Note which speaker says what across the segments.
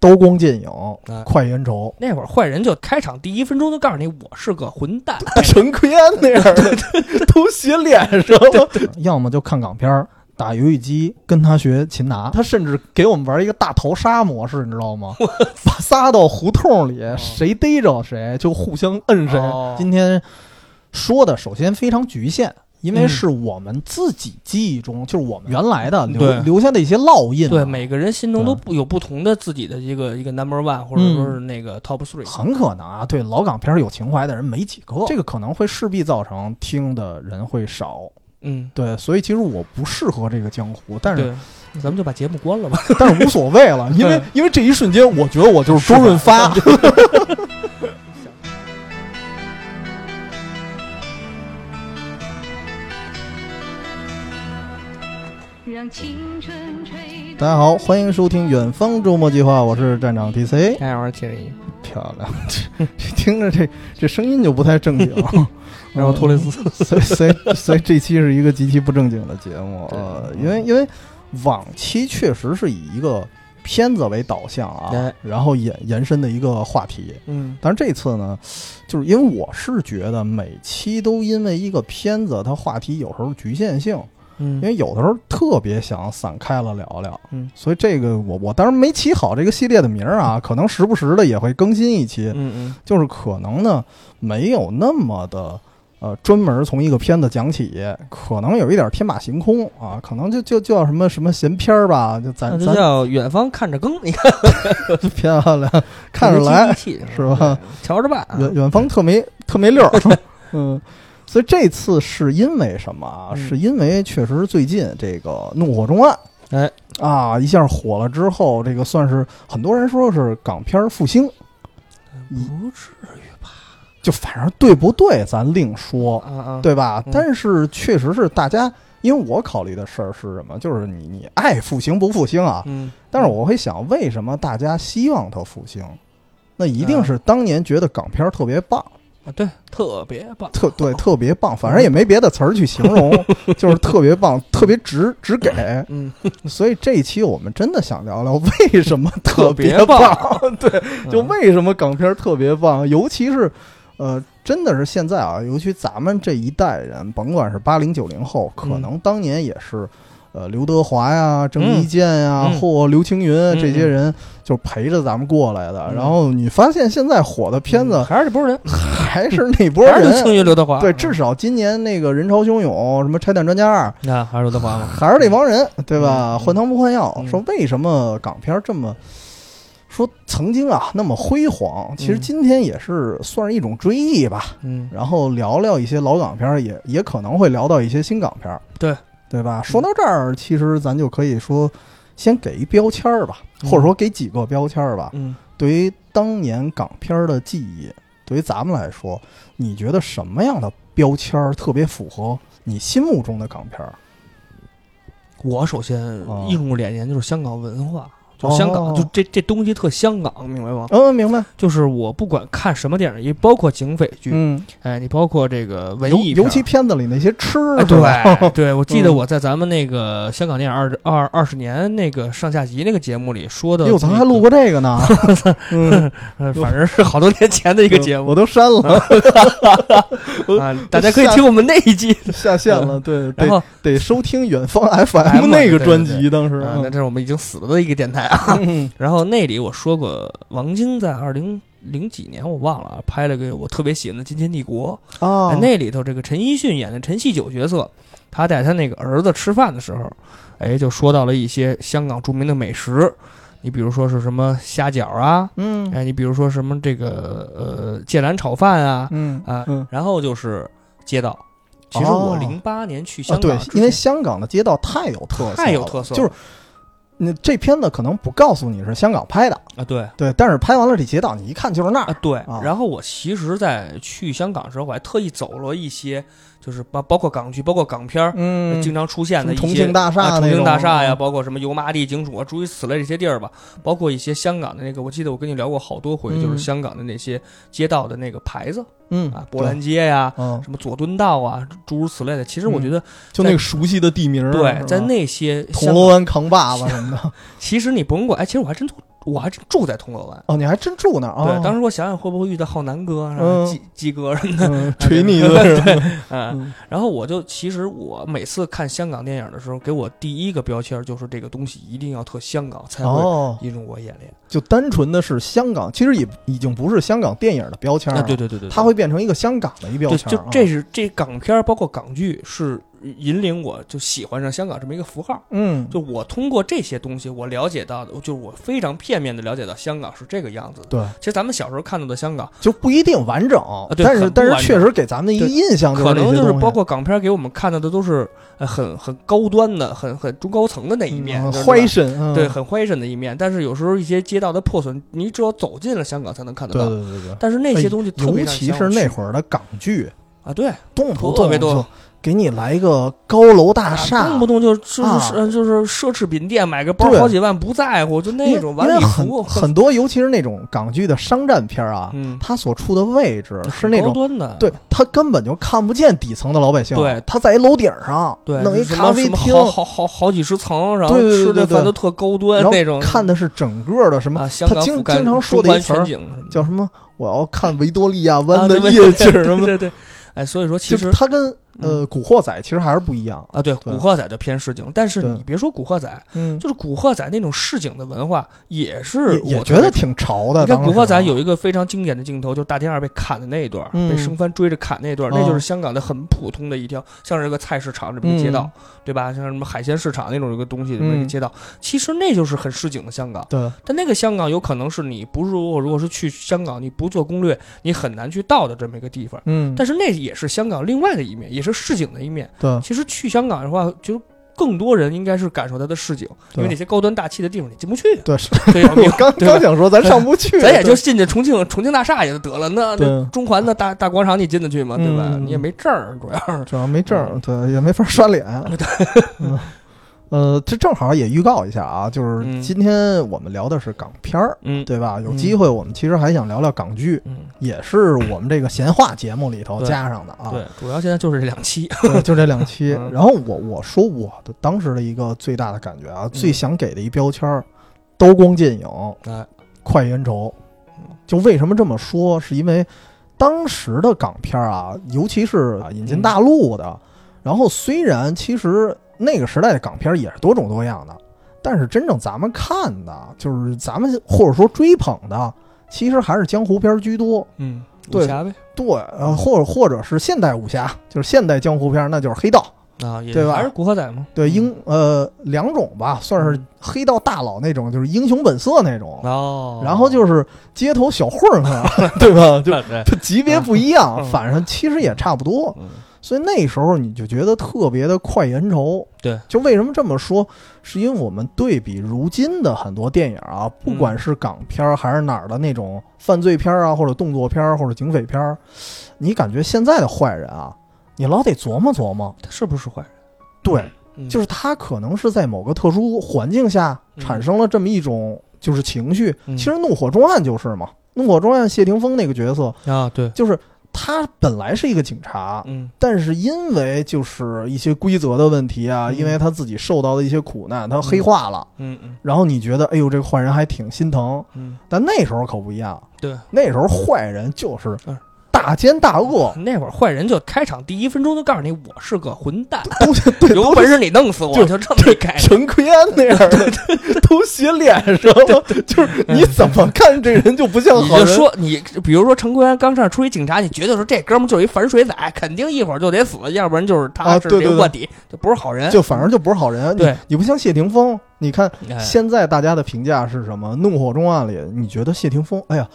Speaker 1: 刀光剑影
Speaker 2: 哎，
Speaker 1: 快意恩 仇，
Speaker 2: 那会儿坏人就开场第一分钟就告诉你我是个混蛋，
Speaker 1: 陈奎安那 样的 都写脸上 了。要么就看港片儿，打游戏机，跟他学擒拿。他甚至给我们玩一个大逃杀模式，你知道吗？ 哦把仨到胡同里，谁逮着谁就互相摁谁。
Speaker 2: 哦
Speaker 1: 今天说的首先非常局限。因为
Speaker 2: 嗯
Speaker 1: 是我们自己记忆中，就是我们原来的留
Speaker 2: 对
Speaker 1: 留下的一些烙印啊，
Speaker 2: 对，每个人心中都
Speaker 1: 对
Speaker 2: 不有不同的自己的一个一个 number one，或者
Speaker 1: 嗯
Speaker 2: 说是那个 top three。
Speaker 1: 很可能啊，对老港片儿有情怀的人没几个，这个可能会势必造成听的人会少，
Speaker 2: 嗯，
Speaker 1: 对，所以其实我不适合这个江湖，但是
Speaker 2: 对，咱们就把节目关了吧。
Speaker 1: 但是无所谓了，因为因为这一瞬间，我觉得我就是周润 发。
Speaker 3: 让青春吹
Speaker 1: 大家好，欢迎收听《远方周末计划》，我是站长 DC，
Speaker 2: 哎，我是一，
Speaker 1: 漂亮，这听着这这声音就不太正 经。嗯
Speaker 2: 然后托雷斯，
Speaker 1: 所以所以所以这期是一个极其不正经的节目，呃，因为因为往期确实是以一个片子为导向啊
Speaker 2: 哎，
Speaker 1: 然后延延伸的一个话题，
Speaker 2: 嗯，
Speaker 1: 但是这次呢，就是因为我是觉得每期都因为一个片子，它话题有时候局限性，
Speaker 2: 嗯
Speaker 1: 因为有的时候特别想散开了聊聊，
Speaker 2: 嗯，
Speaker 1: 所以这个我我当然没起好这个系列的名儿啊，可能时不时的也会更新一期，
Speaker 2: 嗯嗯，
Speaker 1: 就是可能呢没有那么的。呃，专门从一个片子讲起，可能有一点天马行空啊，可能就就就叫什么什么闲篇儿吧，就咱
Speaker 2: 那啊就
Speaker 1: 咱
Speaker 2: 叫远方看着更，你看
Speaker 1: 漂亮， 看着来，是吧？
Speaker 2: 对瞧着办啊，
Speaker 1: 远远方特没特没溜儿，嗯，所以这次是因为什么啊？
Speaker 2: 嗯
Speaker 1: 是因为确实最近这个《怒火中案》
Speaker 2: 哎
Speaker 1: 啊一下火了之后，这个算是很多人说是港片儿复兴，
Speaker 2: 不至
Speaker 1: 就反正对不对咱另说，
Speaker 2: 啊啊，
Speaker 1: 对吧？
Speaker 2: 嗯
Speaker 1: 但是确实是大家，因为我考虑的事儿是什么？就是你你爱复兴不复兴啊？
Speaker 2: 嗯，
Speaker 1: 但是我会想，为什么大家希望它复兴？那一
Speaker 2: 嗯
Speaker 1: 定是当年觉得港片儿特别棒。
Speaker 2: 啊对，特别 棒，
Speaker 1: 特对特别棒，反正也没别的词儿去形容，就是特别棒，特别直直给。
Speaker 2: 嗯，
Speaker 1: 所以这一期我们真的想聊聊为什么特别
Speaker 2: 特别
Speaker 1: 棒，对，
Speaker 2: 嗯
Speaker 1: 就为什么港片儿特别棒，尤其是呃，真的是现在啊，尤其咱们这一代人，甭管是八零九零后，可
Speaker 2: 嗯
Speaker 1: 能当年也是。呃，刘德华呀，郑伊
Speaker 2: 嗯
Speaker 1: 健呀，
Speaker 2: 嗯
Speaker 1: 或刘青云啊
Speaker 2: 嗯
Speaker 1: 这些
Speaker 2: 嗯
Speaker 1: 人，就是陪着咱们过来的。
Speaker 2: 嗯
Speaker 1: 然后你发现现在火的片子
Speaker 2: 嗯还是这波人，
Speaker 1: 还是 那波
Speaker 2: 还是
Speaker 1: 人，
Speaker 2: 刘青云、刘德华，嗯
Speaker 1: 对，至少今年那个人潮汹涌，什么拆弹专家二，
Speaker 2: 那啊还是刘德华嘛，
Speaker 1: 还是那帮人，对吧？
Speaker 2: 嗯
Speaker 1: 换汤不换药，
Speaker 2: 嗯
Speaker 1: 说为什么港片这么说曾经啊那么辉煌？其实
Speaker 2: 嗯
Speaker 1: 今天也是算是一种追忆吧。
Speaker 2: 嗯，
Speaker 1: 然后聊聊一些老港片，也也可能会聊到一些新港片，
Speaker 2: 对嗯
Speaker 1: 对吧？说到这儿，其实咱就可以说先给一标签儿吧，
Speaker 2: 嗯
Speaker 1: 或者说给几个标签儿吧。
Speaker 2: 嗯，
Speaker 1: 对于当年港片儿的记忆，对于咱们来说，你觉得什么样的标签儿特别符合你心目中的港片儿？
Speaker 2: 我首先
Speaker 1: 哦
Speaker 2: 映入眼帘就是香港文化，就
Speaker 1: 哦
Speaker 2: 香港，就这这东西特香港，明白吗？
Speaker 1: 嗯，明白。
Speaker 2: 就是我不管看什么电影，也包括警匪剧，
Speaker 1: 嗯，
Speaker 2: 哎，你包括这个文
Speaker 1: 尤
Speaker 2: 艺片儿，
Speaker 1: 尤其片子里那些吃，
Speaker 2: 哎
Speaker 1: 是 吧
Speaker 2: 对对，我记得
Speaker 1: 嗯
Speaker 2: 我在咱们那个香港电影二十二二十年那个上下集那个节目里说的，
Speaker 1: 哟，哎咱还录，过这个呢。嗯，
Speaker 2: 呃反正是好多年前的一
Speaker 1: 这
Speaker 2: 个节目
Speaker 1: 我都删了，
Speaker 2: 啊，大家可以听我们那一季。
Speaker 1: 下线了。对，
Speaker 2: 然
Speaker 1: 得
Speaker 2: 后，啊
Speaker 1: 得收听远方
Speaker 2: 哎
Speaker 1: FM 那个
Speaker 2: 对
Speaker 1: 专
Speaker 2: 对
Speaker 1: 辑，当时。
Speaker 2: 啊那
Speaker 1: 嗯
Speaker 2: 这是我们已经死了的一个电台啊。
Speaker 1: 嗯
Speaker 2: 然后那里我说过，王晶在二零零几年我忘了啊拍了个我特别喜欢的《金钱帝国》，
Speaker 1: 啊
Speaker 2: 哎，那里头这个陈奕迅演的陈锡九角色，他带他那个儿子吃饭的时候，哎，就说到了一些香港著名的美食，你比如说是什么虾饺啊，
Speaker 1: 嗯
Speaker 2: 哎，你比如说什么这个呃芥蓝炒饭啊，
Speaker 1: 嗯
Speaker 2: 啊
Speaker 1: 嗯，
Speaker 2: 然后就是街道。其实我
Speaker 1: 哦
Speaker 2: 零八年去
Speaker 1: 啊，
Speaker 2: 香
Speaker 1: 对
Speaker 2: 港之前，，
Speaker 1: 因为香港的街道太有特色了，
Speaker 2: 太有特色了
Speaker 1: 就是。你这片子可能不告诉你是香港拍的，
Speaker 2: 啊对
Speaker 1: 对，但是拍完了这街道，你一看就是那
Speaker 2: 啊
Speaker 1: 儿。
Speaker 2: 对
Speaker 1: 啊，
Speaker 2: 然后我其实，在去香港的时候，我还特意走了一些，就是包包括港剧，包括港片儿，
Speaker 1: 嗯
Speaker 2: 经常出现的一
Speaker 1: 什么
Speaker 2: 些
Speaker 1: 重庆大厦
Speaker 2: 啊重
Speaker 1: 那种
Speaker 2: 庆大厦呀，
Speaker 1: 嗯
Speaker 2: 包括什么油麻地、警署啊，诸如此类这些地儿吧，包括一些香港的那个，我记得我跟你聊过好多回，
Speaker 1: 嗯
Speaker 2: 就是香港的那些街道的那个牌子
Speaker 1: 嗯
Speaker 2: 啊，博兰，街呀、
Speaker 1: 对嗯，
Speaker 2: 什么佐敦道啊，诸如此类的。其实我觉得，
Speaker 1: 就那个熟悉的地名儿，
Speaker 2: 对
Speaker 1: 嗯是，吧
Speaker 2: 在那些
Speaker 1: 铜啊
Speaker 2: 香
Speaker 1: 锣湾扛把子什么的，
Speaker 2: 其实你甭管，哎，其实我还真我还真住在铜锣湾。
Speaker 1: 哦，你还真住那儿啊？
Speaker 2: 对，当时我想想会不会遇到浩南哥、然后
Speaker 1: 嗯
Speaker 2: 鸡鸡哥什么
Speaker 1: 时锤你一顿是吧？
Speaker 2: 的，嗯，
Speaker 1: 嗯
Speaker 2: 然后我就其实我每次看香港电影的时候，给我第一个标签就是这个东西一定要特香港才会
Speaker 1: 哦，
Speaker 2: 映入我眼帘。
Speaker 1: 就单纯的是香港，其实也已经不是香港电影的标签
Speaker 2: 啊，
Speaker 1: 了，
Speaker 2: 对对对对，对
Speaker 1: 它会变成一个香港的一标
Speaker 2: 对，
Speaker 1: 签
Speaker 2: 就
Speaker 1: 儿啊。
Speaker 2: 这是这港片儿包括港剧是引领我就喜欢上香港这么一个符号。
Speaker 1: 嗯，
Speaker 2: 就我通过这些东西，我了解到的，就是我非常片面的了解到香港是这个样子的。
Speaker 1: 对，
Speaker 2: 其实咱们小时候看到的香港，
Speaker 1: 就不一定完整，
Speaker 2: 啊对
Speaker 1: 但是
Speaker 2: 很不
Speaker 1: 但是
Speaker 2: 完
Speaker 1: 确
Speaker 2: 整
Speaker 1: 实给咱们的一个
Speaker 2: 对
Speaker 1: 印象
Speaker 2: 可
Speaker 1: 啊是这
Speaker 2: 能
Speaker 1: 些
Speaker 2: 就是
Speaker 1: 东西
Speaker 2: 包括港片儿给我们看到的都是呃很很高端的、很很中高层的那一面，
Speaker 1: 嗯
Speaker 2: 就是
Speaker 1: 欢声，嗯
Speaker 2: 对，很欢神的一面。但是有时候一些街道的破损，你只有走进了香港才能看得
Speaker 1: 对
Speaker 2: 到。
Speaker 1: 对对对。
Speaker 2: 但是那些东西特别
Speaker 1: 尤
Speaker 2: 让
Speaker 1: 其
Speaker 2: 香
Speaker 1: 是
Speaker 2: 港
Speaker 1: 那
Speaker 2: 去
Speaker 1: 会儿的港剧，
Speaker 2: 啊，对，
Speaker 1: 动不
Speaker 2: 特
Speaker 1: 动
Speaker 2: 别
Speaker 1: 就
Speaker 2: 多，啊
Speaker 1: 给你来一个高楼大厦，
Speaker 2: 动不动就是就是、
Speaker 1: 啊
Speaker 2: 呃就是奢侈品店买个包
Speaker 1: 对
Speaker 2: 好几万不在乎，就
Speaker 1: 因
Speaker 2: 那
Speaker 1: 为
Speaker 2: 种
Speaker 1: 因
Speaker 2: 晚
Speaker 1: 为
Speaker 2: 礼
Speaker 1: 很
Speaker 2: 服，
Speaker 1: 很多，尤其是那种港剧的商战片儿啊，
Speaker 2: 嗯，
Speaker 1: 它所处的位置是
Speaker 2: 很
Speaker 1: 那
Speaker 2: 高
Speaker 1: 种
Speaker 2: 端的，
Speaker 1: 对他根本就看不见底层的老百姓，
Speaker 2: 对
Speaker 1: 他在一楼顶上，
Speaker 2: 对，
Speaker 1: 弄一
Speaker 2: 什么
Speaker 1: 咖啡
Speaker 2: 什么
Speaker 1: 厅，
Speaker 2: 好好好好几十层，然后
Speaker 1: 对对对
Speaker 2: 吃
Speaker 1: 对
Speaker 2: 的
Speaker 1: 对
Speaker 2: 饭都特高端
Speaker 1: 然后
Speaker 2: 那种，
Speaker 1: 看的是整个的什么，
Speaker 2: 啊，香港
Speaker 1: 他经
Speaker 2: 俯瞰
Speaker 1: 经常说的一词
Speaker 2: 中
Speaker 1: 儿
Speaker 2: 观全景什么的
Speaker 1: 叫什么，我要看维多利亚湾
Speaker 2: 啊
Speaker 1: 的
Speaker 2: 对
Speaker 1: 夜景
Speaker 2: 对
Speaker 1: 什么，
Speaker 2: 对对，对哎，所以说其
Speaker 1: 就
Speaker 2: 实
Speaker 1: 是
Speaker 2: 嗯
Speaker 1: 他跟呃《古惑仔》其实还是不一样，
Speaker 2: 啊，对，《
Speaker 1: 对
Speaker 2: 古惑仔》就偏市井，但是
Speaker 1: 对
Speaker 2: 你别说《古惑仔
Speaker 1: 嗯》，，
Speaker 2: 就是《古惑仔》那种市井的文化也是
Speaker 1: 也
Speaker 2: 我
Speaker 1: 也
Speaker 2: 特
Speaker 1: 觉得
Speaker 2: 别。
Speaker 1: 挺潮
Speaker 2: 你
Speaker 1: 的。
Speaker 2: 看
Speaker 1: 当
Speaker 2: 《
Speaker 1: 时啊
Speaker 2: 古惑仔》有一个非常经典的镜头，就是大天二被砍的那一段，
Speaker 1: 嗯
Speaker 2: 被生番追着砍那段，那
Speaker 1: 哦
Speaker 2: 就是香港的很普通的一条，像是一个菜市场这么一个街道，对吧？像什么海鲜市场那种一个东西这么一个
Speaker 1: 嗯
Speaker 2: 街道，其实那就是很市井的香港。
Speaker 1: 对
Speaker 2: 但那个香港有可能是你不是如果如果是去香港，你不做攻略，你很难去到的这么一个地方。
Speaker 1: 嗯，
Speaker 2: 但是那也是香港另外的一面，也是市井的一面。
Speaker 1: 对
Speaker 2: 其实去香港的话，就是更多人应该是感受它的市井，因
Speaker 1: 对
Speaker 2: 为那些高端大气的地方你进不去啊。
Speaker 1: 对，是
Speaker 2: 啊 对呀，
Speaker 1: 我刚
Speaker 2: 对吧
Speaker 1: 刚想说咱上不去，
Speaker 2: 咱也就进去重庆重庆大厦也就得了，那那
Speaker 1: 对
Speaker 2: 中环的大大广场你进得去吗？对吧？
Speaker 1: 嗯
Speaker 2: 你也没证儿，主要是。
Speaker 1: 主要没证
Speaker 2: 嗯
Speaker 1: 儿，对，也没法刷 脸。嗯呃，这正好也预告一下啊，就是
Speaker 2: 嗯
Speaker 1: 今天我们聊的是港片儿，
Speaker 2: 嗯
Speaker 1: 对吧？有
Speaker 2: 嗯
Speaker 1: 机会我们其实还想聊聊港剧，
Speaker 2: 嗯，
Speaker 1: 也是我们这个闲话节目里头
Speaker 2: 对
Speaker 1: 加上的啊。
Speaker 2: 对，主要现在就是这两期。
Speaker 1: 对，呃就这两期。
Speaker 2: 嗯
Speaker 1: 然后我我说我的当时的一个最大的感觉啊，
Speaker 2: 嗯
Speaker 1: 最想给的一标签儿，刀光剑影，
Speaker 2: 哎，
Speaker 1: 快意恩仇
Speaker 2: 嗯。
Speaker 1: 就为什么这么说，是因为当时的港片儿啊，尤其是啊引
Speaker 2: 嗯
Speaker 1: 进大陆的，然后虽然其实那个时代的港片儿也是多种多样的，但是真正咱们看的，就是咱们或者说追捧的，其实还是江湖片儿居多。
Speaker 2: 嗯，武
Speaker 1: 对
Speaker 2: 侠呗，
Speaker 1: 对，呃，或者或者是现代武侠，就是现代江湖片儿，那就是黑道。
Speaker 2: 啊，也
Speaker 1: 对吧
Speaker 2: 还是古惑仔嘛。
Speaker 1: 对
Speaker 2: 嗯
Speaker 1: 英呃两种吧，算是黑道大佬那种，就是英雄本色那种，
Speaker 2: 哦，
Speaker 1: 然后就是街头小混混，对吧？就
Speaker 2: 对对，
Speaker 1: 就级别不一样，
Speaker 2: 嗯
Speaker 1: 反正其实也差不多。
Speaker 2: 嗯
Speaker 1: 所以那时候你就觉得特别的快意恩仇。
Speaker 2: 对，
Speaker 1: 就为什么这么说，是因为我们对比如今的很多电影啊，不
Speaker 2: 嗯
Speaker 1: 管是港片儿还是哪儿的那种犯罪片儿啊，或者动作片儿或者警匪片儿，你感觉现在的坏人啊，你老得琢磨琢磨。
Speaker 2: 他是不是坏人？
Speaker 1: 对，
Speaker 2: 嗯
Speaker 1: 就是他可能是在某个特殊环境下
Speaker 2: 嗯
Speaker 1: 产生了这么一种就是情绪。
Speaker 2: 嗯
Speaker 1: 其实《怒火中案》就是嘛，《怒火中案》谢霆锋那个角色，
Speaker 2: 啊，对，
Speaker 1: 就是他本来是一个警察，
Speaker 2: 嗯
Speaker 1: 但是因为就是一些规则的问题啊，
Speaker 2: 嗯
Speaker 1: 因为他自己受到的一些苦难，他黑化了。
Speaker 2: 嗯嗯
Speaker 1: 然后你觉得，哎呦，这个坏人还挺心疼，
Speaker 2: 嗯，
Speaker 1: 但那时候可不一样。
Speaker 2: 对，
Speaker 1: 那时候坏人就是
Speaker 2: 嗯
Speaker 1: 大奸大恶，
Speaker 2: 那会儿坏人就开场第一分钟就告诉你我是个混蛋，
Speaker 1: 都是对
Speaker 2: 有本事你弄死我，
Speaker 1: 就
Speaker 2: 就这么一开始。
Speaker 1: 陈奎安那样的，都写脸上了，就是你怎么看这人就不像
Speaker 2: 哎 你
Speaker 1: 好
Speaker 2: 就
Speaker 1: 人。
Speaker 2: 说你，比如说陈奎安刚上出一警察，你绝对说这哥们儿就是一反水仔，肯定一会儿就得死，要不然就是他
Speaker 1: 啊
Speaker 2: 是
Speaker 1: 对
Speaker 2: 这
Speaker 1: 对对
Speaker 2: 卧底，这不是好人。
Speaker 1: 就反正就不是好人。你
Speaker 2: 哎对，
Speaker 1: 你不像谢霆锋，你看
Speaker 2: 哎
Speaker 1: 现在大家的评价是什么？《怒火中案》里，你觉得谢霆锋，哎呀，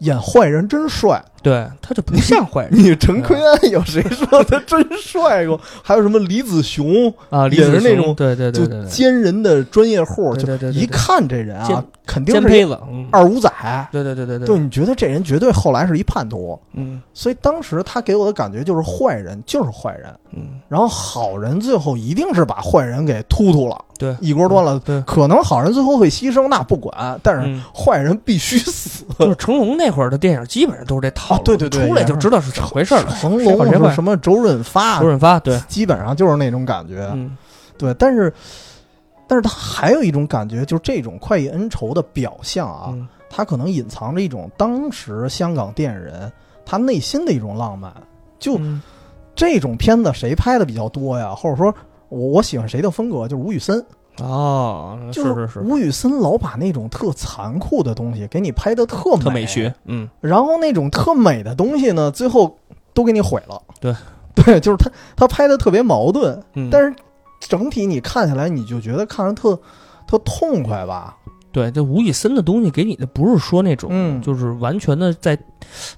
Speaker 1: 演坏人真帅。
Speaker 2: 对，他就不像坏 人
Speaker 1: 你陈奎安有谁说他真帅 过？还有什么李子雄，
Speaker 2: 啊，李
Speaker 1: 也是
Speaker 2: 子
Speaker 1: 那
Speaker 2: 雄
Speaker 1: 种
Speaker 2: 对对对
Speaker 1: 就
Speaker 2: 对对，
Speaker 1: 奸人的专业户，
Speaker 2: 对
Speaker 1: 就
Speaker 2: 对对对
Speaker 1: 一
Speaker 2: 对
Speaker 1: 看这人啊
Speaker 2: 奸，
Speaker 1: 肯定
Speaker 2: 奸
Speaker 1: 是一
Speaker 2: 胚子，嗯
Speaker 1: 二五仔。
Speaker 2: 对对对对
Speaker 1: 就
Speaker 2: 对，
Speaker 1: 你觉得这人绝对后来是一叛徒。
Speaker 2: 嗯
Speaker 1: 所以当时他给我的感觉就是坏人就是坏人，
Speaker 2: 嗯，
Speaker 1: 然后好人最后一定是把坏人给突突了，
Speaker 2: 对
Speaker 1: 一锅端了。
Speaker 2: 对，
Speaker 1: 可能好人最后会牺牲，那不管，但是
Speaker 2: 嗯
Speaker 1: 坏人必须死。
Speaker 2: 就是成龙那会儿的电影基本上都是这套路，
Speaker 1: 啊对对对
Speaker 2: 出来
Speaker 1: 也
Speaker 2: 就是知道是怎么回事儿了。
Speaker 1: 成
Speaker 2: 谁
Speaker 1: 龙
Speaker 2: 管谁
Speaker 1: 什么
Speaker 2: 管
Speaker 1: 什么周润发
Speaker 2: 周，润发对，
Speaker 1: 基本上就是那种感觉。
Speaker 2: 嗯
Speaker 1: 对，但是但是它还有一种感觉，就是这种快意恩仇的表象啊，
Speaker 2: 嗯
Speaker 1: 它可能隐藏着一种当时香港电影人他内心的一种浪漫。就
Speaker 2: 嗯
Speaker 1: 这种片子谁拍的比较多呀？或者说我我喜欢谁的风格？就是吴宇森，
Speaker 2: 哦，
Speaker 1: 就是
Speaker 2: 是是，
Speaker 1: 吴宇森老把那种特残酷的东西给你拍的特
Speaker 2: 特美学，嗯，
Speaker 1: 然后那种特美的东西呢，最后都给你毁了。
Speaker 2: 对，
Speaker 1: 对，就是他他拍的特别矛盾，
Speaker 2: 嗯
Speaker 1: 但是整体你看下来，你就觉得看着特特痛快吧？
Speaker 2: 对，这吴宇森的东西给你的不是说那种，
Speaker 1: 嗯
Speaker 2: 就是完全的在，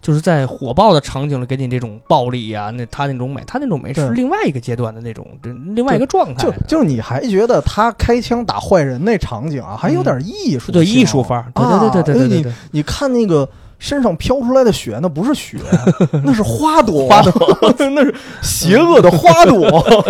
Speaker 2: 就是在火爆的场景里给你这种暴力呀、那他那种美，他那种美是
Speaker 1: 对
Speaker 2: 另外一个阶段的那种，这另外一个状态，啊
Speaker 1: 就就是你还觉得他开枪打坏人那场景啊，还有点艺术性、
Speaker 2: 嗯对艺术范儿，对对对对对对对
Speaker 1: 你看那个身上飘出来的血，那不是 血，那是花朵，
Speaker 2: 花
Speaker 1: 朵， 那是邪恶的花 朵。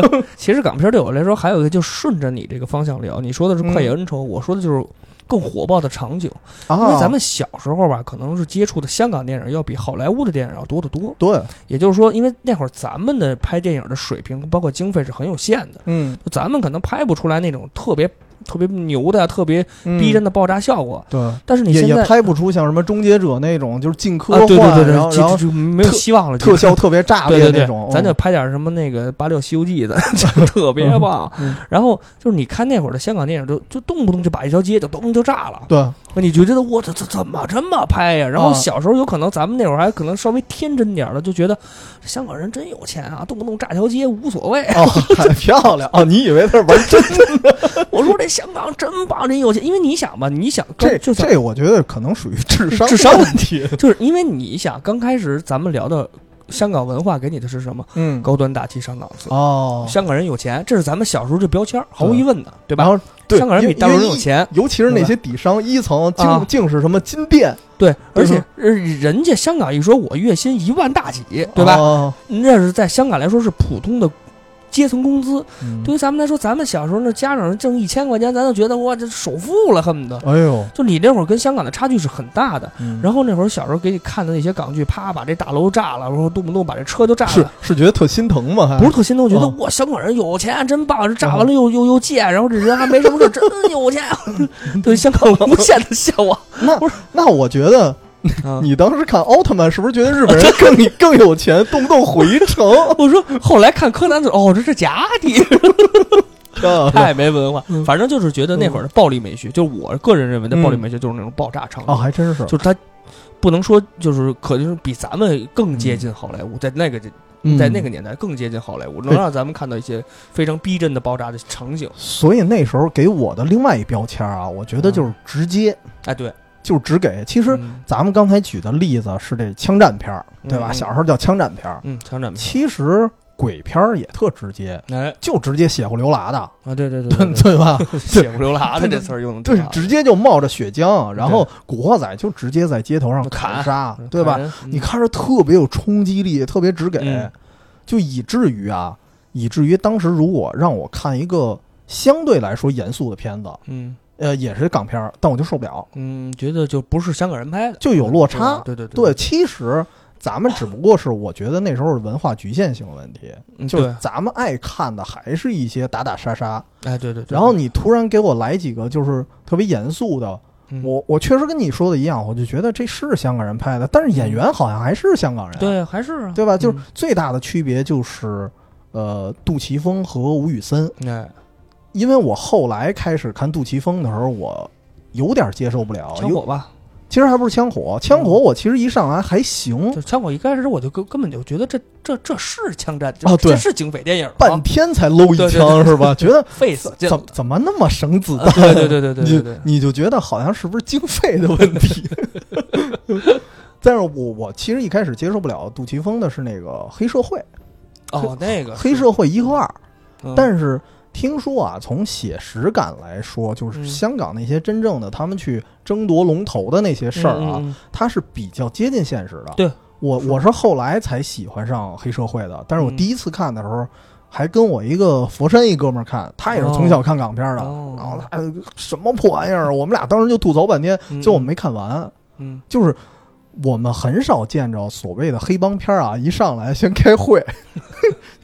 Speaker 2: 对。其实港片对我来说还有一个，就顺着你这个方向聊，你说的是快意恩仇，我说的就是。更火爆的场景，因为
Speaker 1: 嗯啊，
Speaker 2: 咱们小时候吧，可能是接触的香港电影要比好莱坞的电影要多得多。
Speaker 1: 对，
Speaker 2: 也就是说，因为那会儿咱们的拍电影的水平，包括经费是很有限的，
Speaker 1: 嗯，
Speaker 2: 就咱们可能拍不出来那种特别特别牛的、特别
Speaker 1: 嗯
Speaker 2: 逼真的爆炸效果。
Speaker 1: 对。
Speaker 2: 但是
Speaker 1: 嗯
Speaker 2: 你
Speaker 1: 也
Speaker 2: 现在
Speaker 1: 也拍不出像什么《终结者》那种，就是近科
Speaker 2: 啊，
Speaker 1: 幻，
Speaker 2: 对对对
Speaker 1: 然后
Speaker 2: 对，
Speaker 1: 然
Speaker 2: 就
Speaker 1: 后
Speaker 2: 就没有
Speaker 1: 特
Speaker 2: 希望了，
Speaker 1: 特
Speaker 2: 就
Speaker 1: 效。特别炸
Speaker 2: 对
Speaker 1: 裂
Speaker 2: 对
Speaker 1: 那
Speaker 2: 对
Speaker 1: 种，，嗯
Speaker 2: 咱就拍点什么那个八六《西游记》 的，就特别棒
Speaker 1: 嗯。
Speaker 2: 然后就是你看那会儿的香港电影，就就动不动就把一条街就咚就炸了，
Speaker 1: 对哦
Speaker 2: 你就觉得我这这怎么这么拍呀？然后
Speaker 1: 啊
Speaker 2: 小时候有可能咱们那会儿还可能稍微天真点儿的，就觉得香港人真有钱啊，动不动炸条街无所谓。
Speaker 1: 哦，很漂亮哦！你以为他是玩真
Speaker 2: 我说这香港真棒，真有钱，因为你想吧，你想刚
Speaker 1: 这
Speaker 2: 就咱
Speaker 1: 这，我觉得可能属于智商
Speaker 2: 智商
Speaker 1: 问题。
Speaker 2: 就是因为你想，刚开始咱们聊的香港文化给你的是什么？
Speaker 1: 嗯，
Speaker 2: 高端大气上档次，
Speaker 1: 哦，
Speaker 2: 香港人有钱，这是咱们小时候这标签儿，毫无疑问的，对
Speaker 1: 然
Speaker 2: 吧？
Speaker 1: 后对
Speaker 2: 香港人比大陆人有，钱，
Speaker 1: 因为因为尤其是那些底商一层，
Speaker 2: 啊
Speaker 1: 竟竟是什么金店，
Speaker 2: 对，
Speaker 1: 对
Speaker 2: 而且
Speaker 1: 吧
Speaker 2: 呃人家香港一说我月薪一万大几，对吧？
Speaker 1: 嗯哦？
Speaker 2: 那是在香港来说是普通的。阶层工资
Speaker 1: 嗯
Speaker 2: 对于咱们来说，咱们小时候那家长挣一千块钱，咱就觉得哇，这首富了，恨不得。
Speaker 1: 哎呦，
Speaker 2: 就你那会儿跟香港的差距是很大的，
Speaker 1: 后
Speaker 2: 然后那会儿小时候给你看的那些港剧，啪把这大楼炸了，然后动不动把这车就炸
Speaker 1: 是
Speaker 2: 了。
Speaker 1: 是觉得特心疼吗？还
Speaker 2: 不是特心疼，觉得
Speaker 1: 哦
Speaker 2: 哇，香港人有钱，真棒！这炸完了又又又借，然后这 人还没什么事，真有钱。对香港无限的向往。
Speaker 1: 那
Speaker 2: 不
Speaker 1: 那我觉得
Speaker 2: 啊
Speaker 1: 你当时看奥特曼是不是觉得日本人更 更有钱，动不动回城？
Speaker 2: 我说后来看柯南的时候，哦，这是假 的，
Speaker 1: 啊
Speaker 2: 太没文化。反正就是觉得
Speaker 1: 嗯
Speaker 2: 那会儿的暴力美学，就是我个人认为的暴力美学，就是那种爆炸场
Speaker 1: 哦，
Speaker 2: 景，
Speaker 1: 还真是，
Speaker 2: 嗯就是他不能说就是可就是比咱们更接近好莱坞，在那个
Speaker 1: 嗯
Speaker 2: 在那个年代更接近好莱坞，能让咱们看到一些非常逼真的爆炸的场景。
Speaker 1: 所以那时候给我的另外一标签啊，我觉得就是直接，
Speaker 2: 哎，对，
Speaker 1: 就是只给。其实
Speaker 2: 嗯
Speaker 1: 咱们刚才举的例子是这枪战片儿，对吧？
Speaker 2: 嗯
Speaker 1: 小时候叫枪战片儿，
Speaker 2: 嗯，强展片，
Speaker 1: 其实鬼片儿也特直接，
Speaker 2: 哎
Speaker 1: 就直接血乎流拉的，
Speaker 2: 啊，对对对对
Speaker 1: 对
Speaker 2: 对，
Speaker 1: 对吧？
Speaker 2: 血不流拉的这词儿用的
Speaker 1: 对
Speaker 2: 挺，好
Speaker 1: 直接就冒着血浆，然后古惑仔就直接在街头上
Speaker 2: 砍
Speaker 1: 杀，对吧？？
Speaker 2: 嗯
Speaker 1: 你看着特别有冲击力，特别直给，
Speaker 2: 嗯
Speaker 1: 就以至于啊，以至于当时如果让我看一个相对来说严肃的片子，
Speaker 2: 嗯
Speaker 1: 呃，也是港片儿，但我就受不了。
Speaker 2: 嗯，觉得就不是香港人拍的，
Speaker 1: 就有落差
Speaker 2: 对对对
Speaker 1: 对，，其实咱们只不过是我觉得那时候是文化局限性的问题，
Speaker 2: 嗯
Speaker 1: 就是
Speaker 2: 对，
Speaker 1: 咱们爱看的还是一些打打杀杀。
Speaker 2: 哎对对对，
Speaker 1: 然后你突然给我来几个就是特别严肃的，
Speaker 2: 嗯
Speaker 1: 我我确实跟你说的一样，我就觉得这是香港人拍的，但是演员好像还是香港人，
Speaker 2: 对还是啊
Speaker 1: 对吧？就是
Speaker 2: 嗯
Speaker 1: 最大的区别就是，呃，杜琪峰和吴宇森。
Speaker 2: 哎
Speaker 1: 因为我后来开始看杜琪峰的时候，我有点接受不了，
Speaker 2: 枪
Speaker 1: 哦有
Speaker 2: 火嗯吧，
Speaker 1: 其实还不是枪火，枪火我其实一上来还行
Speaker 2: 就，枪火一开始我就根根本就觉得这这这是枪战，
Speaker 1: 哦对
Speaker 2: 这是警匪电影吗，
Speaker 1: 半天才搂一枪是吧？觉 得
Speaker 2: 费死劲
Speaker 1: 怎
Speaker 2: 了，
Speaker 1: 么怎么那么省子
Speaker 2: 啊
Speaker 1: 弹？
Speaker 2: 对对对对对对对，
Speaker 1: 你你就觉得好像是不是经费的问题？ 但是我我其实一开始接受不了杜琪峰的是那个黑社会，
Speaker 2: 哦那个
Speaker 1: 黑社会一和二，
Speaker 2: 嗯
Speaker 1: 但是。听说啊，从写实感来说，就是
Speaker 2: 嗯
Speaker 1: 香港那些真正的他们去争夺龙头的那些事儿啊，
Speaker 2: 嗯嗯嗯
Speaker 1: 它是比较接近现实的。
Speaker 2: 对，
Speaker 1: 我
Speaker 2: 是
Speaker 1: 我是后来才喜欢上黑社会的，但是我
Speaker 2: 嗯
Speaker 1: 第一次看的时候，还跟我一个佛山一哥们儿看，他也是从小看港片的，
Speaker 2: 哦
Speaker 1: 然后他呃什么破玩意儿，我们俩当时就吐槽半天，
Speaker 2: 嗯
Speaker 1: 最后我们没看完，
Speaker 2: 嗯
Speaker 1: 就是。 我们很少见着所谓的黑帮片儿啊，一上来先开会，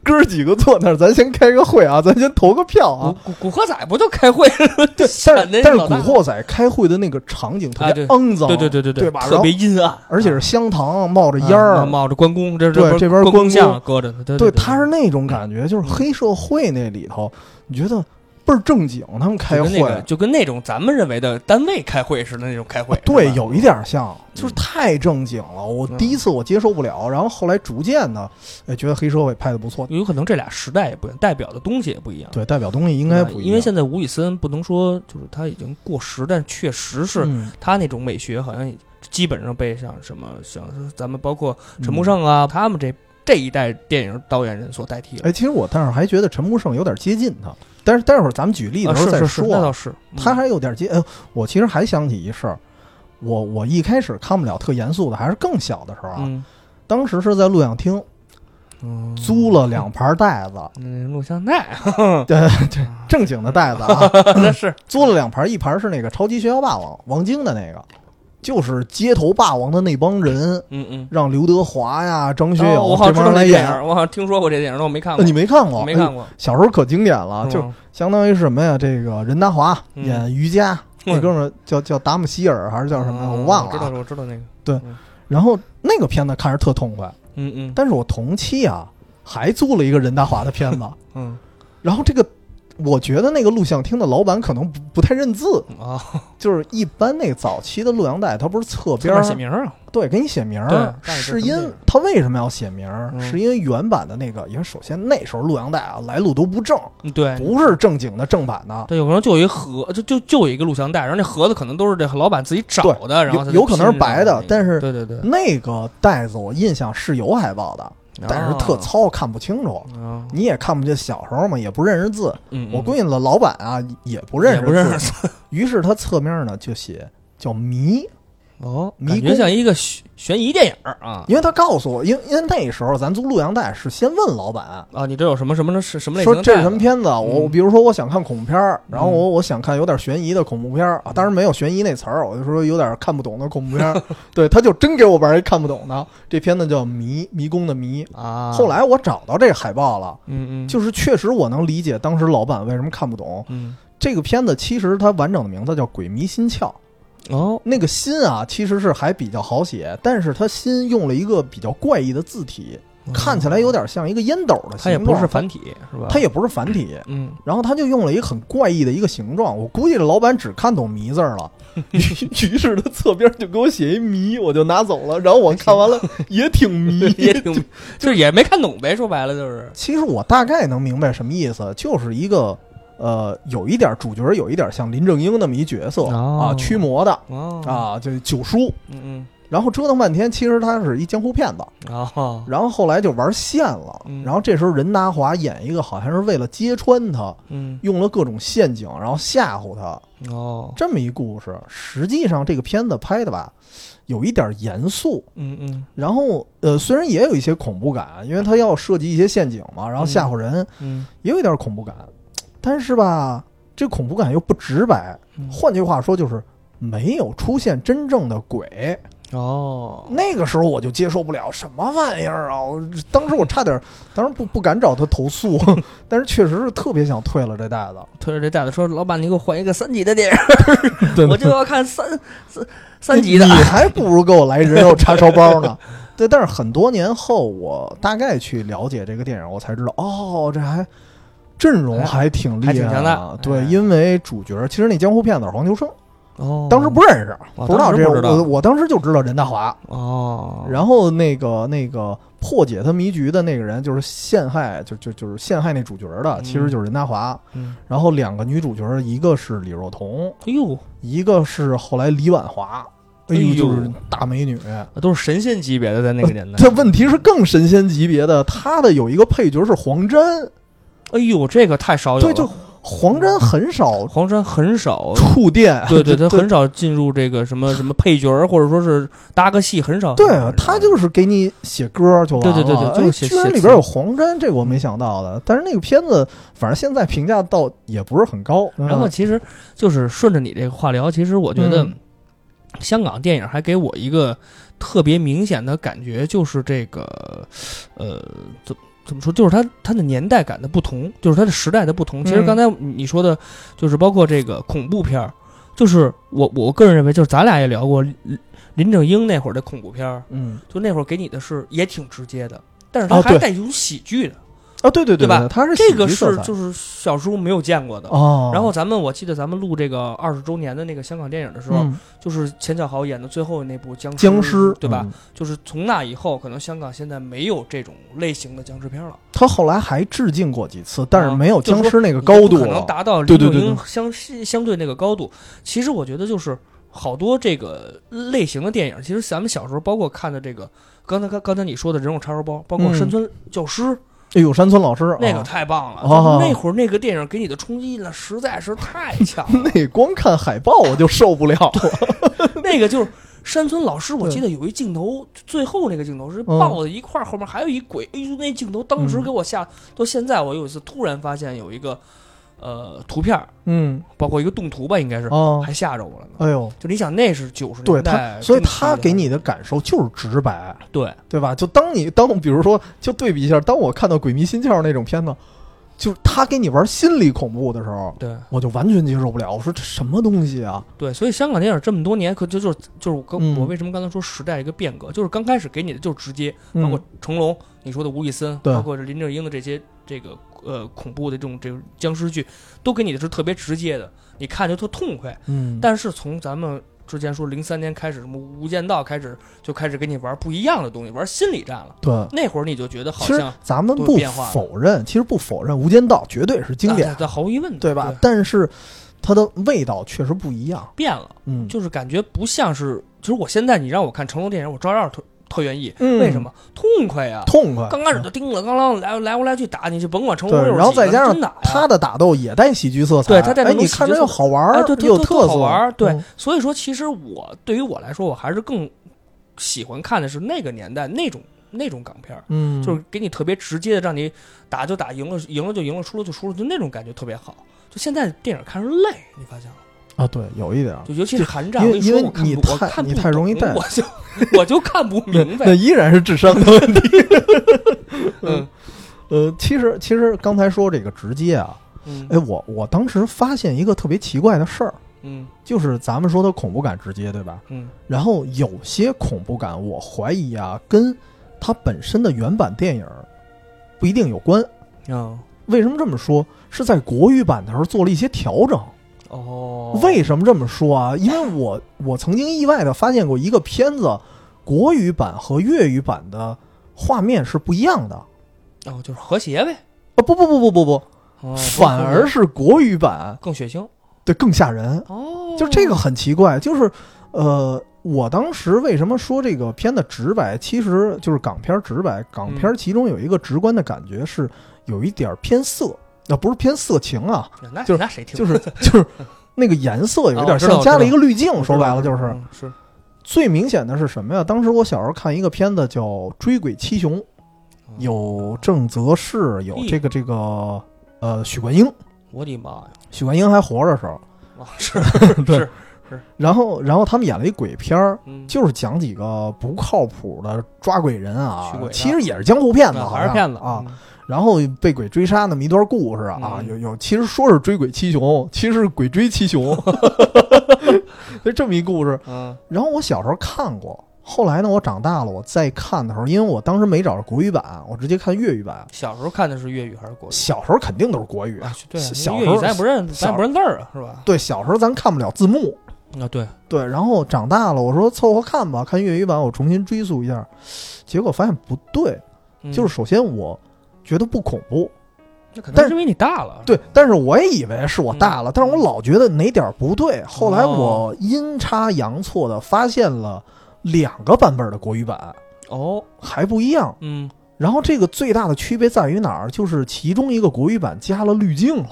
Speaker 1: 哥儿几个坐那儿，咱先开个会啊，咱先投个票
Speaker 2: 古
Speaker 1: 啊。
Speaker 2: 嗯古古惑仔不就开会了？
Speaker 1: 对，但
Speaker 2: 闪
Speaker 1: 是
Speaker 2: 那
Speaker 1: 但是
Speaker 2: 老
Speaker 1: 古
Speaker 2: 大
Speaker 1: 惑仔开会的那个场景特
Speaker 2: 啊
Speaker 1: 别
Speaker 2: 对
Speaker 1: 肮脏，
Speaker 2: 对对对对
Speaker 1: 对吧？
Speaker 2: 特
Speaker 1: 然后
Speaker 2: 别阴暗，
Speaker 1: 而且是香堂冒着烟儿
Speaker 2: 啊，冒着关公，这
Speaker 1: 对
Speaker 2: 这
Speaker 1: 这边
Speaker 2: 关
Speaker 1: 关公
Speaker 2: 像搁着呢，对
Speaker 1: 对，
Speaker 2: 对，
Speaker 1: 他是那种感觉，就是黑社会那里头，你觉得倍儿正经，他们开
Speaker 2: 就
Speaker 1: 会
Speaker 2: 跟，那个就跟那种咱们认为的单位开会似的那种开会，
Speaker 1: 啊对，
Speaker 2: 是吧
Speaker 1: 有一点像，就是太正经了。我
Speaker 2: 嗯
Speaker 1: 第一次我接受不了，然后后来逐渐的，哎，觉得黑社会拍的不错，
Speaker 2: 有可能这俩时代也不一样，代表的东西也不一样。
Speaker 1: 对，代表东西应
Speaker 2: 应
Speaker 1: 该不一样，
Speaker 2: 因为现在吴宇森不能说就是他已经过时，但确实是
Speaker 1: 嗯
Speaker 2: 他那种美学好像也基本上被像什么像咱们包括
Speaker 1: 嗯
Speaker 2: 陈木。胜啊，他们这这一代电影导演人所代替了。啊
Speaker 1: 哎，其实我但是还觉得陈木胜有点接近他，但是待会儿咱们举例
Speaker 2: 啊
Speaker 1: 的时
Speaker 2: 是
Speaker 1: 候再
Speaker 2: 是是，
Speaker 1: 说
Speaker 2: 那
Speaker 1: 啊。
Speaker 2: 倒是，嗯
Speaker 1: 他还有点接，呃，我其实还想起一事儿，我我一开始看不了特严肃的，还是更小的时候啊，
Speaker 2: 嗯
Speaker 1: 当时是在录像厅
Speaker 2: 嗯
Speaker 1: 租了两盘带子，
Speaker 2: 嗯录像带，
Speaker 1: 对对，正经的袋子啊，
Speaker 2: 那是
Speaker 1: 租了两盘，一盘是那个《超级学校霸王》王晶的那个，就是街头霸王的那帮人，
Speaker 2: 嗯嗯。
Speaker 1: 让刘德华呀、张学
Speaker 2: 哦，我
Speaker 1: 友
Speaker 2: 好像
Speaker 1: 这
Speaker 2: 知
Speaker 1: 帮
Speaker 2: 道
Speaker 1: 人来
Speaker 2: 那电
Speaker 1: 演。
Speaker 2: 影
Speaker 1: 呃
Speaker 2: 儿，我好像听说过这电影儿，但我没看过，
Speaker 1: 你没看过？
Speaker 2: 我没
Speaker 1: 哎
Speaker 2: 看
Speaker 1: 呦
Speaker 2: 过
Speaker 1: 小时候可经典了，
Speaker 2: 嗯
Speaker 1: 就相当于是什么呀？这个任达华
Speaker 2: 嗯
Speaker 1: 演瑜伽，
Speaker 2: 嗯
Speaker 1: 那哥们儿叫叫达姆希尔还是叫什么呀？
Speaker 2: 嗯
Speaker 1: 我忘
Speaker 2: 我知
Speaker 1: 了
Speaker 2: 道，
Speaker 1: 啊。
Speaker 2: 我知道那个，
Speaker 1: 然后那个片子看着特痛快，
Speaker 2: 嗯嗯
Speaker 1: 但是我同期啊还租了一个任达华的片子，
Speaker 2: 嗯
Speaker 1: 然后这个我觉得那个录像厅的老板可能不不太认字，
Speaker 2: 啊，
Speaker 1: 就是一般那早期的录像带，它不是侧边
Speaker 2: 上
Speaker 1: 儿
Speaker 2: 面写名儿啊，
Speaker 1: 对，给你写名
Speaker 2: 对
Speaker 1: 儿，
Speaker 2: 带着
Speaker 1: 是
Speaker 2: 这
Speaker 1: 因
Speaker 2: 么那个
Speaker 1: 它为什么要写名儿？
Speaker 2: 嗯
Speaker 1: 是因为原版的那个，因为首先那时候录像带啊来路都不正，
Speaker 2: 嗯对，
Speaker 1: 不是正经的正版的，
Speaker 2: 对，有可能就有一盒，就就就有一个录像带，然后那盒子可能都是这老板自己找的，然后他
Speaker 1: 有有可能是
Speaker 2: 拼上
Speaker 1: 白的
Speaker 2: 那个
Speaker 1: 但是
Speaker 2: 对对对，哦
Speaker 1: 那个袋子我印象是有海报的，但是特糙，看不清楚。
Speaker 2: 啊。
Speaker 1: 你也看不见，小时候嘛也不认识字，
Speaker 2: 嗯，
Speaker 1: 我
Speaker 2: 嗯
Speaker 1: 估计老板啊也不
Speaker 2: 也
Speaker 1: 认识
Speaker 2: 不
Speaker 1: 字，
Speaker 2: 认识
Speaker 1: 于是他侧面呢就写叫迷，
Speaker 2: 哦，
Speaker 1: 迷
Speaker 2: 感觉
Speaker 1: 宫
Speaker 2: 像一个悬悬疑电影儿啊
Speaker 1: 因为他告诉我，因为因为那时候咱租录像带是先问老板，
Speaker 2: 啊！你这有什么什么是什么类型
Speaker 1: 说
Speaker 2: 的
Speaker 1: 这是
Speaker 2: 带
Speaker 1: 什么
Speaker 2: 子
Speaker 1: 片子啊？我
Speaker 2: 嗯
Speaker 1: 比如说我想看恐怖片儿，然后
Speaker 2: 嗯
Speaker 1: 我我想看有点悬疑的恐怖片儿啊，当然没有悬疑那词儿，我就说有点看不懂的恐怖片儿。 对，他就真给我玩一看不懂的，这片子叫《迷迷宫的迷》。
Speaker 2: 啊？
Speaker 1: 后来我找到这个海报了，
Speaker 2: 嗯嗯，
Speaker 1: 就是确实我能理解当时老板为什么看不懂
Speaker 2: 嗯
Speaker 1: 这个片子。其实它完整的名字叫《鬼迷心窍》，
Speaker 2: 哦
Speaker 1: 那个“心”啊，其实是还比较好写，但是它“心”用了一个比较怪异的字体，看起来有点像一个烟斗的形状，
Speaker 2: 嗯它也不是繁体是吧？
Speaker 1: 它也不是繁体。
Speaker 2: 嗯。
Speaker 1: 然后他就用了一个很怪异的一个形状，我估计这老板只看懂“迷”字儿了，于于是他侧边就给我写一“迷”，我就拿走了。然后我看完了也挺迷
Speaker 2: 也挺，就是也没看懂呗。说白了就是，
Speaker 1: 其实我大概能明白什么意思，就是一个呃，有一点主角有一点像林正英那么一角色、
Speaker 2: 哦
Speaker 1: 啊，驱魔的
Speaker 2: 哦，
Speaker 1: 啊，就九叔。
Speaker 2: 嗯
Speaker 1: 然后折腾半天，其实他是一江湖骗子，
Speaker 2: 嗯，哦，
Speaker 1: 然后后来就玩线了
Speaker 2: 嗯。
Speaker 1: 然后这时候任达华演一个好像是为了揭穿他，
Speaker 2: 嗯，
Speaker 1: 用了各种陷阱，然后吓唬他。
Speaker 2: 哦，
Speaker 1: 这么一故事。实际上，这个片子拍的吧，有一点严肃。
Speaker 2: 嗯嗯
Speaker 1: 然后，呃，虽然也有一些恐怖感，因为它要设计一些陷阱嘛，然后吓唬人，
Speaker 2: 嗯，
Speaker 1: 也有一点恐怖感。但是吧，这恐怖感又不直白。
Speaker 2: 嗯
Speaker 1: 换句话说，就是没有出现真正的鬼。
Speaker 2: 哦，
Speaker 1: 那个时候我就接受不了，什么玩意儿啊！我当时我差点，当然不不敢找他投诉， 但是确实是特别想退了这袋子。
Speaker 2: 推着这袋子说：“老板，你给我换一个三级的电影，
Speaker 1: 对
Speaker 2: 我就要看三三三级的
Speaker 1: 你。还不如给我来人肉叉烧包呢。 对，但是很多年后，我大概去了解这个电影，我才知道，哦，这还阵容还挺厉害啊
Speaker 2: 哎还挺强的哎
Speaker 1: 对，因为主角其实那江湖骗子是黄秋生，”
Speaker 2: 哦
Speaker 1: 当时不认识，
Speaker 2: 哦
Speaker 1: 知道
Speaker 2: 当
Speaker 1: 这
Speaker 2: 时不知
Speaker 1: 个，
Speaker 2: 道
Speaker 1: 我我当时就知道任达华。
Speaker 2: 哦，
Speaker 1: 然后那个那个破解他迷局的那个人，就是陷害，就就就是陷害那主角的，
Speaker 2: 嗯
Speaker 1: 其实就是任达华。
Speaker 2: 嗯
Speaker 1: 然后两个女主角，一个是李若彤，
Speaker 2: 哎呦，
Speaker 1: 一个是后来李婉华，哎
Speaker 2: 哎
Speaker 1: 呦，
Speaker 2: 呦
Speaker 1: 就是大美女。
Speaker 2: 都是神仙级别的，在那个年代。
Speaker 1: 这问题是更神仙级别的，他的有一个配角是黄沾，
Speaker 2: 哎呦，这个太少有
Speaker 1: 对，
Speaker 2: 了。
Speaker 1: 就黄沾很少
Speaker 2: 黄山很少，
Speaker 1: 触电，
Speaker 2: 对对，
Speaker 1: 就
Speaker 2: 他很少进入这个什么什么配角儿，或者说是搭个戏，很少。
Speaker 1: 对啊
Speaker 2: 很少
Speaker 1: 他就是给你写歌就完了，
Speaker 2: 啊对对对对
Speaker 1: 哎
Speaker 2: 就是写
Speaker 1: 居然
Speaker 2: 写
Speaker 1: 里
Speaker 2: 词
Speaker 1: 边有黄沾，这个我没想到的。但是那个片子，反正现在评价倒也不是很高。
Speaker 2: 然后
Speaker 1: 嗯
Speaker 2: 其实就是顺着你这个话聊，其实我觉得
Speaker 1: 嗯
Speaker 2: 香港电影还给我一个特别明显的感觉，就是这个，呃，怎怎么说，就是它它的年代感的不同，就是它的时代的不同。其实
Speaker 1: 嗯
Speaker 2: 刚才你说的，就是包括这个恐怖片儿，就是我我个人认为，就是咱俩也聊过林林正英那会儿的恐怖片儿，
Speaker 1: 嗯，
Speaker 2: 就那会儿给你的是也挺直接的，但是
Speaker 1: 哦
Speaker 2: 它还
Speaker 1: 对
Speaker 2: 带一种喜剧的，
Speaker 1: 啊，对对
Speaker 2: 对吧
Speaker 1: 对，它是
Speaker 2: 这个是
Speaker 1: 是
Speaker 2: 就是小时候没有见过的。
Speaker 1: 哦，
Speaker 2: 然后咱们我记得咱们录这个二十周年的那个香港电影的时候，
Speaker 1: 嗯
Speaker 2: 就是钱小豪演的最后那部僵尸
Speaker 1: 僵尸
Speaker 2: 对吧？
Speaker 1: 嗯
Speaker 2: 就是从那以后，可能香港现在没有这种类型的僵尸片了，
Speaker 1: 他后来还致敬过几次，但是没有僵
Speaker 2: 嗯就是
Speaker 1: 尸那个高
Speaker 2: 不
Speaker 1: 度啊
Speaker 2: 可
Speaker 1: 了
Speaker 2: 能。达到
Speaker 1: 对
Speaker 2: 林
Speaker 1: 对
Speaker 2: 正
Speaker 1: 对
Speaker 2: 英相相对那个高度。其实我觉得就是好多这个类型的电影，其实咱们小时候包括看的这个，刚才刚刚才你说的人肉叉烧包，包括
Speaker 1: 嗯
Speaker 2: 山村教师、
Speaker 1: 哎呦，山村老师
Speaker 2: 那个
Speaker 1: 啊
Speaker 2: 太棒了，
Speaker 1: 哦
Speaker 2: 就是那会儿那个电影给你的冲击呢实在是太强 了，
Speaker 1: 那光看海报我就受 不了了。
Speaker 2: 那个就是。山村老师，我记得有一镜头，最后那个镜头是抱在一块儿，后面还有一鬼。哎呦，那镜头当时
Speaker 1: 嗯
Speaker 2: 给我吓到现在。我有一次突然发现有一个，呃，图片儿，
Speaker 1: 嗯，
Speaker 2: 包括一个动图吧，应该是，
Speaker 1: 哦，
Speaker 2: 还吓着我了呢。
Speaker 1: 哎呦，
Speaker 2: 就你想，那是九十
Speaker 1: 对
Speaker 2: 年代
Speaker 1: 他，
Speaker 2: 中期的，
Speaker 1: 所以他给你的感受就是直白，
Speaker 2: 对
Speaker 1: 对吧？就当你当比如说，就对比一下，当我看到《鬼迷心窍》那种片子，就是他给你玩心理恐怖的时候，
Speaker 2: 对
Speaker 1: 我就完全接受不了。我说这什么东西啊？
Speaker 2: 对，所以香港电影这么多年，可就就是就是我刚、
Speaker 1: 嗯
Speaker 2: 我为什么刚才说时代一个变革，就是刚开始给你的就是直接，包括
Speaker 1: 嗯，
Speaker 2: 成龙，你说的吴宇森，
Speaker 1: 对
Speaker 2: 包括这林正英的这些这个呃恐怖的这种这种僵尸剧，都给你的是特别直接的，你看就特痛快。
Speaker 1: 嗯，
Speaker 2: 但是从咱们之前说零三年开始，什么《无间道》开始，就开始给你玩不一样的东西，玩心理战了。
Speaker 1: 对。
Speaker 2: 那会儿你就觉得好
Speaker 1: 其实
Speaker 2: 像
Speaker 1: 咱们
Speaker 2: 都
Speaker 1: 不
Speaker 2: 变化了
Speaker 1: 否认，其实不否认，《无间道》绝对是经典
Speaker 2: 啊，对毫无疑问的，
Speaker 1: 对吧？但是它的味道确实不一样。
Speaker 2: 变了，
Speaker 1: 嗯，
Speaker 2: 就是感觉不像是。其实我现在你让我看成龙电影，我照样特特愿意。
Speaker 1: 嗯
Speaker 2: 为什么？痛快呀！
Speaker 1: 痛快。嗯
Speaker 2: 刚开始就叮了，刚啷来来回来去打你，就甭管成龙
Speaker 1: 对
Speaker 2: 有几个，
Speaker 1: 然后再加上
Speaker 2: 真打呀
Speaker 1: 他的打斗也带喜剧色彩，
Speaker 2: 对他带那
Speaker 1: 哎，
Speaker 2: 种
Speaker 1: 你看着
Speaker 2: 喜
Speaker 1: 又
Speaker 2: 剧色彩
Speaker 1: 好玩儿，
Speaker 2: 哎，对，
Speaker 1: 又有
Speaker 2: 特
Speaker 1: 特色，
Speaker 2: 好玩儿。对
Speaker 1: 嗯，
Speaker 2: 所以说其实我对于我来说，我还是更喜欢看的是那个年代那种那种港片儿，
Speaker 1: 嗯，
Speaker 2: 就是给你特别直接的，让你打就打，赢了赢了就赢了，输了就输了，就那种感觉特别好。就现在电影看着累，你发现了吗？
Speaker 1: 啊，对，有一点儿，
Speaker 2: 就尤其是韩战，
Speaker 1: 因
Speaker 2: 我
Speaker 1: 为
Speaker 2: 跟你
Speaker 1: 因为
Speaker 2: 说我看
Speaker 1: 你
Speaker 2: 不我
Speaker 1: 太
Speaker 2: 看不
Speaker 1: 你太容易
Speaker 2: 懂
Speaker 1: 带
Speaker 2: 我就我就看不
Speaker 1: 那
Speaker 2: 明
Speaker 1: 那
Speaker 2: 白。
Speaker 1: 依然是智商的问题。
Speaker 2: 嗯
Speaker 1: 呃，其实其实刚才说这个直接啊，
Speaker 2: 嗯
Speaker 1: 哎，我我当时发现一个特别奇怪的事儿，
Speaker 2: 嗯
Speaker 1: 就是咱们说它恐怖感直接，对吧？
Speaker 2: 嗯
Speaker 1: 然后有些恐怖感，我怀疑啊，跟它本身的原版电影儿不一定有关。嗯
Speaker 2: 啊
Speaker 1: 为什么这么说？是在国语版的时候做了一些调整。
Speaker 2: 哦，
Speaker 1: 为什么这么说啊？因为我我曾经意外的发现过一个片子，国语版和粤语版的画面是不一样的。
Speaker 2: 哦就是和谐呗，
Speaker 1: 啊不不不不不不，
Speaker 2: 哦
Speaker 1: 反而是国语版
Speaker 2: 更血腥
Speaker 1: 对更吓人。
Speaker 2: 哦，
Speaker 1: 就这个很奇怪，就是呃，我当时为什么说这个片子直白，其实就是港片直白。港片其中有一个直观的感觉是有一点偏色，那、不是偏色情啊，
Speaker 2: 那
Speaker 1: 就是
Speaker 2: 那谁听？
Speaker 1: 就是就是那个颜色有一点像
Speaker 2: 哦我知道
Speaker 1: 加了一个滤镜，
Speaker 2: 我知道
Speaker 1: 说白了就是。
Speaker 2: 嗯是
Speaker 1: 最明显的是什么呀？当时我小时候看一个片子叫《追鬼七雄》，
Speaker 2: 哦
Speaker 1: 有郑则仕，有这个这个呃许冠英，
Speaker 2: 我的妈呀！
Speaker 1: 许冠英还活着的时候，
Speaker 2: 啊， 是
Speaker 1: 对
Speaker 2: 是是
Speaker 1: 然后然后他们演了一鬼片儿，
Speaker 2: 嗯，
Speaker 1: 就是讲几个不靠谱的抓鬼人啊
Speaker 2: 驱鬼，的
Speaker 1: 其实也是江湖骗子，
Speaker 2: 那
Speaker 1: 好
Speaker 2: 还是
Speaker 1: 像
Speaker 2: 骗子
Speaker 1: 啊，！然后被鬼追杀那么一段故事啊，
Speaker 2: 嗯
Speaker 1: 有有，其实说是追鬼七雄，其实是鬼追七 雄， 就这么一故事。
Speaker 2: 嗯
Speaker 1: 然后我小时候看过，后来呢，我长大了，我再看的时候，因为我当时没找着国语版，我直接看粤语版。
Speaker 2: 小时候看的是粤语还是国语？
Speaker 1: 小时候肯定都是国语，
Speaker 2: 啊，对啊，
Speaker 1: 小
Speaker 2: 因
Speaker 1: 时
Speaker 2: 为粤
Speaker 1: 候
Speaker 2: 语咱也不认，咱
Speaker 1: 小
Speaker 2: 也不认字儿啊，是吧？
Speaker 1: 对，小时候咱看不了字幕，
Speaker 2: 啊，对，
Speaker 1: 对。然后长大了，我说凑合看吧，看粤语版，我重新追溯一下，结果发现不对，
Speaker 2: 嗯
Speaker 1: 就是首先我觉得不恐怖，
Speaker 2: 那可能
Speaker 1: 但
Speaker 2: 是因为你大了，
Speaker 1: 对，但是我也以为是我大了，
Speaker 2: 嗯哦
Speaker 1: 但是我老觉得哪点儿不对。后来我阴差阳错的发现了两个版本的国语版
Speaker 2: 哦，
Speaker 1: 还不一样。
Speaker 2: 嗯，
Speaker 1: 然后这个最大的区别在于哪儿？就是其中一个国语版加了滤镜了，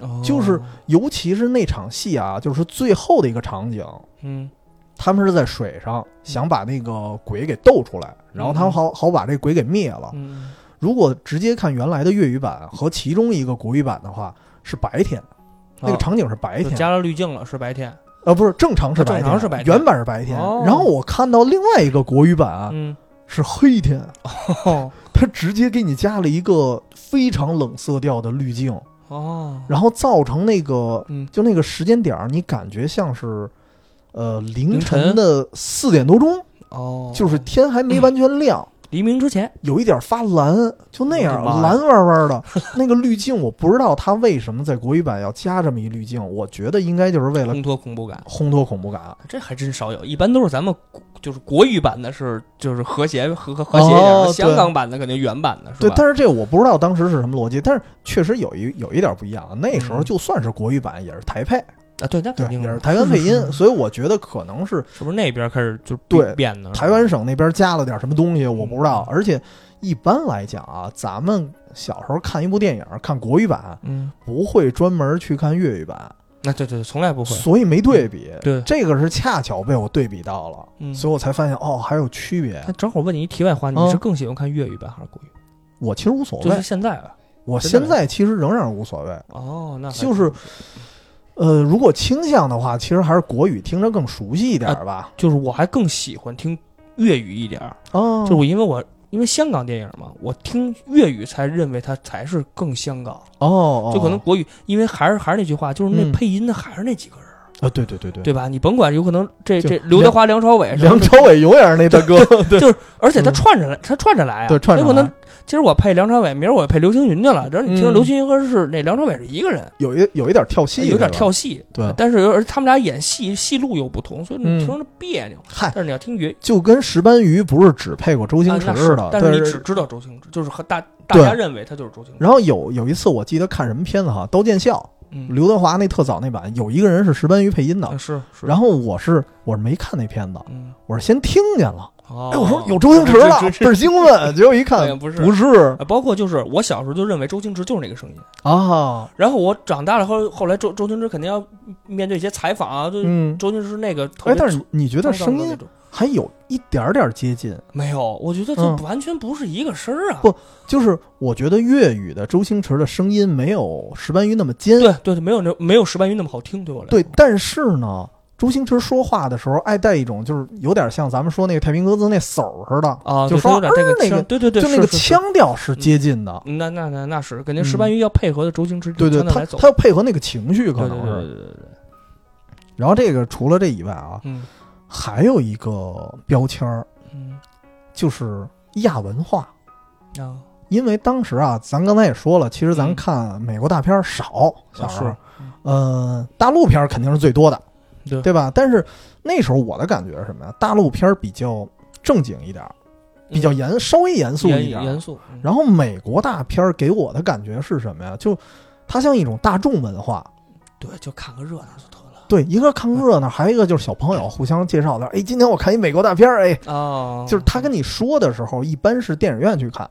Speaker 2: 哦
Speaker 1: 就是尤其是那场戏啊，就是最后的一个场景，
Speaker 2: 嗯
Speaker 1: 他们是在水上想把那个鬼给逗出来，然后他们好好把这鬼给灭了。
Speaker 2: 嗯，
Speaker 1: 如果直接看原来的粤语版和其中一个国语版的话，是白天，那个
Speaker 2: 啊
Speaker 1: 场景是白
Speaker 2: 就
Speaker 1: 天，
Speaker 2: 加了滤镜了，是白天，
Speaker 1: 呃，不是正常是白
Speaker 2: 正常是白天
Speaker 1: 原版是白天。
Speaker 2: 哦
Speaker 1: 啊 然后我看到另外一个国语版
Speaker 2: 嗯，
Speaker 1: 是黑天，
Speaker 2: 哦，
Speaker 1: 他直接给你加了一个非常冷色调的滤镜，
Speaker 2: 哦，
Speaker 1: 然后造成那个
Speaker 2: 嗯
Speaker 1: 就那个时间点儿，你感觉像是呃凌
Speaker 2: 凌
Speaker 1: 晨
Speaker 2: 晨
Speaker 1: 的四点多钟，
Speaker 2: 哦，
Speaker 1: 就是天还没完全亮。
Speaker 2: 黎明之前，
Speaker 1: 有一点发蓝，就那样
Speaker 2: 我的妈呀
Speaker 1: 蓝弯弯的。那个滤镜我不知道它为什么在国语版要加这么一滤镜，我觉得应该就是为了
Speaker 2: 烘托恐怖感，
Speaker 1: 烘托恐怖感。啊
Speaker 2: 这还真少有，一般都是咱们国就是国语版的是就是和谐和和和谐一
Speaker 1: 哦
Speaker 2: 点，
Speaker 1: 对
Speaker 2: 香港版的肯定原版的是
Speaker 1: 对
Speaker 2: 吧？，
Speaker 1: 但是这我不知道当时是什么逻辑，但是确实有一有一点不一样。啊那时候
Speaker 2: 嗯
Speaker 1: 就算是国语版，也是台配，
Speaker 2: 啊，对，那
Speaker 1: 对
Speaker 2: 肯，定
Speaker 1: 也是
Speaker 2: 是，
Speaker 1: 台湾配
Speaker 2: 是
Speaker 1: 音，
Speaker 2: 是
Speaker 1: 所以我觉得可能是
Speaker 2: 是不是那边开始就
Speaker 1: 对
Speaker 2: 变的？
Speaker 1: 台湾省那边加了点什么东西，我不知
Speaker 2: 嗯
Speaker 1: 道。而且一般来讲啊，咱们小时候看一部电影，看国语版
Speaker 2: 嗯，
Speaker 1: 不会专门去看粤语版，
Speaker 2: 那对对，对从来不会，
Speaker 1: 所以没对比。
Speaker 2: 对，
Speaker 1: 这个是恰巧被我对比到了，
Speaker 2: 嗯，
Speaker 1: 所以我才发现哦，还有区别
Speaker 2: 那。正好问你一题外话，你
Speaker 1: 嗯
Speaker 2: 是更喜欢看粤语版还是国语？
Speaker 1: 我其实无所
Speaker 2: 就是
Speaker 1: 谓，
Speaker 2: 现在吧。
Speaker 1: 我
Speaker 2: 真的
Speaker 1: 现在其实仍然无所谓。
Speaker 2: 哦，那还
Speaker 1: 就是呃，如果倾向的话，其实还是国语听着更熟悉一点
Speaker 2: 啊
Speaker 1: 儿吧。
Speaker 2: 就是我还更喜欢听粤语一点儿，
Speaker 1: 哦
Speaker 2: 就是我因为我因为香港电影嘛，我听粤语才认为它才是更香港，
Speaker 1: 哦，
Speaker 2: 就可能国语，因为还是还是那句话，就是
Speaker 1: 嗯
Speaker 2: 那配音的还是那几个人，
Speaker 1: 啊，对对对对，
Speaker 2: 对吧？你甭管有可能这
Speaker 1: 就
Speaker 2: 这刘德华、梁朝伟什么
Speaker 1: 梁
Speaker 2: 的，
Speaker 1: 朝伟永远是那大哥，
Speaker 2: 就是而且他
Speaker 1: 嗯
Speaker 2: 串着来，他串着来啊，
Speaker 1: 对串着
Speaker 2: 有可能
Speaker 1: 来
Speaker 2: 今儿我配梁朝伟，明儿我配刘青云去了，然后你听
Speaker 1: 嗯
Speaker 2: 刘青云和是那梁朝伟是一个人。
Speaker 1: 有一有一点跳戏，
Speaker 2: 有点
Speaker 1: 是吧
Speaker 2: 跳。戏，
Speaker 1: 对
Speaker 2: 但是有而他们俩演戏戏路又不同，所以
Speaker 1: 嗯
Speaker 2: 你听着别扭。
Speaker 1: 嗨
Speaker 2: 但是你要听粤，
Speaker 1: 就跟石斑鱼不是只配过周星
Speaker 2: 啊
Speaker 1: 驰
Speaker 2: 那
Speaker 1: 似
Speaker 2: 是
Speaker 1: 的，
Speaker 2: 但是你
Speaker 1: 对
Speaker 2: 只知道周星驰，就是和大大家认为他就是周星驰。
Speaker 1: 然后有有一次我记得看什么片子哈，《刀剑笑》，
Speaker 2: 嗯，
Speaker 1: 刘德华那特早那版有一个人是石斑鱼配音的
Speaker 2: 啊，是是。
Speaker 1: 然后我是我是没看那片子，
Speaker 2: 嗯，
Speaker 1: 我是先听见了，
Speaker 2: 哦，
Speaker 1: 哎，我说有周星驰了，
Speaker 2: 这
Speaker 1: 倍儿兴奋。结果一
Speaker 2: 好
Speaker 1: 看
Speaker 2: 哎像不是
Speaker 1: 不是
Speaker 2: 啊包括就是我小时候就认为周星驰就是那个声音，
Speaker 1: 啊，
Speaker 2: 然后我长大了后，后来周周星驰肯定要面对一些采访啊，就
Speaker 1: 嗯，
Speaker 2: 周星驰那个特
Speaker 1: 哎
Speaker 2: 别粗糙的那种。，
Speaker 1: 但是你觉得声音还有一点点接近，
Speaker 2: 没有，我觉得
Speaker 1: 嗯
Speaker 2: 这完全不是一个声儿啊。
Speaker 1: 不就是我觉得粤语的周星驰的声音没有石斑鱼那么尖，
Speaker 2: 对对，对没有那没有石斑鱼那么好听，对我来说。
Speaker 1: 对，但是呢。周星驰说话的时候，爱带一种就是有点像咱们说那个太平鸽子那嗖似的，
Speaker 2: 啊，
Speaker 1: 就
Speaker 2: 对
Speaker 1: 说
Speaker 2: 他有点这
Speaker 1: 儿那个
Speaker 2: 个腔，对对对，
Speaker 1: 就那
Speaker 2: 是
Speaker 1: 个
Speaker 2: 是是嗯
Speaker 1: 腔调是接近的。
Speaker 2: 那那那那是，肯定
Speaker 1: 嗯
Speaker 2: 石斑鱼要配合的周星驰这
Speaker 1: 对对，
Speaker 2: 个腔调
Speaker 1: 他
Speaker 2: 来走。
Speaker 1: 他要配合那个情绪，可
Speaker 2: 对对
Speaker 1: 能
Speaker 2: 对
Speaker 1: 是。
Speaker 2: 对对对对，
Speaker 1: 然后这个除了这以外啊，
Speaker 2: 嗯
Speaker 1: 还有一个标签儿
Speaker 2: 嗯
Speaker 1: 就是亚文化。
Speaker 2: 啊
Speaker 1: 因为当时啊，咱刚才也说了，其实咱
Speaker 2: 嗯
Speaker 1: 看美国大片儿少，小时候
Speaker 2: 是，嗯
Speaker 1: 呃，大陆片儿肯定是最多的，
Speaker 2: 对
Speaker 1: 对吧？但是那时候我的感觉是什么呀？大陆片儿比较正经一点儿，比较严，稍微严肃一
Speaker 2: 严
Speaker 1: 点儿。
Speaker 2: 嗯严肃。嗯
Speaker 1: 然后美国大片儿给我的感觉是什么呀？就它像一种大众文化，
Speaker 2: 对，就看个热闹就得了。
Speaker 1: 对，一个看热闹，还有一个就是小朋 友互相介绍的，哎，今天我看一美国大片儿，哎，
Speaker 2: 哦，
Speaker 1: 就是他跟你说的时候，一般是电影院去看，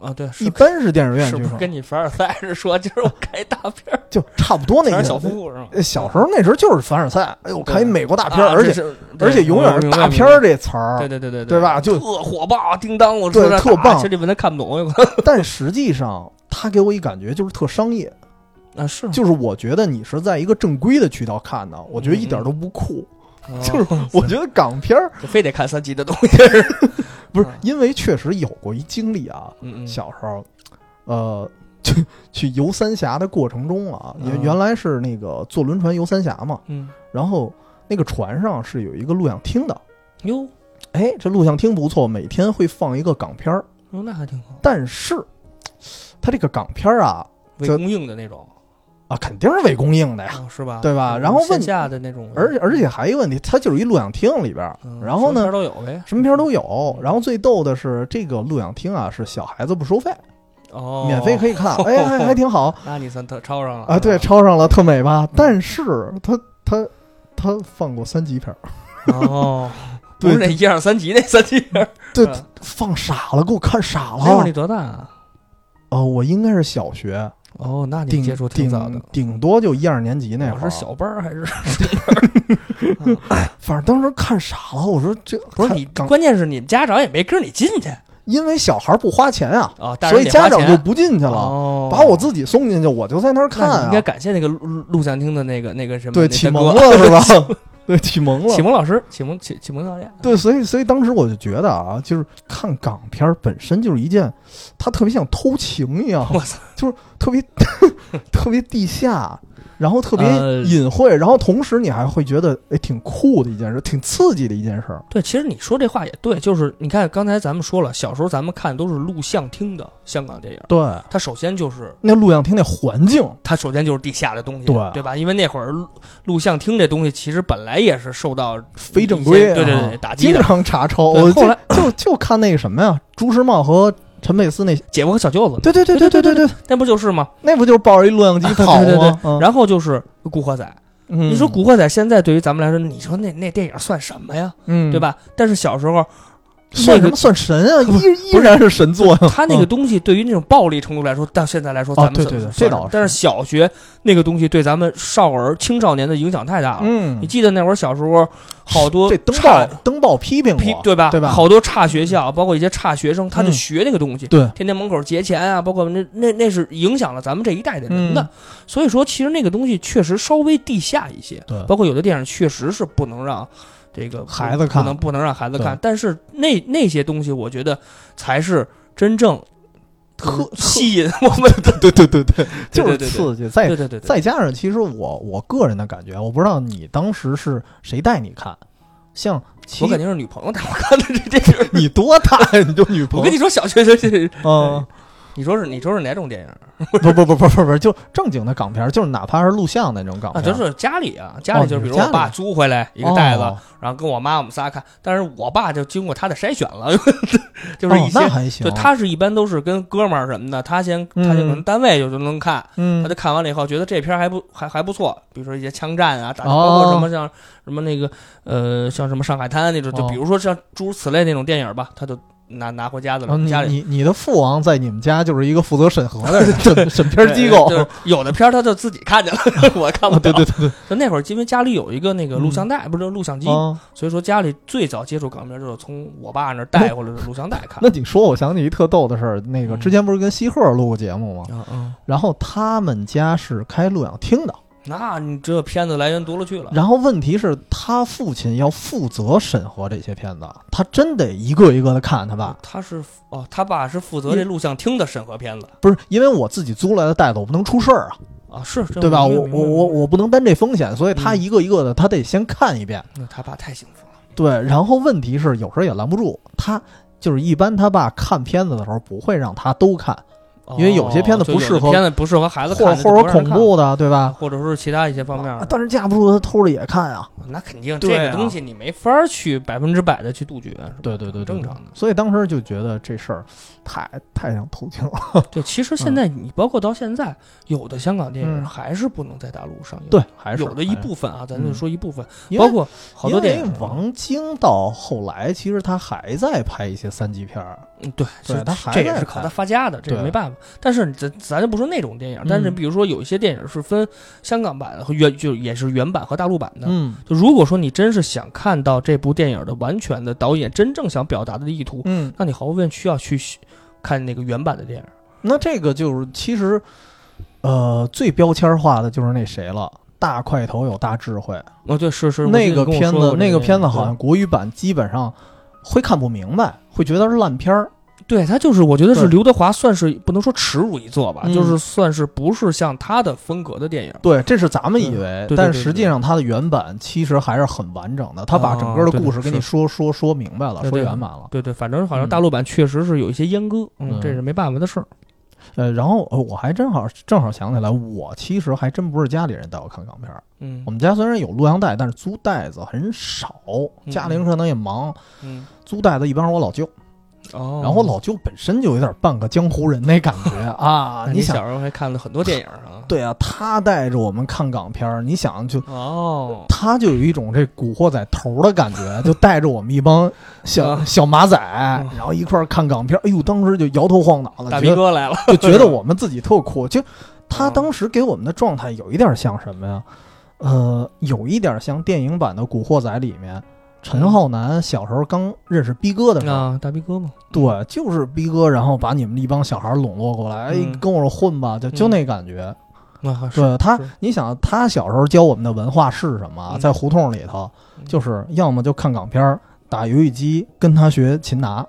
Speaker 2: 啊，对，
Speaker 1: 一
Speaker 2: 是
Speaker 1: 般是电影院
Speaker 2: 是
Speaker 1: 去
Speaker 2: 不是
Speaker 1: 看，
Speaker 2: 跟你凡尔赛似的说，今儿我看一大片儿，
Speaker 1: 就差不多那
Speaker 2: 全
Speaker 1: 意思。
Speaker 2: 是小夫妇是吗？
Speaker 1: 呃小时候那时候就是凡尔赛，哎呦，看一美国大片儿，
Speaker 2: 啊
Speaker 1: 而且
Speaker 2: 这是对
Speaker 1: 而且永远是
Speaker 2: 明白
Speaker 1: 大片儿这词
Speaker 2: 明白对
Speaker 1: 儿。
Speaker 2: 对
Speaker 1: 啊
Speaker 2: 对对
Speaker 1: 对吧就
Speaker 2: 特火爆，叮当，我知
Speaker 1: 对
Speaker 2: 道
Speaker 1: 特
Speaker 2: 打
Speaker 1: 棒
Speaker 2: 其实这文字看不懂，有可能
Speaker 1: 但实际上，他给我一感觉就是特商业，
Speaker 2: 啊是，
Speaker 1: 就是我觉得你是在一个正规的渠道看的，我觉得一
Speaker 2: 嗯
Speaker 1: 点都不酷。
Speaker 2: 哦
Speaker 1: 就是我觉得港片儿
Speaker 2: 就非得看三级的东 西是，
Speaker 1: 不是
Speaker 2: 嗯
Speaker 1: 因为确实有过一经历啊，
Speaker 2: 嗯嗯，
Speaker 1: 小时候，呃，去去游三峡的过程中啊，原
Speaker 2: 嗯
Speaker 1: 原来是那个坐轮船游三峡嘛，
Speaker 2: 嗯
Speaker 1: 然后那个船上是有一个录像厅的，
Speaker 2: 哟
Speaker 1: 哎，这录像厅不错，每天会放一个港片儿，
Speaker 2: 哟那还挺好，
Speaker 1: 但是它这个港片儿啊
Speaker 2: 伪
Speaker 1: 这
Speaker 2: 供应的那种，
Speaker 1: 啊肯定是伪供应哎的呀，
Speaker 2: 啊是吧？
Speaker 1: 对吧
Speaker 2: 嗯
Speaker 1: 然后问
Speaker 2: 线下的那种，
Speaker 1: 而且而且还有一个问题，它就是一录像厅里边儿
Speaker 2: 嗯，
Speaker 1: 然后
Speaker 2: 什么片
Speaker 1: 呢
Speaker 2: 儿。都有呗，
Speaker 1: 什么片儿都有，然后最逗的是这个录像厅啊，是小孩子不收费，
Speaker 2: 哦，
Speaker 1: 免费可
Speaker 2: 以，
Speaker 1: 以 看，哎，还还挺好。
Speaker 2: 那你算特超上了
Speaker 1: 啊，对，
Speaker 2: 是吧
Speaker 1: 抄上了特美
Speaker 2: 嗯
Speaker 1: 吧？但是他他他放过三级片儿，
Speaker 2: 哦，不
Speaker 1: 对
Speaker 2: 是那一二三级那三级片儿，
Speaker 1: 对
Speaker 2: 嗯，
Speaker 1: 放傻了，给我看傻
Speaker 2: 那会儿
Speaker 1: 了
Speaker 2: 你。多大啊？
Speaker 1: 哦，我应该是小学，
Speaker 2: 哦，那你
Speaker 1: 顶
Speaker 2: 接触挺早的
Speaker 1: 顶。顶多就一二年级那
Speaker 2: 我
Speaker 1: 会
Speaker 2: 是
Speaker 1: 儿。
Speaker 2: 小班儿还是
Speaker 1: 反正当时看傻了，我说这
Speaker 2: 不是
Speaker 1: 他
Speaker 2: 你？
Speaker 1: 刚，
Speaker 2: 关键是你们家长也没跟着你进去
Speaker 1: 因为小孩不花钱啊，
Speaker 2: 啊，大
Speaker 1: 所
Speaker 2: 人
Speaker 1: 以
Speaker 2: 得
Speaker 1: 家
Speaker 2: 花
Speaker 1: 长
Speaker 2: 钱
Speaker 1: 就不进去了，
Speaker 2: 哦，
Speaker 1: 把我自己送进去，我就在那儿
Speaker 2: 那你
Speaker 1: 看
Speaker 2: 应该
Speaker 1: 啊。
Speaker 2: 感谢那个录录录像厅的那个那个什么
Speaker 1: 对，
Speaker 2: 那
Speaker 1: 启
Speaker 2: 大
Speaker 1: 蒙
Speaker 2: 哥
Speaker 1: 了是吧？对，启蒙了
Speaker 2: 启。蒙老师，启蒙启启蒙教 练，
Speaker 1: 对，所以所以当时我就觉得啊，就是看港片儿本身就是一件，它特别像偷情 一样，
Speaker 2: 我操，
Speaker 1: 特别 特别地下，然后特别
Speaker 2: 呃
Speaker 1: 隐晦，然后同时你还会觉得哎挺酷的一件事，挺刺激的一件事儿。
Speaker 2: 对，其实你说这话也对，就是你看刚才咱们说了，小时候咱们看都是录像厅的香港电影，
Speaker 1: 对，
Speaker 2: 它首先就是
Speaker 1: 那录像厅那环境，
Speaker 2: 它首先就是地下的东西，
Speaker 1: 对
Speaker 2: 对吧？因为那会儿录录像厅这东西其实本来也是受到
Speaker 1: 非正规
Speaker 2: 一些对对
Speaker 1: 啊
Speaker 2: 对，打击
Speaker 1: 经
Speaker 2: 的。
Speaker 1: 常查抄。
Speaker 2: 对
Speaker 1: 我
Speaker 2: 后来
Speaker 1: 就就就看那个什么呀，朱时茂和陈佩斯那，
Speaker 2: 姐夫和小舅子嘛，
Speaker 1: 对对对对对对，
Speaker 2: 那不就是吗？
Speaker 1: 那不就是抱着一录像机
Speaker 2: 啊对
Speaker 1: 跑
Speaker 2: 对对
Speaker 1: 吗？嗯
Speaker 2: 然后就是《古惑仔》，
Speaker 1: 嗯
Speaker 2: 你说《古惑仔》现在对于咱们来说，你说那那电影算什么呀？
Speaker 1: 嗯
Speaker 2: 对？吧？但是小时候，
Speaker 1: 算什么算神 啊？依依然是神作呀。
Speaker 2: 他那个
Speaker 1: 嗯
Speaker 2: 东西对于那种暴力程度来说，到现在来说，
Speaker 1: 哦
Speaker 2: 咱们
Speaker 1: 对
Speaker 2: 算
Speaker 1: 对对
Speaker 2: 算
Speaker 1: 这倒是
Speaker 2: 但是小学那个东西对咱们少儿青少年的影响太大了。
Speaker 1: 嗯
Speaker 2: 你，记得那会儿小时候，好多
Speaker 1: 这登
Speaker 2: 差
Speaker 1: 报登报批评
Speaker 2: 批
Speaker 1: 我，
Speaker 2: 对吧？
Speaker 1: 对吧
Speaker 2: 好多差学校，包括一些差学生，他就
Speaker 1: 嗯
Speaker 2: 学那个东西，
Speaker 1: 对
Speaker 2: 天天门口劫钱啊，包括那那那是影响了咱们这一代的人的。
Speaker 1: 嗯
Speaker 2: 所以说，其实那个东西确实稍微地下一些，
Speaker 1: 对
Speaker 2: 包括有的电影确实是不能让这个
Speaker 1: 孩子看
Speaker 2: 不能不能让孩子看。但是那那些东西，我觉得才是真正
Speaker 1: 特
Speaker 2: 吸引我们的。
Speaker 1: 对对对对，就
Speaker 2: 对对
Speaker 1: 是
Speaker 2: 对
Speaker 1: 刺激。再
Speaker 2: 对对对对，
Speaker 1: 再加上，其实我我个人的感觉，我不知道你当时是谁带你看，像其
Speaker 2: 我肯定是女朋友带我看的这电影。
Speaker 1: 你多大呀？你就女
Speaker 2: 我
Speaker 1: 朋
Speaker 2: 跟
Speaker 1: 友
Speaker 2: 你说，小学学学，
Speaker 1: 嗯，
Speaker 2: 你说是你说是哪种电影
Speaker 1: 不不不不不不，就正经的港片儿，就是哪怕是录像的那种港
Speaker 2: 啊？
Speaker 1: 片儿，
Speaker 2: 就是家里啊，家里就是比如
Speaker 1: 哦你是家
Speaker 2: 我
Speaker 1: 里
Speaker 2: 爸租回来一个袋子，
Speaker 1: 哦
Speaker 2: 然后跟我妈我们仨看，但是我爸就经过他的筛选了， 就是
Speaker 1: 哦
Speaker 2: 一，些、
Speaker 1: 那还行。
Speaker 2: 对，他是一般都是跟哥们儿什么的，他先他就可能
Speaker 1: 嗯
Speaker 2: 单位就能看，
Speaker 1: 嗯
Speaker 2: 他就看完了以后觉得这片儿还不还还不错，比如说一些枪战啊，打
Speaker 1: 哦
Speaker 2: 包括什么像、什么那个呃像什么上海滩那种，就
Speaker 1: 哦
Speaker 2: 比如说像诸如此类那种电影吧，他就拿拿回家的了，
Speaker 1: 啊你
Speaker 2: 家里。
Speaker 1: 你你的父王在你们家就是一个负责审核的人审审片儿机构
Speaker 2: 对，就是有的片儿他就自己看去了， 我看
Speaker 1: 啊
Speaker 2: 不了。
Speaker 1: 对嗯对对
Speaker 2: 就那会儿，因为家里有一个那个录像带，不是录像机
Speaker 1: 对，啊！
Speaker 2: 所以说家里最早接触港片就是从我爸那儿带回来的录像带看。
Speaker 1: 那你说，我想起一特逗的事儿，那个
Speaker 2: 嗯
Speaker 1: 之前不是跟西鹤录过节目吗？
Speaker 2: 嗯嗯，
Speaker 1: 然后他们家是开录像厅的，
Speaker 2: 那你这片子来源多了去了。
Speaker 1: 然后问题是他父亲要负责审核这些片子，他真得一个一个的看，他爸
Speaker 2: 他是哦，他爸是负责这录像厅的审核片子
Speaker 1: 不是因为我自己租来的袋子，我不能出事儿啊，
Speaker 2: 啊，是
Speaker 1: 对吧？我我我，我
Speaker 2: 这明白明白
Speaker 1: 不能担这风险，所以他
Speaker 2: 嗯
Speaker 1: 一个一个的，他得先看一遍。
Speaker 2: 那他爸太幸福了。
Speaker 1: 对，然后问题是有时候也拦不住他。就是一般他爸看片子的时候不会让他都看，因为有些片子不
Speaker 2: 哦就有的
Speaker 1: 适合
Speaker 2: 片子不适合孩
Speaker 1: 或
Speaker 2: 子看
Speaker 1: 者
Speaker 2: 的，就
Speaker 1: 或
Speaker 2: 不
Speaker 1: 者
Speaker 2: 让人
Speaker 1: 恐
Speaker 2: 看，
Speaker 1: 怖的，对吧？
Speaker 2: 或者说是其他一些方面
Speaker 1: 啊
Speaker 2: 的。
Speaker 1: 但是架不住他偷着也看啊。
Speaker 2: 那肯定，这
Speaker 1: 对啊
Speaker 2: 个东西你没法儿去百分之百的去杜绝，是吧
Speaker 1: 对对对，对
Speaker 2: 正常的。
Speaker 1: 所以当时就觉得这事儿太太像偷情了。
Speaker 2: 对，其实现在你包括到现在，有的香港电影
Speaker 1: 嗯
Speaker 2: 还是不能在大陆上映，，
Speaker 1: 对，还是
Speaker 2: 有的一，部分啊，咱就说一部分，
Speaker 1: 因为
Speaker 2: 包括好多电
Speaker 1: 因
Speaker 2: 影
Speaker 1: 为，王晶到后来，其实他还在拍一些三级片儿。
Speaker 2: 嗯，对，
Speaker 1: 对
Speaker 2: 这
Speaker 1: 他还
Speaker 2: 这也
Speaker 1: 在
Speaker 2: 是靠
Speaker 1: 拍
Speaker 2: 他发家的，这个
Speaker 1: 对
Speaker 2: 没办法。但是咱咱就不说那种电影，但是
Speaker 1: 嗯
Speaker 2: 比如说有一些电影是分香港版的和原就也是原版和大陆版的。
Speaker 1: 嗯
Speaker 2: 就如果说你真是想看到这部电影的完全的导演真正想表达的意图，
Speaker 1: 嗯，
Speaker 2: 那你毫无疑问需要去看那个原版的电影。
Speaker 1: 那这个就是其实，呃，最标签化的就是那谁了。大块头有大智慧，
Speaker 2: 哦，对，是是，我记
Speaker 1: 那
Speaker 2: 得你
Speaker 1: 个
Speaker 2: 跟我
Speaker 1: 片
Speaker 2: 说
Speaker 1: 子
Speaker 2: 过，这
Speaker 1: 那个片子
Speaker 2: 对
Speaker 1: 好像国语版基本上会看不明白，会觉得是烂片儿。
Speaker 2: 对他就是，我觉得是
Speaker 1: 对
Speaker 2: 刘德华算是不能说耻辱一作吧，
Speaker 1: 嗯
Speaker 2: 就是算是不是像他的风格的电影。
Speaker 1: 对，这是咱们以为
Speaker 2: 对对，对
Speaker 1: 但
Speaker 2: 对
Speaker 1: 实际上它的原版其实还是很完整的，他把整个
Speaker 2: 啊
Speaker 1: 的
Speaker 2: 对
Speaker 1: 故事
Speaker 2: 对
Speaker 1: 给你
Speaker 2: 是
Speaker 1: 说说说明白了，说
Speaker 2: 对对
Speaker 1: 圆满了。
Speaker 2: 对对，反正好像
Speaker 1: 嗯
Speaker 2: 大陆版确实是有一些阉割，嗯，
Speaker 1: 嗯
Speaker 2: 这是没办法的事儿。
Speaker 1: 呃，然后呃我还真好正好想起来，我其实还真不是家里人带我看港片儿。
Speaker 2: 嗯
Speaker 1: 我们家虽然有录像带，但是租袋子很少，
Speaker 2: 嗯
Speaker 1: 家里人可能也忙，
Speaker 2: 嗯，
Speaker 1: 租袋子一般是我老舅。
Speaker 2: 哦，
Speaker 1: 然后我老舅本身就有点半个江湖人那感 觉啊，
Speaker 2: 那
Speaker 1: 你
Speaker 2: 你
Speaker 1: 想
Speaker 2: 小时候还看了很多电影啊？
Speaker 1: 对啊，他带着我们看港片儿，你想就。
Speaker 2: 哦，
Speaker 1: 他就有一种这古惑仔头儿的感 觉，就带着我们一帮小
Speaker 2: 啊
Speaker 1: 小马仔，然后一块儿看港片儿。哎呦，当时就摇头晃脑的，
Speaker 2: 嗯大
Speaker 1: 觉
Speaker 2: 逼
Speaker 1: 得
Speaker 2: 哥来了，
Speaker 1: 就觉得我们自己特酷。就他
Speaker 2: 嗯
Speaker 1: 当时给我们的状态有一点像什么呀？呃，有一点像电影版的《古惑仔》里面陈浩南小时候刚认识逼哥的时候，
Speaker 2: 啊，大逼哥嘛，
Speaker 1: 对，就是逼哥，然后把你们一帮小孩笼络过来，哎
Speaker 2: 嗯
Speaker 1: 跟我混吧，就就
Speaker 2: 嗯
Speaker 1: 那感觉。
Speaker 2: 那 是
Speaker 1: 对他
Speaker 2: 是，
Speaker 1: 你想他小时候教我们的文化是什么啊？
Speaker 2: 嗯
Speaker 1: 在胡同里头，
Speaker 2: 嗯
Speaker 1: 就是要么就看港片儿、打游戏机，跟他学擒 拿。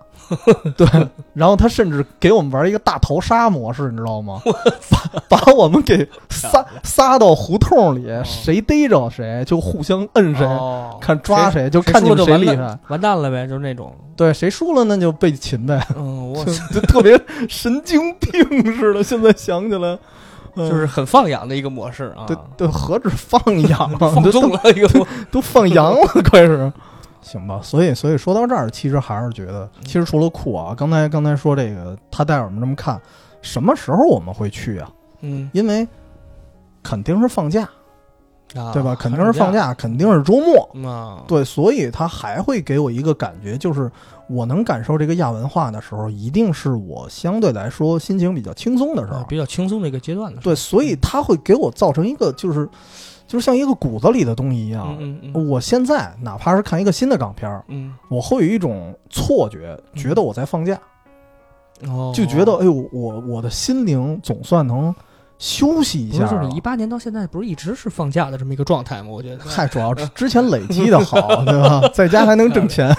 Speaker 1: 对，然后他甚至给我们玩一个大逃杀模式，你知道吗？把把我们给撒撒到胡同里，谁逮着谁就互相摁谁，
Speaker 2: 哦
Speaker 1: 看抓谁就
Speaker 2: 谁
Speaker 1: 看你
Speaker 2: 输
Speaker 1: 们
Speaker 2: 了
Speaker 1: 谁
Speaker 2: 就
Speaker 1: 厉
Speaker 2: 完
Speaker 1: 害
Speaker 2: 了。，完蛋了呗，就是那 种，
Speaker 1: 对，谁输了那就被擒呗，
Speaker 2: 嗯，我
Speaker 1: 就就特别神经病似的。现在想起来，嗯
Speaker 2: 就是很放养的一个模式啊，
Speaker 1: 对对，何止放 养啊，
Speaker 2: 放
Speaker 1: 都
Speaker 2: 纵
Speaker 1: 都
Speaker 2: 了一个 模，
Speaker 1: 都放羊了，快 是。行吧，所以所以说到这儿，其实还是觉得，其实除了酷啊，刚才刚才说这个，他带我们这么看，什么时候我们会去啊？
Speaker 2: 嗯，
Speaker 1: 因为肯定是放假，
Speaker 2: 啊
Speaker 1: 对吧？肯定是放，
Speaker 2: 寒
Speaker 1: 假，肯定是周末，
Speaker 2: 暑嗯啊，
Speaker 1: 对，所以他还会给我一个感觉，就是我能感受这个亚文化的时候，一定是我相对来说心情哎比较轻松的时
Speaker 2: 啊
Speaker 1: 候。
Speaker 2: 比较轻松的一个阶段的时候，
Speaker 1: 对，所以他会给我造成一个就是，就是像一个骨子里的东西一样。
Speaker 2: 嗯嗯嗯
Speaker 1: 我现在哪怕是看一个新的港片儿，
Speaker 2: 嗯
Speaker 1: 我会有一种错觉，
Speaker 2: 嗯
Speaker 1: 觉得我在放假，，
Speaker 2: 哦
Speaker 1: 就觉得哎呦，我我的心灵总算能休息一
Speaker 2: 不是，
Speaker 1: 下
Speaker 2: 就是
Speaker 1: 了
Speaker 2: 你。一八年到现在不是一直是放假的这么一个状态吗？我觉得，
Speaker 1: 嗨，主 要是之前累积的好，对吧？在家还能挣钱，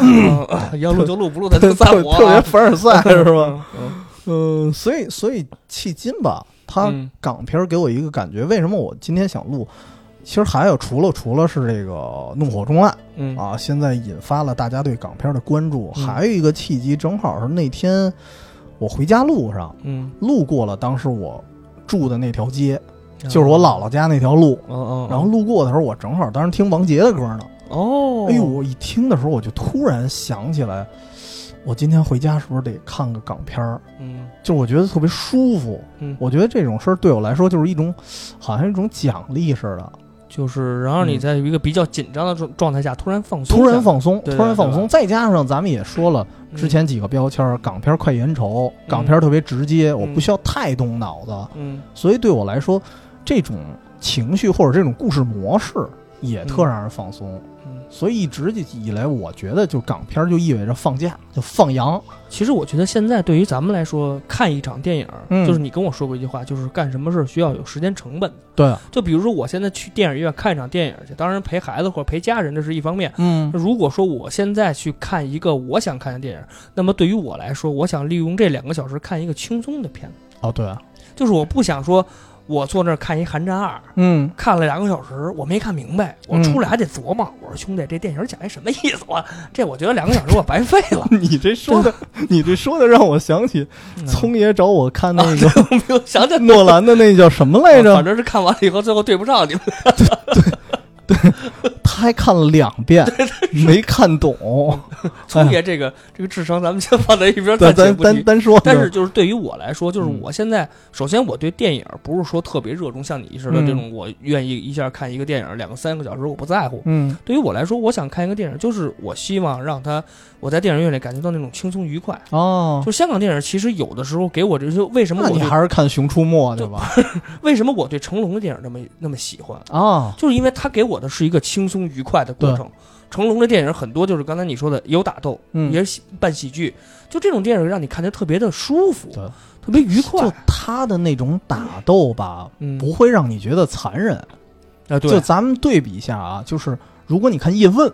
Speaker 2: 嗯要录就录，不录咱就散
Speaker 1: 特
Speaker 2: 伙啊，
Speaker 1: 特别凡尔 赛是吧？
Speaker 2: 嗯？
Speaker 1: 嗯，所以所以迄今吧，他
Speaker 2: 嗯
Speaker 1: 港片儿给我一个感觉，为什么我今天想录？其实还有除了除了是这个《怒火中案
Speaker 2: 嗯》
Speaker 1: 啊，现在引发了大家对港片儿的关注，
Speaker 2: 嗯
Speaker 1: 还有一个契机，正好是那天我回家路上
Speaker 2: 嗯，
Speaker 1: 路过了当时我住的那条街，嗯
Speaker 2: 就
Speaker 1: 就是我姥姥家那条路。
Speaker 2: 哦哦，
Speaker 1: 然后路过的时候，我正好当时听王杰的歌呢。
Speaker 2: 哦，
Speaker 1: 哎呦，我一听的时候，我就突然想起来，我今天回家是不是得看个港片儿？
Speaker 2: 嗯
Speaker 1: 就是我觉得特别舒服，
Speaker 2: 嗯，
Speaker 1: 我觉得这种事儿对我来说就是一种，好像一种奖励似的，
Speaker 2: 就是然后你在一个比较紧张的状状态下突然放
Speaker 1: 嗯
Speaker 2: 松，
Speaker 1: 突然，放松，
Speaker 2: 对
Speaker 1: 突然放
Speaker 2: 对
Speaker 1: 松。
Speaker 2: 吧
Speaker 1: 再加上咱们也说了，之，前几个标签儿，港片儿快言愁，港片儿特别直接，我不需要太动脑子，
Speaker 2: 嗯
Speaker 1: 所以对我来说，这种情绪或者这种故事模式也特让人放松。
Speaker 2: 嗯，
Speaker 1: 所以一直以来，我觉得就港片儿就意味着放假，就放羊。
Speaker 2: 其实我觉得现在对于咱们来说，看一场电影，
Speaker 1: 嗯
Speaker 2: 就是你跟我说过一句话，就是干什么事需要有时间成本的。
Speaker 1: 对啊，
Speaker 2: 就比如说我现在去电影院看一场电影去，当然陪孩子或者陪家人这是一方面。
Speaker 1: 嗯
Speaker 2: 那如果说我现在去看一个我想看的电影，那么对于我来说，我想利用这两个小时看一个轻松的片子，
Speaker 1: 哦对啊，
Speaker 2: 就是我不想说我坐那儿看一《寒战二》，
Speaker 1: 嗯，
Speaker 2: 看了两个小时，我没看明白，我
Speaker 1: 嗯。
Speaker 2: 出来还得琢磨。我说兄弟，这电影讲一什么意思？我这我觉得两个小时我白费了
Speaker 1: 你这说的，你这说的让我想起聪爷找我看那
Speaker 2: 啊
Speaker 1: 个
Speaker 2: 嗯，我没有想起来
Speaker 1: 嗯诺 兰的那叫什么来着哎
Speaker 2: 反？正是看完了以后，最后对不上你 们。
Speaker 1: 他还看了两遍，没看懂。
Speaker 2: 聪爷这个这个智商，咱们先放在一边，
Speaker 1: 咱
Speaker 2: 且
Speaker 1: 咱
Speaker 2: 不
Speaker 1: 单
Speaker 2: 提。
Speaker 1: 单说，
Speaker 2: 但是就是对于我来说，就是
Speaker 1: 嗯
Speaker 2: 我现在首先我对电影不是说特别热衷，像你似的
Speaker 1: 嗯
Speaker 2: 这种，我愿意一下看一个电影两个三个小时，我不在乎。
Speaker 1: 嗯
Speaker 2: 对于我来说，我想看一个电影，就是我希望让他我在电影院里感觉到那种轻松愉快。
Speaker 1: 哦，
Speaker 2: 就香港电影，其实有的时候给我这些为什么
Speaker 1: 那
Speaker 2: 我
Speaker 1: 你
Speaker 2: 对
Speaker 1: 还是看《熊出没》对吧？
Speaker 2: 为什么我对成龙的电影那么那么喜欢，
Speaker 1: 啊，
Speaker 2: 就是因为他给我的是一个轻松愉快的过程。成龙的电影很多就是刚才你说的有打斗，
Speaker 1: 嗯
Speaker 2: 也喜办喜剧，就这种电影让你看着特别的舒服，
Speaker 1: 对
Speaker 2: 特别愉
Speaker 1: 就
Speaker 2: 快。
Speaker 1: 他的那种打斗吧，
Speaker 2: 嗯，
Speaker 1: 不会让你觉得残忍。
Speaker 2: 啊，
Speaker 1: 就
Speaker 2: 对
Speaker 1: 咱们对比一下啊，就是如果你看叶问，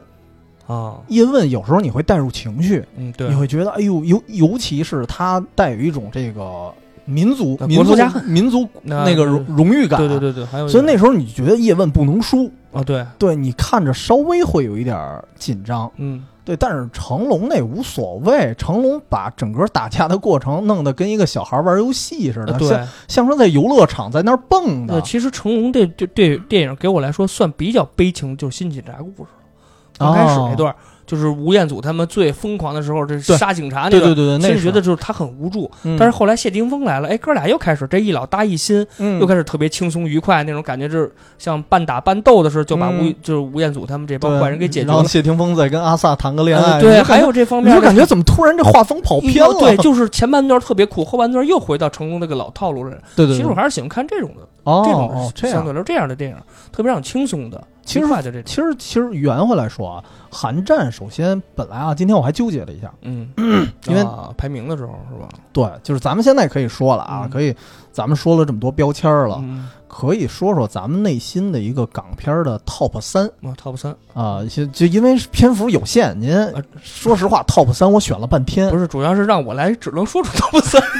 Speaker 2: 啊，
Speaker 1: 叶问有时候你会带入情绪，
Speaker 2: 嗯，对
Speaker 1: 你，会觉得哎呦，尤尤其是他带有一种这个民族
Speaker 2: 呃
Speaker 1: 民
Speaker 2: 国
Speaker 1: 族
Speaker 2: 族家恨
Speaker 1: 民族
Speaker 2: 那
Speaker 1: 那个荣荣誉感，
Speaker 2: 对对对对，还有一个，
Speaker 1: 所以那时候你觉得叶问不能输，
Speaker 2: 啊，对，
Speaker 1: 对你看着稍微会有一点儿紧张，
Speaker 2: 嗯，
Speaker 1: 对，但是成龙那无所谓，成龙把整个打架的过程弄得跟一个小孩玩游戏似
Speaker 2: 啊
Speaker 1: 的，
Speaker 2: 对
Speaker 1: 像，像是在游乐场在那儿蹦
Speaker 2: 那
Speaker 1: 的，
Speaker 2: 其实成龙这这这电影给我来说算比较悲情，就是《新警察故事》刚开始那段儿，就是吴彦祖他们最疯狂的时候，这
Speaker 1: 哦对
Speaker 2: 杀警察那
Speaker 1: 对
Speaker 2: 个
Speaker 1: 对，对对，
Speaker 2: 其
Speaker 1: 那
Speaker 2: 实觉得，就是他很无助，
Speaker 1: 嗯
Speaker 2: 但是后来谢霆锋来了，哎，哥俩又开始这一老搭一新，
Speaker 1: 嗯
Speaker 2: 又开始特别轻松愉快那种感觉，就是像半打半斗的时候，就把吴、
Speaker 1: 嗯
Speaker 2: 就是吴彦祖他们这帮
Speaker 1: 对
Speaker 2: 坏人给解决
Speaker 1: 然后
Speaker 2: 了。
Speaker 1: 谢霆锋在跟阿萨谈个恋爱，
Speaker 2: 嗯
Speaker 1: 你
Speaker 2: 对，
Speaker 1: 就感
Speaker 2: 还
Speaker 1: 觉
Speaker 2: 有这方
Speaker 1: 你
Speaker 2: 面
Speaker 1: 就
Speaker 2: 的
Speaker 1: 感觉怎么突然这画风跑偏了？
Speaker 2: 对，就是前半段特别苦，后半段又回到成龙那个老套路了。
Speaker 1: 对对，
Speaker 2: 其实我还是喜欢看这种的，
Speaker 1: 哦
Speaker 2: 这种
Speaker 1: 哦
Speaker 2: 的
Speaker 1: 这
Speaker 2: 相
Speaker 1: 样
Speaker 2: 对。来说这样的电影，特别让你轻松的、
Speaker 1: 其实
Speaker 2: 愉快的这种。
Speaker 1: 其实其实圆回来说啊，韩战首先本来啊，今天我还纠结了一下，
Speaker 2: 嗯，
Speaker 1: 因为
Speaker 2: 啊排名的时候是吧？
Speaker 1: 对，就是咱们现在可以说了啊，
Speaker 2: 嗯
Speaker 1: 可以，咱们说了这么多标签儿了，
Speaker 2: 嗯，
Speaker 1: 可以说说咱们内心的一个港片儿的 Top 三
Speaker 2: 啊，Top 三
Speaker 1: 啊，就就因为篇幅有限，您说实话 Top 三我选了半天
Speaker 2: 不，是，主要是让我来，只能说出 Top 三。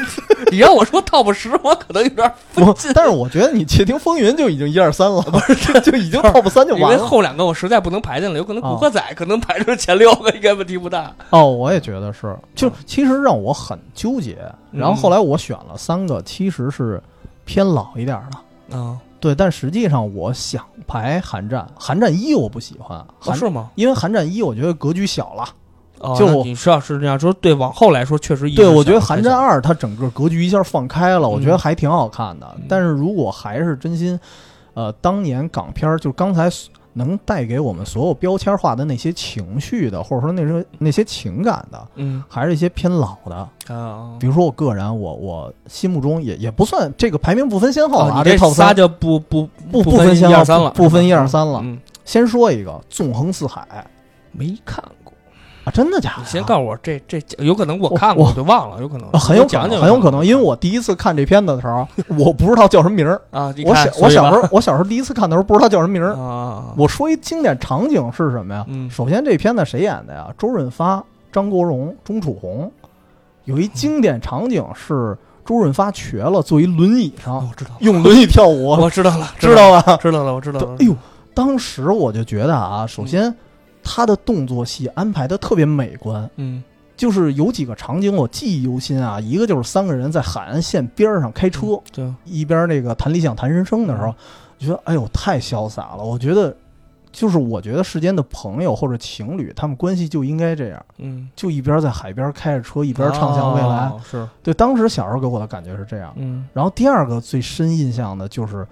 Speaker 2: 你让我说 Top 十，我可能有点费
Speaker 1: 我
Speaker 2: 劲。
Speaker 1: 但是我觉得你《窃听风云》就已经一二三了，不是 就已经 Top 三就
Speaker 2: 因为
Speaker 1: 完了。
Speaker 2: 后两个我实在不能排进来，有可能《
Speaker 1: 啊
Speaker 2: 古惑仔》可能排出前六个，应该问题不 大。
Speaker 1: 哦，我也觉得是，就其实让我很纠结。然后后来我选了三个，其实是偏老一点儿的。
Speaker 2: 啊，
Speaker 1: 对，但实际上我想排韩战，韩战一我不喜欢，
Speaker 2: 哦
Speaker 1: 韩、
Speaker 2: 是吗？
Speaker 1: 因为韩战一我觉得格局小了，
Speaker 2: 哦
Speaker 1: 就
Speaker 2: 那
Speaker 1: 我
Speaker 2: 你是要是这样说，对往后来说确实一直
Speaker 1: 对我觉得
Speaker 2: 想
Speaker 1: 韩战二它整个格局一下放开了，我觉得还挺好看的。
Speaker 2: 嗯
Speaker 1: 但是如果还是真心，呃，当年港片儿就是刚才能带给我们所有标签化的那些情绪的，或者说那些那些情感的，
Speaker 2: 嗯
Speaker 1: 还是一些偏老的。
Speaker 2: 啊
Speaker 1: 比，如说我个人，我我心目中也也不算这个排名不分先后
Speaker 2: 哦
Speaker 1: 了啊，
Speaker 2: 你这
Speaker 1: 套
Speaker 2: 仨
Speaker 1: 餐
Speaker 2: 就不不
Speaker 1: 不
Speaker 2: 不
Speaker 1: 分
Speaker 2: 一
Speaker 1: 先后
Speaker 2: 二三了，
Speaker 1: 不不分一二三了。
Speaker 2: 嗯，
Speaker 1: 先说一个《纵横四海》
Speaker 2: 没看过。
Speaker 1: 啊，真的假的？
Speaker 2: 你先告诉我，这这有可能我
Speaker 1: 我
Speaker 2: 看过，
Speaker 1: 我
Speaker 2: 我就忘了，有可能
Speaker 1: 啊，很有可
Speaker 2: 讲
Speaker 1: 能，
Speaker 2: 讲
Speaker 1: 很有可能，因为我第一次看这片子的时候，我不知道叫什么名儿。
Speaker 2: 啊，你
Speaker 1: 我
Speaker 2: 看
Speaker 1: 小我小时
Speaker 2: 所
Speaker 1: 候，我小时候第一次看的时候不知道叫什么名
Speaker 2: 以吧
Speaker 1: 儿。
Speaker 2: 啊，
Speaker 1: 我说一经典场景是什么呀？
Speaker 2: 嗯
Speaker 1: 首先这片子谁演的呀？周润发、张国荣、钟楚红。有
Speaker 2: 嗯
Speaker 1: 一经典场景是周润发瘸了，坐一轮椅
Speaker 2: 哦
Speaker 1: 上，
Speaker 2: 我知道了，
Speaker 1: 用轮椅跳舞，
Speaker 2: 我知道了，
Speaker 1: 知道吧？
Speaker 2: 知道了，我知道了。
Speaker 1: 哎呦，当时我就觉得啊，
Speaker 2: 嗯
Speaker 1: 首先他的动作戏安排的特别美观，
Speaker 2: 嗯，
Speaker 1: 就是有几个场景我记忆犹新啊，一个就是三个人在海岸线边儿上开车，
Speaker 2: 嗯对，
Speaker 1: 一边那个谈理想谈人生的时
Speaker 2: 嗯
Speaker 1: 候，觉得哎呦太潇洒了。我觉得，就是我觉得世间的朋友或者情侣，他们关系就应该这样，
Speaker 2: 嗯，
Speaker 1: 就一边在海边开着车，一
Speaker 2: 一
Speaker 1: 边畅想未来。
Speaker 2: 是，
Speaker 1: 对，当时小时候给我的感觉是这样。
Speaker 2: 哦嗯
Speaker 1: 然后第二个最深印象的就是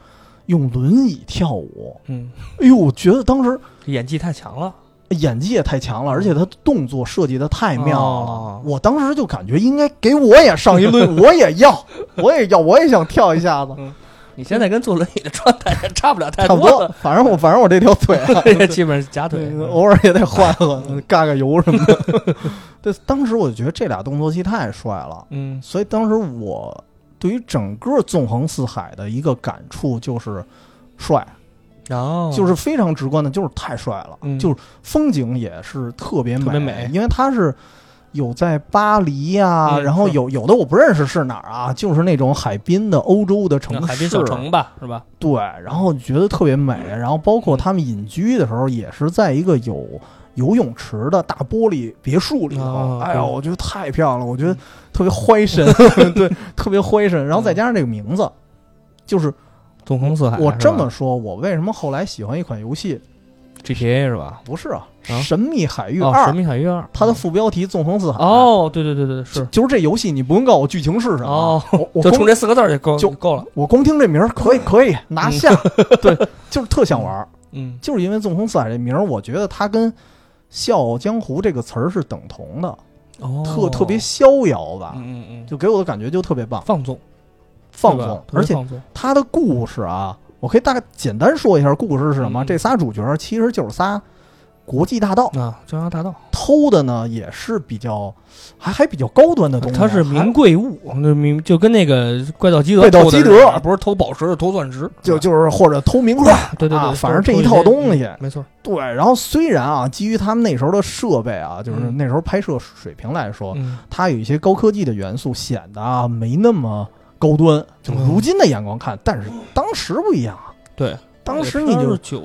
Speaker 1: 用轮椅跳舞，
Speaker 2: 嗯，
Speaker 1: 哎呦，我觉得当时
Speaker 2: 演技太强了，
Speaker 1: 演技也太强了，而且他动作设计的太妙了，
Speaker 2: 嗯哦
Speaker 1: 我当时就感觉应该给我也上一轮， 我也要，我也要，我也想跳一下子，
Speaker 2: 你现在跟坐轮椅的状态也差不了
Speaker 1: 嗯
Speaker 2: 太
Speaker 1: 差不
Speaker 2: 多
Speaker 1: 多
Speaker 2: 了，，
Speaker 1: 反正我反正我这条腿啊，
Speaker 2: 基本上是夹腿
Speaker 1: 对，，偶尔也得换换，嘎嘎油什么的。 对，当时我就觉得这俩动作戏太帅了，
Speaker 2: 嗯
Speaker 1: 所以当时我对于整个纵横四海的一个感触就是帅，
Speaker 2: 然后
Speaker 1: 就是非常直观的，就是太帅了，
Speaker 2: 嗯
Speaker 1: 就是风景也是特别美，
Speaker 2: 特别美
Speaker 1: 因为它是有在巴黎呀、
Speaker 2: 嗯
Speaker 1: 然后
Speaker 2: 是
Speaker 1: 有有的我不认识是哪儿啊，就是那种海滨的欧洲的城市，啊
Speaker 2: 海滨小城吧，是吧？
Speaker 1: 对，然后觉得特别美，
Speaker 2: 嗯
Speaker 1: 然后包括他们隐居的时候，也是在一个有游泳池的大玻璃别墅里头。
Speaker 2: 哦
Speaker 1: 哎呀，
Speaker 2: 对
Speaker 1: 我觉得太漂亮了，我觉得
Speaker 2: 嗯
Speaker 1: 特别欢 神，对，特别欢神。然后再加上这个名字，就是
Speaker 2: 纵横四海，
Speaker 1: 我这么说，我为什么后来喜欢一款游戏？
Speaker 2: GTA 是吧？
Speaker 1: 不是啊，
Speaker 2: 啊
Speaker 1: 神秘海域
Speaker 2: 哦，
Speaker 1: 二》
Speaker 2: 神秘海域二，
Speaker 1: 它的副标题“纵横四海”。，
Speaker 2: 哦，对对对对，是
Speaker 1: 就是这游戏，你不用告诉我剧情是什么，
Speaker 2: 哦
Speaker 1: 我我
Speaker 2: 就冲
Speaker 1: 光
Speaker 2: 这四个字儿就够
Speaker 1: 就
Speaker 2: 够了，
Speaker 1: 我光听这名儿可以可以拿下，对，就是特想玩儿。
Speaker 2: 嗯
Speaker 1: 就是因为“纵横四海”这名儿，我觉得它跟《笑傲江湖》这个词儿是等同的，
Speaker 2: 哦，
Speaker 1: 特特别逍遥吧，
Speaker 2: 嗯嗯嗯，
Speaker 1: 就给我的感觉就特别棒，
Speaker 2: 放纵
Speaker 1: 放
Speaker 2: 对吧
Speaker 1: 纵。
Speaker 2: 特别
Speaker 1: 而且
Speaker 2: 放纵
Speaker 1: 它的故事啊，我可以大概简单说一下故事是什么。
Speaker 2: 嗯嗯
Speaker 1: 这仨主角其实就是仨国际大盗，
Speaker 2: 啊，中央大道，
Speaker 1: 偷的呢也是比较还还比较高端的东西，啊
Speaker 2: 它是名
Speaker 1: 还。
Speaker 2: 贵物，那名就跟那个怪盗基德
Speaker 1: 怪盗
Speaker 2: 偷的
Speaker 1: 基
Speaker 2: 是
Speaker 1: 德
Speaker 2: 不是偷宝石，是偷钻石，
Speaker 1: 就是
Speaker 2: 吧
Speaker 1: 就是或者偷名块，
Speaker 2: 对对
Speaker 1: 啊
Speaker 2: 对，
Speaker 1: 反正
Speaker 2: 偷
Speaker 1: 这一
Speaker 2: 偷
Speaker 1: 套
Speaker 2: 些
Speaker 1: 东西
Speaker 2: 嗯没错，
Speaker 1: 对。然后虽然啊，基于他们那时候的设备啊，就是
Speaker 2: 嗯
Speaker 1: 那时候拍摄水平来说，
Speaker 2: 嗯
Speaker 1: 它有一些高科技的元素，显得啊没那么高端，就
Speaker 2: 嗯
Speaker 1: 如今的眼光看，但是当时不一样啊。
Speaker 2: 对，
Speaker 1: 当时你就，
Speaker 2: 九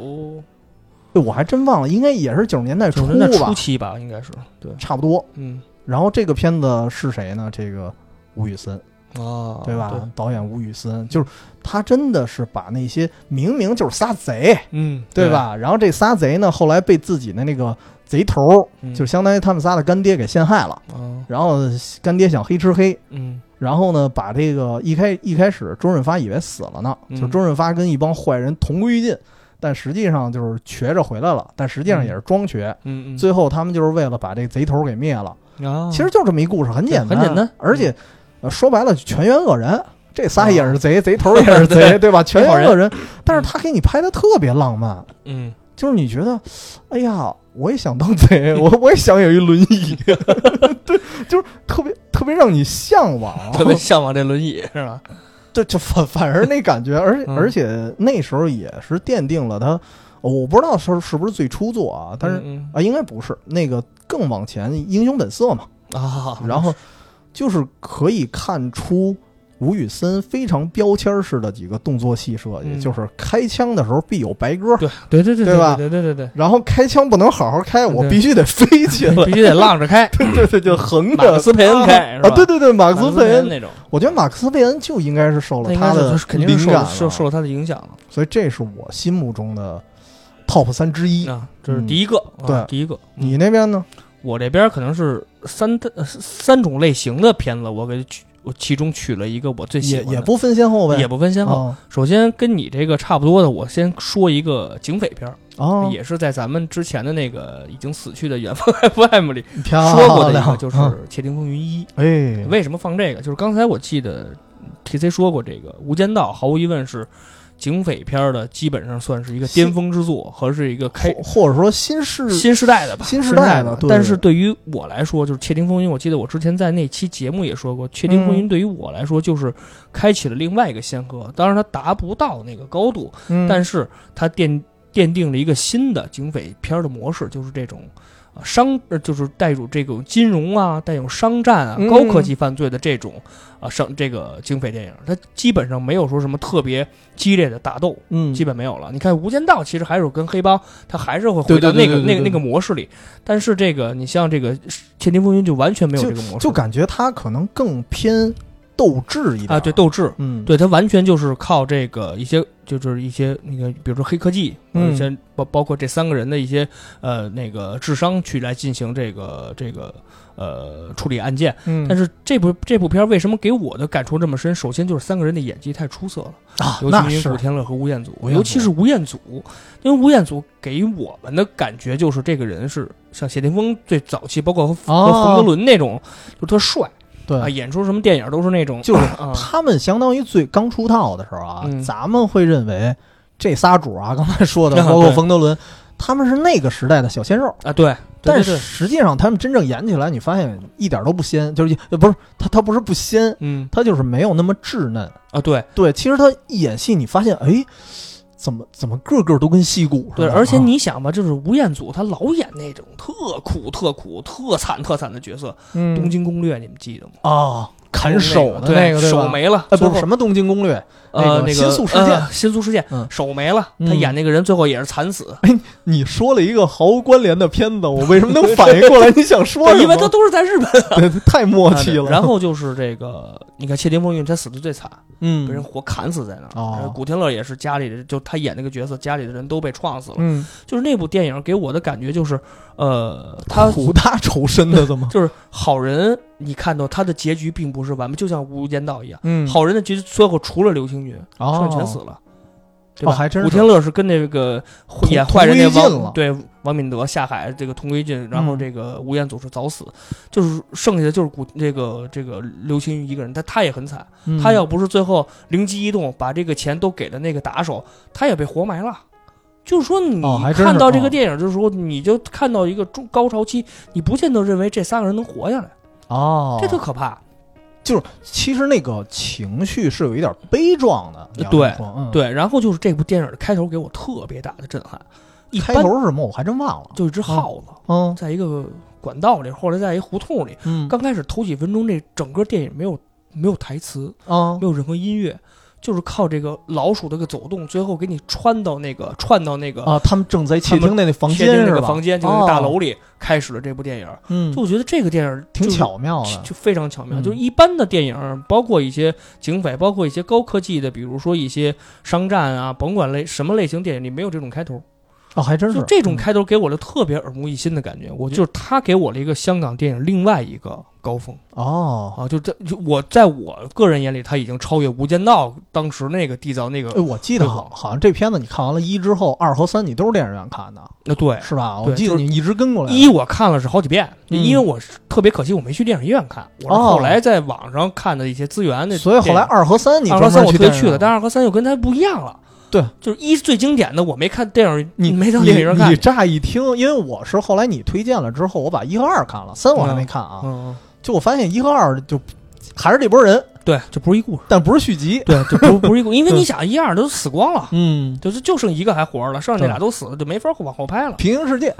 Speaker 1: 对我还真忘了，应该也是九十年代初
Speaker 2: 九十年代
Speaker 1: 吧
Speaker 2: 初，期吧，应该是对，
Speaker 1: 差不多。
Speaker 2: 嗯
Speaker 1: 然后这个片子是谁呢？这个吴宇森，
Speaker 2: 啊，
Speaker 1: 对吧？导演吴宇森，就是他真的是把那些明明就是仨贼，
Speaker 2: 嗯，
Speaker 1: 对？吧？然后这仨贼呢，后来被自己的那个贼头儿，
Speaker 2: 嗯
Speaker 1: 就相当于他们仨的干爹给陷害了，
Speaker 2: 啊，
Speaker 1: 然后干爹想黑吃黑，
Speaker 2: 嗯
Speaker 1: 然后呢，把这个一开一开始周润发以为死了呢，
Speaker 2: 嗯
Speaker 1: 就周润发跟一帮坏人同归于尽，但实际上就是瘸着回来了，但实际上也是装瘸。
Speaker 2: 嗯嗯，
Speaker 1: 最后他们就是为了把这贼头给灭了，
Speaker 2: 啊，
Speaker 1: 其实就这么一故事，很简
Speaker 2: 对
Speaker 1: 单，
Speaker 2: 很简单嗯
Speaker 1: 而且、呃说白了，全员恶人。这仨
Speaker 2: 啊
Speaker 1: 也 是贼，贼头也是贼，
Speaker 2: 对嗯
Speaker 1: 对吧？全员恶
Speaker 2: 好
Speaker 1: 人，但是他给你拍的特别浪漫，
Speaker 2: 嗯
Speaker 1: 就是你觉得，哎呀，我也想当 贼，我我也想有一轮椅， 对，就是特别特别让你向往，
Speaker 2: 特别向往这轮椅 是吧？
Speaker 1: 对，就反反而那感觉，而
Speaker 2: 嗯
Speaker 1: 而且那时候也是奠定了他，我不知道是是不是最初作啊，但是
Speaker 2: 嗯
Speaker 1: 啊，应该不是那个更往前，《英雄本色》嘛，
Speaker 2: 嗯啊，
Speaker 1: 然后就是可以看出吴宇森非常标签式的几个动作戏设计，
Speaker 2: 嗯
Speaker 1: 就是开枪的时候必有白鸽，
Speaker 2: 对对对
Speaker 1: 对吧
Speaker 2: 对对对对
Speaker 1: 然后开枪不能好好开，我
Speaker 2: 对
Speaker 1: 必须得飞起来
Speaker 2: 对，， 必须得浪着开，
Speaker 1: 对对对，就横
Speaker 2: 马克
Speaker 1: 着。
Speaker 2: 思佩恩开是吧？
Speaker 1: 啊，对对对，马
Speaker 2: 马
Speaker 1: 克思
Speaker 2: 佩
Speaker 1: 佩恩，
Speaker 2: 那种，
Speaker 1: 我觉得马克思佩恩就应该是受
Speaker 2: 那
Speaker 1: 了
Speaker 2: 应该
Speaker 1: 他的
Speaker 2: 是是肯定是
Speaker 1: 灵
Speaker 2: 受
Speaker 1: 感
Speaker 2: 了
Speaker 1: 了，啊
Speaker 2: 受受了他的影响了。
Speaker 1: 所以这是我心目中的 top 三之一。
Speaker 2: 啊，这是第一个，
Speaker 1: 嗯
Speaker 2: 啊
Speaker 1: 对
Speaker 2: 第一个。嗯
Speaker 1: 你那边呢？
Speaker 2: 我这边可能是三的呃三种类型的片子，我给取我其中取了一个我最喜
Speaker 1: 也
Speaker 2: 欢的，
Speaker 1: 也不分先后呗，
Speaker 2: 也不分哦先后。
Speaker 1: 啊
Speaker 2: 首先跟你这个差不多的，我先说一个警匪片儿，
Speaker 1: 啊，
Speaker 2: 也是在咱们之前的那个已经死去的远方 FM 里
Speaker 1: 漂
Speaker 2: 说
Speaker 1: 亮
Speaker 2: 过的一个，就是《
Speaker 1: 哦嗯
Speaker 2: 窃听风云一》。
Speaker 1: 哎，
Speaker 2: 为什么放这个？就是刚才我记得 TC 说过，这个《无间道》毫无疑问是警匪片儿的，基本上算是一个巅峰之作，和是一个开
Speaker 1: 或或者说新式
Speaker 2: 新时代的吧，
Speaker 1: 新时
Speaker 2: 时
Speaker 1: 代的
Speaker 2: 的。
Speaker 1: 对
Speaker 2: 但是对于我来说，就是《窃听风云》，我记得我之前在那期节目也说过，《窃
Speaker 1: 嗯
Speaker 2: 听风云》对于我来说就是开启了另外一个先河。当然，它达不到那个高度，
Speaker 1: 嗯
Speaker 2: 但是它奠奠定了一个新的警匪片儿的模式，就是这种。呃商呃就是带入这种金融啊，带有商战啊、
Speaker 1: 嗯
Speaker 2: 高科技犯罪的这种啊上这个警匪电影，它基本上没有说什么特别激烈的打斗，
Speaker 1: 嗯，
Speaker 2: 基本没有了。你看《无间道》，其实还是有跟黑帮，他还是会
Speaker 1: 对
Speaker 2: 回到
Speaker 1: 对
Speaker 2: 那
Speaker 1: 对对
Speaker 2: 个
Speaker 1: 对
Speaker 2: 那个那个模式里。但是这个，你像这个《窃听风云》就完全没有这个模式，
Speaker 1: 就感觉他可能更偏斗志一点
Speaker 2: 啊，对，斗志，
Speaker 1: 嗯，
Speaker 2: 对他完全就是靠这个一些就是一些那个，比如说黑科技，啊
Speaker 1: 嗯
Speaker 2: 一些包包括这三个人的一些呃那个智商去来进行这个这个呃处理案件。
Speaker 1: 嗯，
Speaker 2: 但是这部这部片儿为什么给我的感触这么深？首先就是三个人的演技太出色了。
Speaker 1: 啊，
Speaker 2: 尤
Speaker 1: 那
Speaker 2: 其是
Speaker 1: 是
Speaker 2: 古天乐和吴彦祖，
Speaker 1: 吴彦祖
Speaker 2: 尤其是吴彦祖，因为吴彦祖给我们的感觉就是这个人是像谢霆锋最早期，包括和
Speaker 1: 哦
Speaker 2: 和冯德伦那种，就特帅啊，
Speaker 1: 对，
Speaker 2: 演出什么电影都是那种，
Speaker 1: 就是
Speaker 2: 啊，
Speaker 1: 他们相当于最刚出道的时候啊
Speaker 2: 嗯，
Speaker 1: 咱们会认为这仨主啊，刚才说的
Speaker 2: 啊
Speaker 1: 包括
Speaker 2: 对
Speaker 1: 冯德伦，他们是那个时代的小鲜肉。
Speaker 2: 啊，对，对
Speaker 1: 但
Speaker 2: 对
Speaker 1: 是
Speaker 2: 对，
Speaker 1: 实际上，他们真正演起来，你发现一点都不鲜，就是呃不是他，他不是不鲜，
Speaker 2: 嗯
Speaker 1: 他就是没有那么稚嫩。
Speaker 2: 啊，对
Speaker 1: 对，其实他一演戏，你发现哎，怎么怎么个个都跟戏骨似
Speaker 2: 对，
Speaker 1: 的。
Speaker 2: 而且
Speaker 1: 啊
Speaker 2: 你想吧，就是吴彦祖他老演那种特苦、特苦、特惨、特惨的角色，《东
Speaker 1: 嗯
Speaker 2: 京攻略》你们记得吗？
Speaker 1: 啊，砍手的
Speaker 2: 对
Speaker 1: 那个对吧
Speaker 2: 手没了，
Speaker 1: 哎，
Speaker 2: 最
Speaker 1: 不
Speaker 2: 后
Speaker 1: 是什么东京攻略，
Speaker 2: 呃
Speaker 1: 那个
Speaker 2: 那个
Speaker 1: 新宿事件
Speaker 2: 呃新宿事件
Speaker 1: 嗯，
Speaker 2: 手没了，他
Speaker 1: 嗯哎
Speaker 2: 演那个人最后也是惨死，
Speaker 1: 你说了一个毫无关联的片子， 我为什么能反应过来你想说什么？
Speaker 2: 因为他都是在日本。 啊
Speaker 1: 对太默契了。
Speaker 2: 然后就是这个，你看《窃听风云》，他死的最惨，
Speaker 1: 嗯
Speaker 2: 被人活砍死在那儿。
Speaker 1: 哦
Speaker 2: 然后古天乐也是家里的，就他演那个角色，家里的人都被撞死了。
Speaker 1: 嗯，
Speaker 2: 就是那部电影给我的感觉就是，呃，他
Speaker 1: 苦大仇深的怎么？
Speaker 2: 就是好人，你看到他的结局并不是完美，就像《无间道》一样，
Speaker 1: 嗯，
Speaker 2: 好人的结局最后除了刘青云，剩
Speaker 1: 哦，
Speaker 2: 全死了。对吧？
Speaker 1: 哦还真是
Speaker 2: 古天乐是跟那个
Speaker 1: 同
Speaker 2: 演坏人那
Speaker 1: 同归于尽了嗯
Speaker 2: 王对王敏德下海，这个同归于尽，然后这个吴彦祖是早死，就是剩下的就是古这个这个刘青云一个人，但他也很惨，
Speaker 1: 嗯
Speaker 2: 他要不是最后灵机一动把这个钱都给了那个打手，他也被活埋了。就是说，你
Speaker 1: 哦还真是
Speaker 2: 看到这
Speaker 1: 哦
Speaker 2: 个电影的时候，你就看到一个中高潮期，你不见得认为这三个人能活下来，
Speaker 1: 哦，
Speaker 2: 这特可怕。
Speaker 1: 其实那个情绪是有一点悲壮的。你要这
Speaker 2: 对
Speaker 1: 么说，嗯，
Speaker 2: 对，然后就是这部电影的开头给我特别大的震撼，一
Speaker 1: 开
Speaker 2: 般
Speaker 1: 头是什么我还真忘了。
Speaker 2: 就一只耗子，
Speaker 1: 嗯
Speaker 2: 在一个管道里，或者在一胡同里。
Speaker 1: 嗯
Speaker 2: 刚开始头几分钟，这整个电影没有没有台词，
Speaker 1: 啊
Speaker 2: 没有任何音乐，就是靠这个老鼠的个走动，最后给你穿到那个串到那个
Speaker 1: 啊，他们正在窃听的那房
Speaker 2: 天
Speaker 1: 间
Speaker 2: 津那
Speaker 1: 是
Speaker 2: 个
Speaker 1: 吧？哦
Speaker 2: 房间，就那个大楼里开始了这部电影。
Speaker 1: 嗯
Speaker 2: 就，我觉得这个电影
Speaker 1: 挺
Speaker 2: 就是
Speaker 1: 巧妙的。
Speaker 2: 就非常巧妙。
Speaker 1: 嗯
Speaker 2: 就是一般的电影，包括一些警匪，包括一些高科技的，比如说一些商战啊，甭管类什么类型电影，里没有这种开头。
Speaker 1: 哦，还真是嗯
Speaker 2: 就这种开头给我的特别耳目一新的感觉，我就是他给我了一个香港电影另外一个高峰
Speaker 1: 哦。
Speaker 2: 啊！就这，就我在我个人眼里，他已经超越《无间道》当时那个缔造那
Speaker 1: 哎，
Speaker 2: 个，
Speaker 1: 我记得好，好像这片子你看完了一之后，二和三你都是电影院看的，
Speaker 2: 那对
Speaker 1: 是吧？
Speaker 2: 对
Speaker 1: 我记得
Speaker 2: 就是
Speaker 1: 你一直跟过来的。
Speaker 2: 一我看了是好几遍，
Speaker 1: 嗯
Speaker 2: 因为我是特别可惜我没去电影院看，我是
Speaker 1: 哦
Speaker 2: 后来在网上看的一些资源那，
Speaker 1: 所以后来二和三你
Speaker 2: 二和三
Speaker 1: 专
Speaker 2: 我
Speaker 1: 门
Speaker 2: 特意
Speaker 1: 电影
Speaker 2: 去了，
Speaker 1: 院
Speaker 2: 但二和三又跟他不一样了。
Speaker 1: 对，
Speaker 2: 就是一最经典的，我没看电影，
Speaker 1: 你
Speaker 2: 没当
Speaker 1: 你
Speaker 2: 电影看嗯
Speaker 1: 你。嗯乍一听，因为我是后来你推荐了之后，我把一和二看了，三我还没看啊。
Speaker 2: 嗯，
Speaker 1: 就我发现一和二就还是这波人，
Speaker 2: 嗯对，这不是一故事，
Speaker 1: 但不是嗯续集。
Speaker 2: 对，这不不是一 故事，因为你想一二都死光了，
Speaker 1: 嗯，
Speaker 2: 就是就剩一个还活着了，剩下那俩都死了，就没法往 后拍了。
Speaker 1: 平行世 界，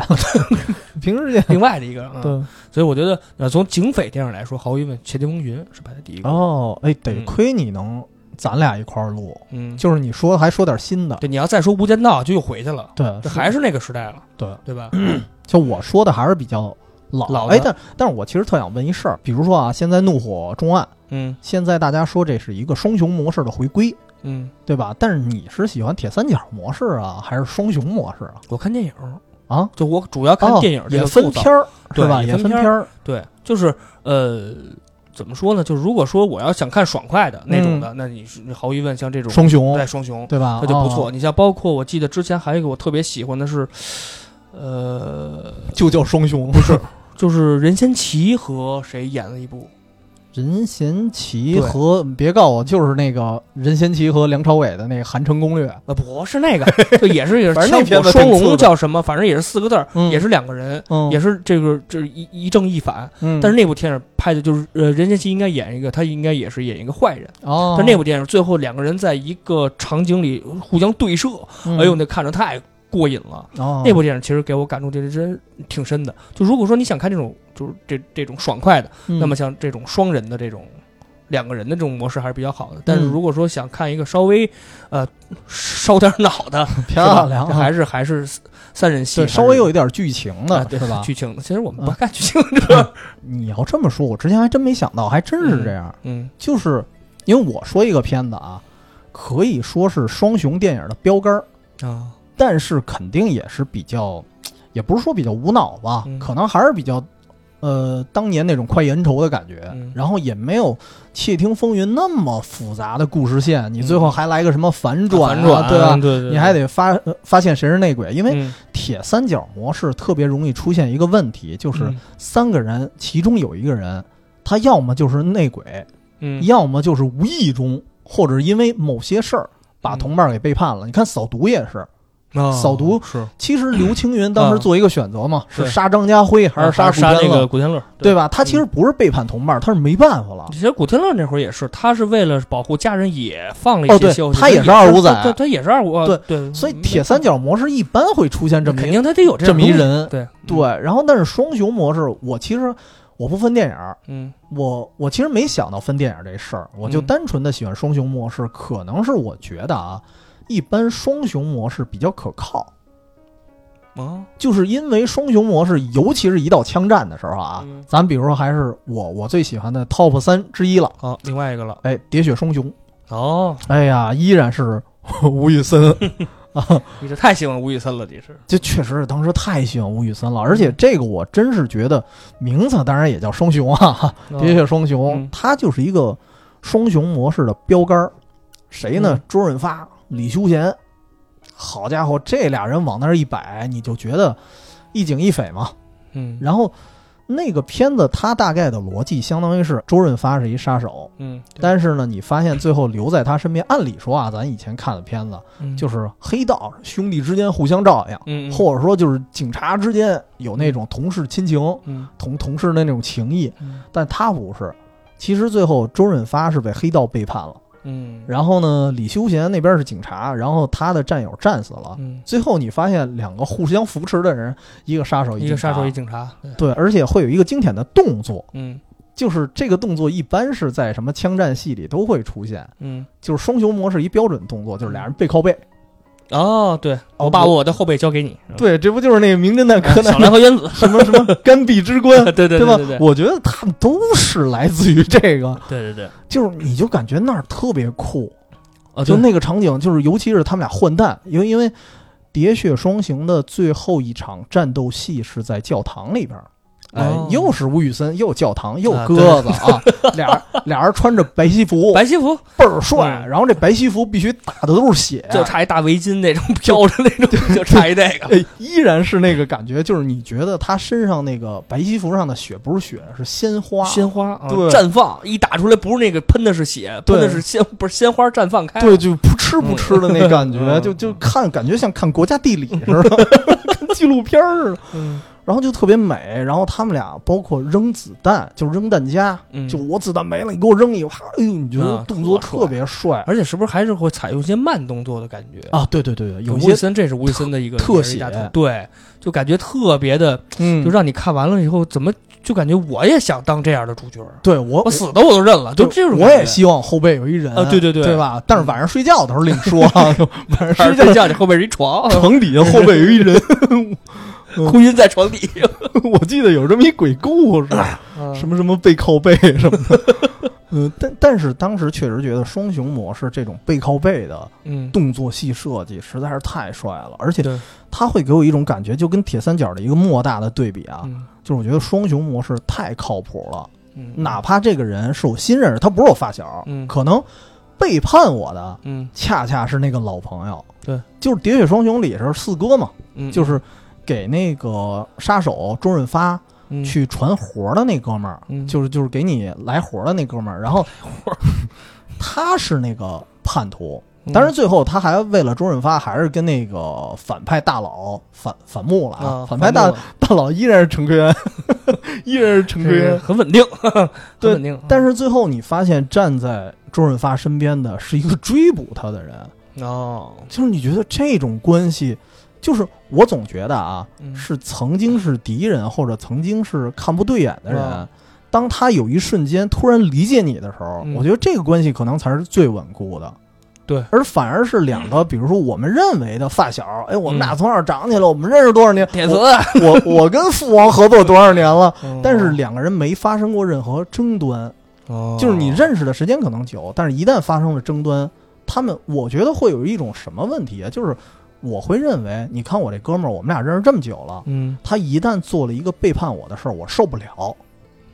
Speaker 1: 平行世界。
Speaker 2: 另外的一个，嗯，
Speaker 1: 对，
Speaker 2: 所以我觉得，呃，从警匪电影来说，毫无疑问，《窃听风云》是排在第一个。
Speaker 1: 哦，哎，得
Speaker 2: 嗯
Speaker 1: 亏你能，咱俩一块儿录，
Speaker 2: 嗯，
Speaker 1: 就是你说还说点新的。
Speaker 2: 对，你要再说《无间道》，就又回去了，
Speaker 1: 对，
Speaker 2: 这还是那个时代了，
Speaker 1: 对，
Speaker 2: 对吧？
Speaker 1: 就我说的还是比较老。
Speaker 2: 老的
Speaker 1: 哎，但但是我其实特想问一事儿，比如说啊，现在怒火重案，
Speaker 2: 嗯
Speaker 1: 现在大家说这是一个双雄模式的回归，
Speaker 2: 嗯，
Speaker 1: 对吧？但是你是喜欢铁三角模式啊，还是双雄模式啊？
Speaker 2: 我看电影儿
Speaker 1: 啊，
Speaker 2: 就我主要看
Speaker 1: 哦
Speaker 2: 电影儿这
Speaker 1: 也
Speaker 2: 个
Speaker 1: 分
Speaker 2: 构造
Speaker 1: 片儿，
Speaker 2: 对
Speaker 1: 是吧？
Speaker 2: 也
Speaker 1: 也
Speaker 2: 分
Speaker 1: 分
Speaker 2: 片儿
Speaker 1: 儿，
Speaker 2: 对，就是呃，怎么说呢？就是如果说我要想看爽快的那种的，那你是毫无疑问，像这种
Speaker 1: 嗯双雄，
Speaker 2: 带双雄，
Speaker 1: 对吧？
Speaker 2: 它就不错。
Speaker 1: 哦，
Speaker 2: 你像包括我记得之前还有一个我特别喜欢的是，呃，
Speaker 1: 就叫双雄，不 是
Speaker 2: 就是任贤齐和谁演了一部，
Speaker 1: 任贤齐
Speaker 2: 对
Speaker 1: 和别告我，就是那个任贤齐和梁朝伟的那个《韩城攻略》。
Speaker 2: 呃，不是那个， 就也是也 是
Speaker 1: 反正那
Speaker 2: 枪
Speaker 1: 片子
Speaker 2: 火双
Speaker 1: 挺次
Speaker 2: 龙
Speaker 1: 的
Speaker 2: 叫什么，反正也是四个字儿，
Speaker 1: 嗯
Speaker 2: 也是两个人。
Speaker 1: 嗯，
Speaker 2: 也是这个，这一一正一反，
Speaker 1: 嗯，
Speaker 2: 但是那部电影拍的就是，呃，任贤齐应该演一个，他应该也是演一个坏人，
Speaker 1: 哦，
Speaker 2: 但那部电影最后两个人在一个场景里互相对射，
Speaker 1: 嗯
Speaker 2: 哎呦，，那看着太过瘾了。
Speaker 1: 哦
Speaker 2: 那部电影其实给我感触就是真挺深的。就如果说你想看这种就是这这种爽快的，
Speaker 1: 嗯
Speaker 2: 那么像这种双人的这种两个人的这种模式还是比较好的。但
Speaker 1: 嗯
Speaker 2: 是如果说想看一个稍微呃烧点脑的，
Speaker 1: 漂亮
Speaker 2: 是吧这
Speaker 1: 啊，
Speaker 2: 还是还是三人戏
Speaker 1: 对
Speaker 2: 还是，
Speaker 1: 稍微有一点剧情
Speaker 2: 啊
Speaker 1: 的，
Speaker 2: 对
Speaker 1: 是吧？
Speaker 2: 剧情的。其实我们
Speaker 1: 嗯
Speaker 2: 不看剧情，这、
Speaker 1: 你要这么说，我之前还真没想到，还真是这样。
Speaker 2: 嗯
Speaker 1: 就是因为我说一个片子啊，可以说是双雄电影的标杆儿，
Speaker 2: 啊
Speaker 1: 但是肯定也是比较，也不是说比较无脑吧，
Speaker 2: 嗯
Speaker 1: 可能还是比较。呃，当年那种快意恩仇的感觉，
Speaker 2: 嗯
Speaker 1: 然后也没有《窃听风云》那么复杂的故事线，你最后还来个什么反转、啊，
Speaker 2: 嗯反转嗯
Speaker 1: 对吧？
Speaker 2: 对对，
Speaker 1: 你还得发、呃发现谁是内鬼，因为
Speaker 2: 嗯
Speaker 1: 铁三角模式特别容易出现一个问题，就是
Speaker 2: 嗯
Speaker 1: 三个人其中有一个人，他要么就是内鬼，
Speaker 2: 嗯
Speaker 1: 要么就是无意中或者因为某些事儿
Speaker 2: 嗯
Speaker 1: 把同伴给背叛了。你看扫毒也是，
Speaker 2: 哦
Speaker 1: 扫毒
Speaker 2: 是
Speaker 1: 其实刘青云当时做一个选择嘛，
Speaker 2: 对
Speaker 1: 是杀张家辉还是
Speaker 2: 杀
Speaker 1: 杀古
Speaker 2: 嗯杀那
Speaker 1: 天
Speaker 2: 个
Speaker 1: 乐，
Speaker 2: 古天乐，
Speaker 1: 对吧？他其实不是背叛同伴，他是没办法了。
Speaker 2: 其实古天乐那会儿也是，他是为了保护家人也放了
Speaker 1: 哦
Speaker 2: 一些
Speaker 1: 对
Speaker 2: 消息，
Speaker 1: 他也是二五仔
Speaker 2: 对，他也是二五，
Speaker 1: 对
Speaker 2: 对，
Speaker 1: 所以铁三角模式一般会出现
Speaker 2: 没
Speaker 1: 这么
Speaker 2: 肯
Speaker 1: 一
Speaker 2: 定他得有这
Speaker 1: 这么一
Speaker 2: 种东
Speaker 1: 人
Speaker 2: 西，，嗯对
Speaker 1: 对，。然后但是双雄模式，我其实我不分电影儿。
Speaker 2: 嗯
Speaker 1: 我我其实没想到分电影这事儿，我就
Speaker 2: 嗯
Speaker 1: 单纯的喜欢双雄模式，可能是我觉得啊，一般双雄模式比较可靠，
Speaker 2: 啊，
Speaker 1: 就是因为双雄模式，尤其是一到枪战的时候啊，
Speaker 2: 嗯
Speaker 1: 咱比如说还是我我最喜欢的 Top 三之一了，
Speaker 2: 好，哦另外一个了，
Speaker 1: 哎，喋血双雄，
Speaker 2: 哦，
Speaker 1: 哎呀，依然是 吴宇森啊，
Speaker 2: 你这太喜欢吴宇森了，你是，
Speaker 1: 这确实是当时太喜欢吴宇森了，而且
Speaker 2: 嗯
Speaker 1: 这个我真是觉得名字当然也叫双雄啊，
Speaker 2: 哦
Speaker 1: 喋血双雄，
Speaker 2: 嗯
Speaker 1: 它就是一个双雄模式的标杆儿。谁呢？
Speaker 2: 嗯
Speaker 1: 周润发、李修贤，好家伙，这俩人往那儿一摆，你就觉得一警一匪嘛。
Speaker 2: 嗯
Speaker 1: 然后那个片子它大概的逻辑相当于是周润发是一杀手，
Speaker 2: 嗯，
Speaker 1: 但是呢，你发现最后留在他身边，按理说啊，咱以前看的片子
Speaker 2: 嗯
Speaker 1: 就是黑道兄弟之间互相照应，
Speaker 2: 嗯，嗯
Speaker 1: 或者说就是警察之间有那种同事亲情、
Speaker 2: 嗯
Speaker 1: 同同事的那种情谊，
Speaker 2: 嗯
Speaker 1: 但他不是。其实最后周润发是被黑道背叛了，
Speaker 2: 嗯，
Speaker 1: 然后呢，李修贤那边是警察，然后他的战友战死了。
Speaker 2: 嗯，
Speaker 1: 最后你发现两个互相扶持的人，一个杀手，
Speaker 2: 一
Speaker 1: 警
Speaker 2: 个
Speaker 1: 察
Speaker 2: 杀手，一警察，对
Speaker 1: 对，而且会有一个经典的动作，
Speaker 2: 嗯
Speaker 1: 就是这个动作一般是在什么枪战戏里都会出现，
Speaker 2: 嗯，
Speaker 1: 就是双雄模式一标准动作，就是俩人背靠背。
Speaker 2: 哦，对，我把我的后背交给你，嗯
Speaker 1: 对，这不就是那个名侦探柯
Speaker 2: 啊小
Speaker 1: 南
Speaker 2: 兰
Speaker 1: 的
Speaker 2: 和原子，
Speaker 1: 什 么什么干臂之
Speaker 2: 对
Speaker 1: 关，
Speaker 2: 对对
Speaker 1: 吧
Speaker 2: 对对？
Speaker 1: 我觉得他们都是来自于这个，
Speaker 2: 对对对，
Speaker 1: 就是你就感觉那儿特别酷。
Speaker 2: 哦，
Speaker 1: 就
Speaker 2: 对
Speaker 1: 那个场景，就是尤其是他们俩换弹，因为因为《喋血双雄》的最后一场战斗戏是在教堂里边儿，哎
Speaker 2: 哦，
Speaker 1: 又是吴宇森，又教堂，又
Speaker 2: 啊
Speaker 1: 鸽子啊，俩俩人穿着白西服，
Speaker 2: 白西服
Speaker 1: 倍儿帅。
Speaker 2: 嗯
Speaker 1: 然后这白西服必须打的都是血，
Speaker 2: 就差一大围巾那种飘着那种，就差一这 个。
Speaker 1: 哎，依然是那个感觉，就是你觉得他身上那个白西服上的血不是血，是鲜花。
Speaker 2: 鲜花啊，
Speaker 1: 对
Speaker 2: 绽放一打出来，不是那个喷的是血，
Speaker 1: 对
Speaker 2: 喷的是鲜，不是鲜花绽放开。
Speaker 1: 对，就扑哧扑哧的那感觉，
Speaker 2: 嗯
Speaker 1: 就就看感觉像看国家地理似 的，跟纪录片儿似的，
Speaker 2: 嗯，
Speaker 1: 然后就特别美。然后他们俩包括扔子弹，就扔弹夹，
Speaker 2: 嗯
Speaker 1: 就我子弹没了，你给我扔一个，啪，哎呦，你觉得
Speaker 2: 啊
Speaker 1: 动作
Speaker 2: 特
Speaker 1: 特别帅
Speaker 2: 而且是不是还是会采用一些慢动作的感觉？
Speaker 1: 啊！对对对对，有
Speaker 2: 吴
Speaker 1: 一
Speaker 2: 宇
Speaker 1: 些
Speaker 2: 森，这是吴宇森的一个
Speaker 1: 特
Speaker 2: 也是一大
Speaker 1: 写
Speaker 2: 特对，就感觉特别的，
Speaker 1: 嗯
Speaker 2: 就让你看完了以后，怎么就感觉我也想当这样的主角儿？
Speaker 1: 对我
Speaker 2: 我死的我都认了，就
Speaker 1: 就
Speaker 2: 这种感觉。
Speaker 1: 哦我也希望后背有一人
Speaker 2: 啊对对对
Speaker 1: 对，吧？但是晚上睡觉的时候另说 啊，就晚上
Speaker 2: 还
Speaker 1: 睡
Speaker 2: 是
Speaker 1: 觉
Speaker 2: 睡觉，你后边是一床，
Speaker 1: 床底下后背有一人，
Speaker 2: 哭晕在床底下。
Speaker 1: 我记得有这么一鬼 故事，什么什么背靠背什么的。 嗯，但但是当时确实觉得双雄模式这种背靠背的
Speaker 2: 嗯，
Speaker 1: 动作戏设计实在是太帅了，而且
Speaker 2: 对，
Speaker 1: 它会给我一种感觉，就跟铁三角的一个莫大的对比啊，
Speaker 2: 嗯
Speaker 1: 就是我觉得双雄模式太靠谱了。
Speaker 2: 嗯
Speaker 1: 哪怕这个人是我新认识，他不是我发小，
Speaker 2: 嗯
Speaker 1: 可能背叛我的
Speaker 2: 嗯
Speaker 1: 恰恰是那个老朋友。
Speaker 2: 对，
Speaker 1: 就是《喋血双雄》里是四哥嘛，
Speaker 2: 嗯，
Speaker 1: 就是给那个杀手周润发
Speaker 2: 嗯
Speaker 1: 去传活的那哥们儿，
Speaker 2: 嗯
Speaker 1: 就是就是给你来活的那哥们儿。然 后他是那个叛徒，
Speaker 2: 嗯
Speaker 1: 当然最后他还为了周润发，还是跟那个反派大佬反反目了
Speaker 2: 啊，
Speaker 1: 反派大
Speaker 2: 反目了
Speaker 1: 大佬依然是陈奎 安，依然是陈
Speaker 2: 这
Speaker 1: 奎
Speaker 2: 个
Speaker 1: 安。
Speaker 2: 很稳定， 很
Speaker 1: 对
Speaker 2: 稳定。
Speaker 1: 但是最后你发现站在周润发身边的是一个追捕他的人，
Speaker 2: 哦，
Speaker 1: 就是你觉得这种关系，就是我总觉得啊，
Speaker 2: 嗯
Speaker 1: 是曾经是敌人或者曾经是看不对眼的人
Speaker 2: 啊，
Speaker 1: 当他有一瞬间突然理解你的时候
Speaker 2: 嗯，
Speaker 1: 我觉得这个关系可能才是最稳固的。
Speaker 2: 对，
Speaker 1: 而反而是两个，比如说我们认为的发小，哎，我们俩
Speaker 2: 嗯
Speaker 1: 从小长起来，我们认识多少年？
Speaker 2: 铁
Speaker 1: 我
Speaker 2: 子，啊
Speaker 1: 我我跟父王合作多少年了？ 但是
Speaker 2: 嗯
Speaker 1: 两个人没发生过任何争端，
Speaker 2: 哦
Speaker 1: 就是你认识的时间可能久，但是一旦发生了争端，他们我觉得会有一种什么问题啊？就是我会认为，你看我这哥们儿，我们俩认识这么久了，
Speaker 2: 嗯，
Speaker 1: 他一旦做了一个背叛我的事儿，我受不了，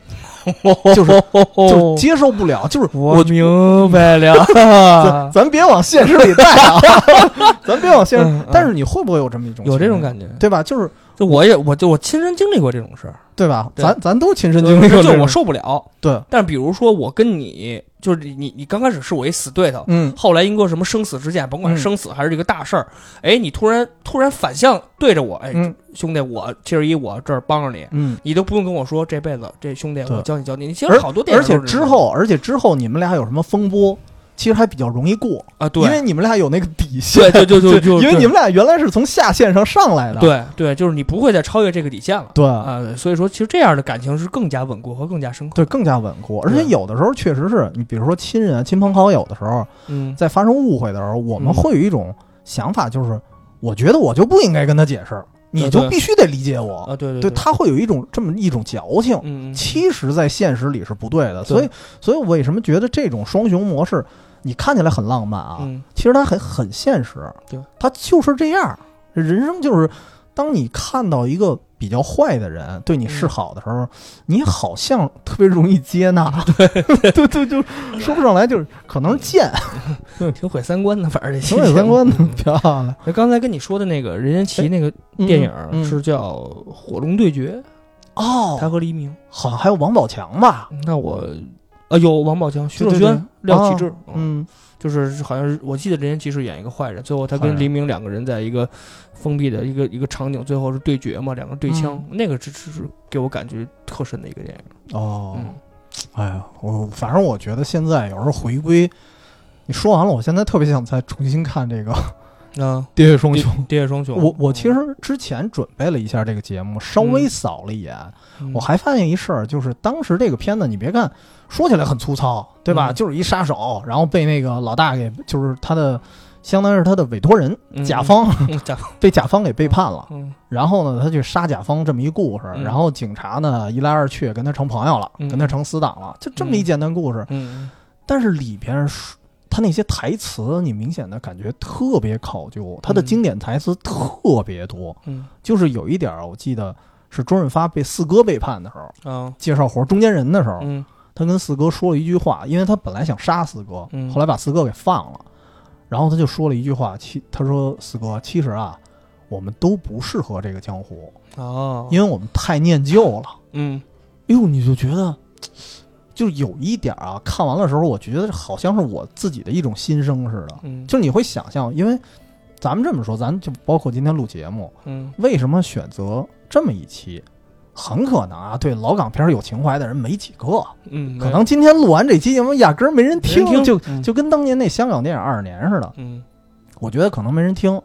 Speaker 2: 就是哦
Speaker 1: 就接受不 了，就是
Speaker 2: 我
Speaker 1: 哦我。
Speaker 2: 明白了，
Speaker 1: 咱咱别往现实里带啊， 咱别往现
Speaker 2: 嗯嗯
Speaker 1: 实。但是你会不会有这么一种
Speaker 2: 有这种
Speaker 1: 情况
Speaker 2: 感觉。
Speaker 1: 对吧？就是
Speaker 2: 就我也我就我亲身经历过这种事儿，
Speaker 1: 对吧？
Speaker 2: 对
Speaker 1: 咱咱都亲身
Speaker 2: 就
Speaker 1: 经历过这
Speaker 2: 就
Speaker 1: 种。
Speaker 2: 我受不了。
Speaker 1: 对，
Speaker 2: 但比如说我跟你，就是你你你刚开始是我一死对头，
Speaker 1: 嗯，
Speaker 2: 后来因过什么生死之间，甭管是
Speaker 1: 嗯
Speaker 2: 生死还是这个大事儿，哎，你突然突然反向对着我，哎，
Speaker 1: 嗯
Speaker 2: 兄弟，我七十一，我这儿帮着你，
Speaker 1: 嗯，
Speaker 2: 你都不用跟我说这辈子这兄弟，
Speaker 1: 对
Speaker 2: 我教你教你。你其实
Speaker 1: 而
Speaker 2: 好多电影
Speaker 1: 而
Speaker 2: 都是
Speaker 1: 且
Speaker 2: 这
Speaker 1: 之
Speaker 2: 样
Speaker 1: 后，而且之后你们俩有什么风波，其实还比较容易过，
Speaker 2: 啊，对，
Speaker 1: 因为你们俩有那个底线
Speaker 2: 对，，就就就就
Speaker 1: 因为你们俩原来是从下线上上来的，
Speaker 2: 对对，就是你不会再超越这个底线了。
Speaker 1: 对
Speaker 2: 啊，所以说其实这样的感情是更加稳固和更加深刻。
Speaker 1: 对，更加稳固。而
Speaker 2: 对
Speaker 1: 且有的时候确实是你，比如说亲人、啊亲朋好友的时候，
Speaker 2: 嗯，
Speaker 1: 在发生误会的时候，我
Speaker 2: 嗯
Speaker 1: 们会有一种想法，就是我觉得我就不应该跟他解释，你
Speaker 2: 对
Speaker 1: 就
Speaker 2: 对
Speaker 1: 必须得理解我。
Speaker 2: 啊，对对
Speaker 1: 对他会有一种这么一种矫情，
Speaker 2: 嗯，嗯嗯
Speaker 1: 其实，在现实里是不对的。
Speaker 2: 对
Speaker 1: 所以，所以我为什么觉得这种双雄模式，你看起来很浪漫啊，
Speaker 2: 嗯
Speaker 1: 其实它很很现实，
Speaker 2: 对，
Speaker 1: 它就是这样。人生就是，当你看到一个比较坏的人对你示好的时
Speaker 2: 嗯
Speaker 1: 候，你好像特别容易接纳， 对对对，就说不上来，就是可能是贱，
Speaker 2: 嗯挺毁三观的，反正这
Speaker 1: 挺有三观的
Speaker 2: 期节目，
Speaker 1: 漂亮。
Speaker 2: 嗯那刚才跟你说的那个任贤齐那个
Speaker 1: 嗯
Speaker 2: 电
Speaker 1: 嗯
Speaker 2: 影是叫《火龙对决》，他
Speaker 1: 哦，
Speaker 2: 和黎明。嗯
Speaker 1: 好像还有王宝强吧？
Speaker 2: 那我啊有王宝强、徐
Speaker 1: 对
Speaker 2: 若
Speaker 1: 对
Speaker 2: 瑄
Speaker 1: 对、
Speaker 2: 廖启智，，
Speaker 1: 嗯，
Speaker 2: 就是好像是我记得任贤齐是演一个坏人，最后他
Speaker 1: 坏
Speaker 2: 跟
Speaker 1: 人
Speaker 2: 黎明两个人在一个封闭的一个一个场景，最后是对决嘛，两个人对枪，那个是是是给我感觉特深的一个电影。
Speaker 1: 哦，
Speaker 2: 嗯，
Speaker 1: 哎呀，我反正我觉得现在有时候回归，你说完了，我现在特别想再重新看这个《
Speaker 2: 那
Speaker 1: 喋血双
Speaker 2: 喋
Speaker 1: 雄》。
Speaker 2: 喋血啊双 雄，
Speaker 1: 我我其实之前准备了一下这个节目，稍微扫了一眼，
Speaker 2: 嗯
Speaker 1: 我还发现一事儿，就是当时这个片子，你别看说起来很粗糙，对吧？
Speaker 2: 嗯
Speaker 1: 就是一杀手，然后被那个老大给，就是他的，相当于是他的委托人，
Speaker 2: 嗯
Speaker 1: 甲方
Speaker 2: 嗯甲方，
Speaker 1: 被甲方给背叛了，
Speaker 2: 嗯
Speaker 1: 然后呢，他去杀甲方这么一故事，
Speaker 2: 嗯
Speaker 1: 然后警察呢一来二去跟他成朋友了，
Speaker 2: 嗯
Speaker 1: 跟他成死党了，就这么一简单故事。
Speaker 2: 嗯
Speaker 1: 但是里边说他那些台词，你明显的感觉特别考究，他的
Speaker 2: 嗯
Speaker 1: 经典台词特别多。
Speaker 2: 嗯
Speaker 1: 就是有一点儿，我记得是周润发被四哥背叛的时候，
Speaker 2: 啊，
Speaker 1: 介绍活中间人的时候，
Speaker 2: 嗯
Speaker 1: 他跟四哥说了一句话，因为他本来想杀四哥，
Speaker 2: 嗯
Speaker 1: 后来把四哥给放了，然后他就说了一句话，其他说四哥，其实啊，我们都不适合这个江湖，
Speaker 2: 哦，
Speaker 1: 因为我们太念旧了。
Speaker 2: 嗯
Speaker 1: 哎呦，你就觉得，就是有一点啊，看完了时候，我觉得好像是我自己的一种心声似的，
Speaker 2: 嗯，
Speaker 1: 就是你会想象，因为咱们这么说，咱就包括今天录节目，
Speaker 2: 嗯
Speaker 1: 为什么选择这么一期？很可能啊，对老港片儿有情怀的人没几个，
Speaker 2: 嗯，
Speaker 1: 可能今天录完这期节目，压根儿没人
Speaker 2: 没人
Speaker 1: 听，
Speaker 2: 听
Speaker 1: 就
Speaker 2: 嗯
Speaker 1: 就跟当年那香港电影二十年似的，
Speaker 2: 嗯，
Speaker 1: 我觉得可能没人听，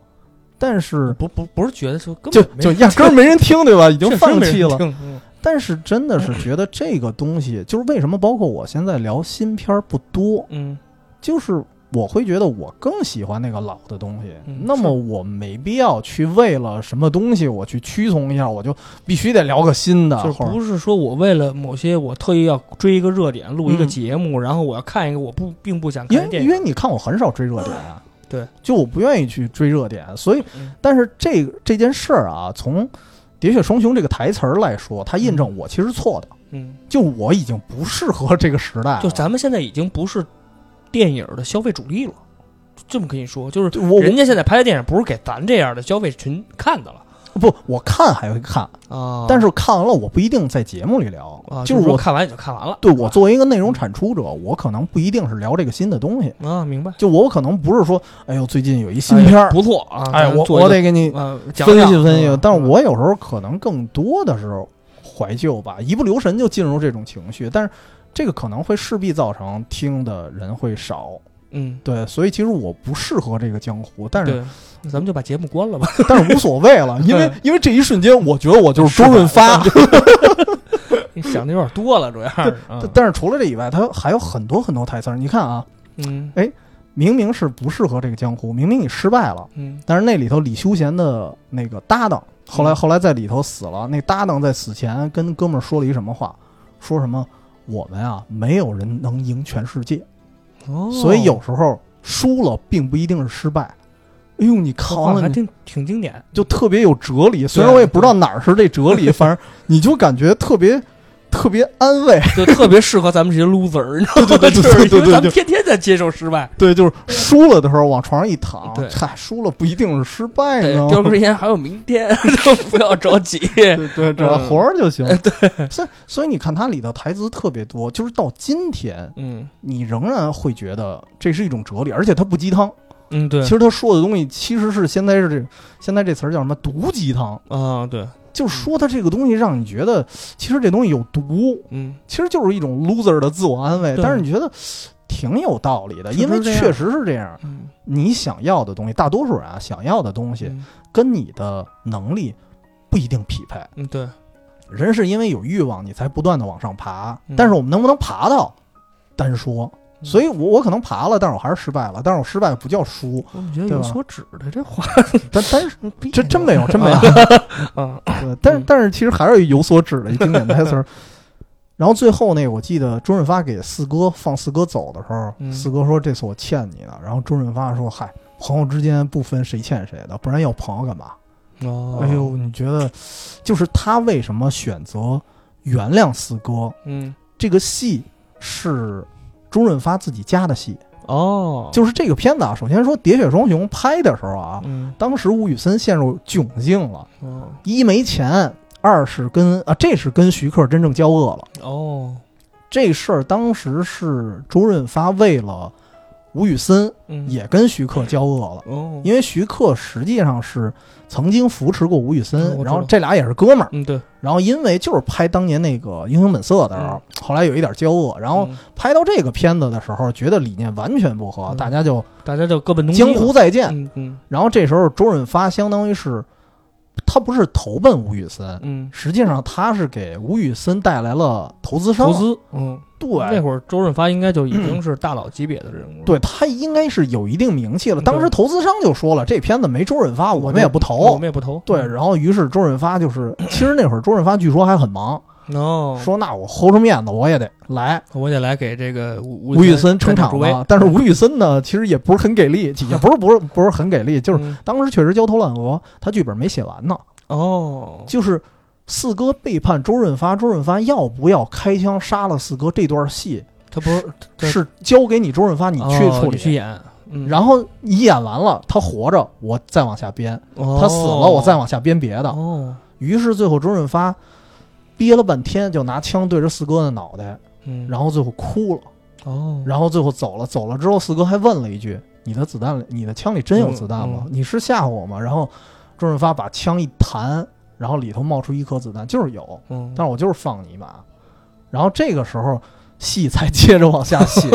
Speaker 1: 但是
Speaker 2: 不不不是觉得说根
Speaker 1: 就
Speaker 2: 本没
Speaker 1: 就
Speaker 2: 人
Speaker 1: 压根儿没人听，对吧？已经
Speaker 2: 确实
Speaker 1: 放
Speaker 2: 没人
Speaker 1: 弃了。
Speaker 2: 听，嗯
Speaker 1: 但是真的是觉得这个东西，就是为什么包括我现在聊新片儿不多，
Speaker 2: 嗯
Speaker 1: 就是我会觉得我更喜欢那个老的东西。
Speaker 2: 嗯
Speaker 1: 那么我没必要去为了什么东西我去屈从一下，我就必须得聊个新的，
Speaker 2: 就是
Speaker 1: 啊或者
Speaker 2: 不是说我为了某些我特意要追一个热点录一个
Speaker 1: 嗯
Speaker 2: 节目，然后我要看一个我不并不想
Speaker 1: 因
Speaker 2: 看的
Speaker 1: 为
Speaker 2: 电
Speaker 1: 因
Speaker 2: 影，
Speaker 1: 为你看我很少追热点，啊
Speaker 2: 对，
Speaker 1: 就我不愿意去追热点，所以
Speaker 2: 嗯
Speaker 1: 但是这个这件事儿啊，从《喋血双雄》这个台词儿来说，它印证我其实错的，
Speaker 2: 嗯，
Speaker 1: 就我已经不适合这个时代了，
Speaker 2: 就咱们现在已经不是电影的消费主力了，这么跟你说，就是
Speaker 1: 对我
Speaker 2: 人家现在拍的电影不是给咱这样的消费群看的了
Speaker 1: 我不我看还会看，
Speaker 2: 啊，
Speaker 1: 但是看完了我不一定在节目里聊，
Speaker 2: 啊，
Speaker 1: 就是是
Speaker 2: 说
Speaker 1: 我
Speaker 2: 看完也就看完了，
Speaker 1: 对我作为一个内容产出者，我可能不一定是聊这个新的东西，
Speaker 2: 啊，明白。
Speaker 1: 就我可能不是说，哎呦最近有一新片
Speaker 2: 哎
Speaker 1: 儿，
Speaker 2: 不错啊，
Speaker 1: 哎
Speaker 2: 咱
Speaker 1: 我
Speaker 2: 做一
Speaker 1: 我
Speaker 2: 个
Speaker 1: 得给你
Speaker 2: 呃讲
Speaker 1: 分
Speaker 2: 讲
Speaker 1: 析分析
Speaker 2: 嗯，
Speaker 1: 但是我有时候可能更多的时候怀旧吧，一不留神就进入这种情绪，但是这个可能会势必造成听的人会少，
Speaker 2: 嗯，
Speaker 1: 对，所以其实我不适合这个江湖，但是
Speaker 2: 对，那咱们就把节目关 了吧。
Speaker 1: 但是无所谓了，因为
Speaker 2: 嗯
Speaker 1: 因为这一瞬间，我觉得我就是周润 发。
Speaker 2: 你想的有点多了，主要是
Speaker 1: 但但是除了这以外，他还有很多很多台词儿。你看啊，
Speaker 2: 嗯
Speaker 1: 明明是不适合这个江湖，明明你失败了，
Speaker 2: 嗯
Speaker 1: 但是那里头李修贤的那个搭档，后来
Speaker 2: 嗯
Speaker 1: 后来在里头死了。那搭档在死前跟哥们儿说了一什么话？说什么我们啊，没有人能赢全世界，
Speaker 2: 哦，
Speaker 1: 所以有时候输了并不一定是失败。哎呦，你看完
Speaker 2: 好
Speaker 1: 了
Speaker 2: 还
Speaker 1: 你
Speaker 2: 挺挺经典，
Speaker 1: 就特别有哲理。虽然我也不知道哪儿是这哲理，反正你就感觉特别特别安慰。
Speaker 2: 就特别适合咱们这些 loser，你知道吗？
Speaker 1: 对对对
Speaker 2: 就是
Speaker 1: 对对对
Speaker 2: 因为咱
Speaker 1: 对
Speaker 2: 们天天在接受失败。
Speaker 1: 对，就是输了的时候往床上一躺
Speaker 2: 对，
Speaker 1: 嗨，输了不一定是失败
Speaker 2: 对
Speaker 1: 呢，。
Speaker 2: 丢不之前还有明天， 都不要着急。
Speaker 1: 对对，只要
Speaker 2: 嗯
Speaker 1: 活着就行。对，所以所以你看它里头台词特别多，就是到今天
Speaker 2: 嗯
Speaker 1: 你仍然会觉得这是一种哲理，而且它不鸡汤。
Speaker 2: 嗯，对
Speaker 1: 其实他说的东西其实是现在是这现在这词儿叫什么毒鸡汤，
Speaker 2: 啊，对，
Speaker 1: 就是说它这个东西让你觉得其实这东西有毒，
Speaker 2: 嗯，
Speaker 1: 其实就是一种 loser 的自我安慰，
Speaker 2: 对
Speaker 1: 但是你觉得挺有道理的，
Speaker 2: 确实
Speaker 1: 因为
Speaker 2: 这样
Speaker 1: 确实是这样。
Speaker 2: 嗯
Speaker 1: 你想要的东西，大多数人啊想要的东西
Speaker 2: 嗯
Speaker 1: 跟你的能力不一定匹配。
Speaker 2: 嗯，对，
Speaker 1: 人是因为有欲望，你才不断的往上爬
Speaker 2: 嗯。
Speaker 1: 但是我们能不能爬到，单说。
Speaker 2: 嗯
Speaker 1: 所以我我可能爬了，但是我还是失败了。但是我失败不叫 输，
Speaker 2: 我们觉得
Speaker 1: 对
Speaker 2: 有
Speaker 1: 吧
Speaker 2: 所指的这话，
Speaker 1: 但但是这真没 有，真没有。嗯
Speaker 2: 啊，
Speaker 1: 对，但是但是其实还是有所指的一经典台词 儿。然后最后那个，我记得周润发给四哥放四哥走的时候，
Speaker 2: 嗯
Speaker 1: 四哥说：“这次我欠你的。”然后周润发说：“嗨，朋友之间不分谁欠谁的，不然要朋友干嘛？”
Speaker 2: 哦，
Speaker 1: 哎，呦，你觉得，就是他为什么选择原谅四哥？
Speaker 2: 嗯，
Speaker 1: 这个戏是周润发自己加的戏，
Speaker 2: 哦，
Speaker 1: 就是这个片子啊。首先说《喋血双雄》拍的时候啊，
Speaker 2: 嗯，
Speaker 1: 当时吴宇森陷入窘境了，
Speaker 2: 哦，
Speaker 1: 一没钱，二是跟啊，这是跟徐克真正交恶了。
Speaker 2: 哦，
Speaker 1: 这事儿当时是周润发为了吴宇森
Speaker 2: 嗯，
Speaker 1: 也跟徐克交恶了，
Speaker 2: 哦，
Speaker 1: 因为徐克实际上是曾经扶持过吴宇
Speaker 2: 嗯我
Speaker 1: 森，
Speaker 2: 知道
Speaker 1: 然后这俩也是哥们儿。
Speaker 2: 嗯，对，
Speaker 1: 然后因为就是拍当年那个《英雄本色》的时候，后来有一点交恶，然后
Speaker 2: 嗯
Speaker 1: 拍到这个片子的时候，觉得理念完全不合，
Speaker 2: 嗯
Speaker 1: 大家就
Speaker 2: 大家就各奔东西
Speaker 1: 江
Speaker 2: 了
Speaker 1: 湖再见。
Speaker 2: 嗯嗯
Speaker 1: 然后这时候周润发相当于是，他不是投奔吴宇森，
Speaker 2: 嗯，
Speaker 1: 实际上他是给吴宇森带来了投资商。
Speaker 2: 投资，嗯，那
Speaker 1: 对
Speaker 2: 会儿周润发应该就已 经是大佬级别的人物了。
Speaker 1: 对，他应该是有一定名气了。
Speaker 2: 嗯
Speaker 1: 当时投资商就说了，这片子没周润发，我们也不
Speaker 2: 我嗯
Speaker 1: 投
Speaker 2: 们。也不投。
Speaker 1: 哦对，然后于是周润发就是，其实那会儿周润发据说还很忙，
Speaker 2: 哦，
Speaker 1: 说那我齁着面子我也得来。
Speaker 2: 我得来给这个吴
Speaker 1: 吴宇
Speaker 2: 森
Speaker 1: 森撑场
Speaker 2: 助威
Speaker 1: 了，， 但是吴宇森呢，其实也不是很给力，也不是不是不是很给力，就是
Speaker 2: 嗯
Speaker 1: 当时确实焦头烂额，他剧本没写完呢，
Speaker 2: 哦，
Speaker 1: 就是四哥背叛周润发，周润发要不要开枪杀了四哥这段戏
Speaker 2: 他不是对
Speaker 1: 是交给你周润发， 你去
Speaker 2: 哦
Speaker 1: 处
Speaker 2: 你
Speaker 1: 理。
Speaker 2: 去演，嗯，
Speaker 1: 然后你演完了，他活着，我再往下编；
Speaker 2: 后
Speaker 1: 他死了，我再往下编别的。
Speaker 2: 哦，
Speaker 1: 于是最后周润发憋了半天，就拿枪对着四哥的脑袋，
Speaker 2: 嗯，
Speaker 1: 然后最后哭了，
Speaker 2: 后哦，
Speaker 1: 然后最后走了。走了之后，四哥还问了一句：“你的子弹里，你的枪里真有子弹吗？
Speaker 2: 嗯嗯
Speaker 1: 你是吓唬我吗？”然后周润发把枪一弹，然后里头冒出一颗子弹，就是有，
Speaker 2: 嗯，
Speaker 1: 但是我就是放你一马。然后这个时候戏才接着往下 写，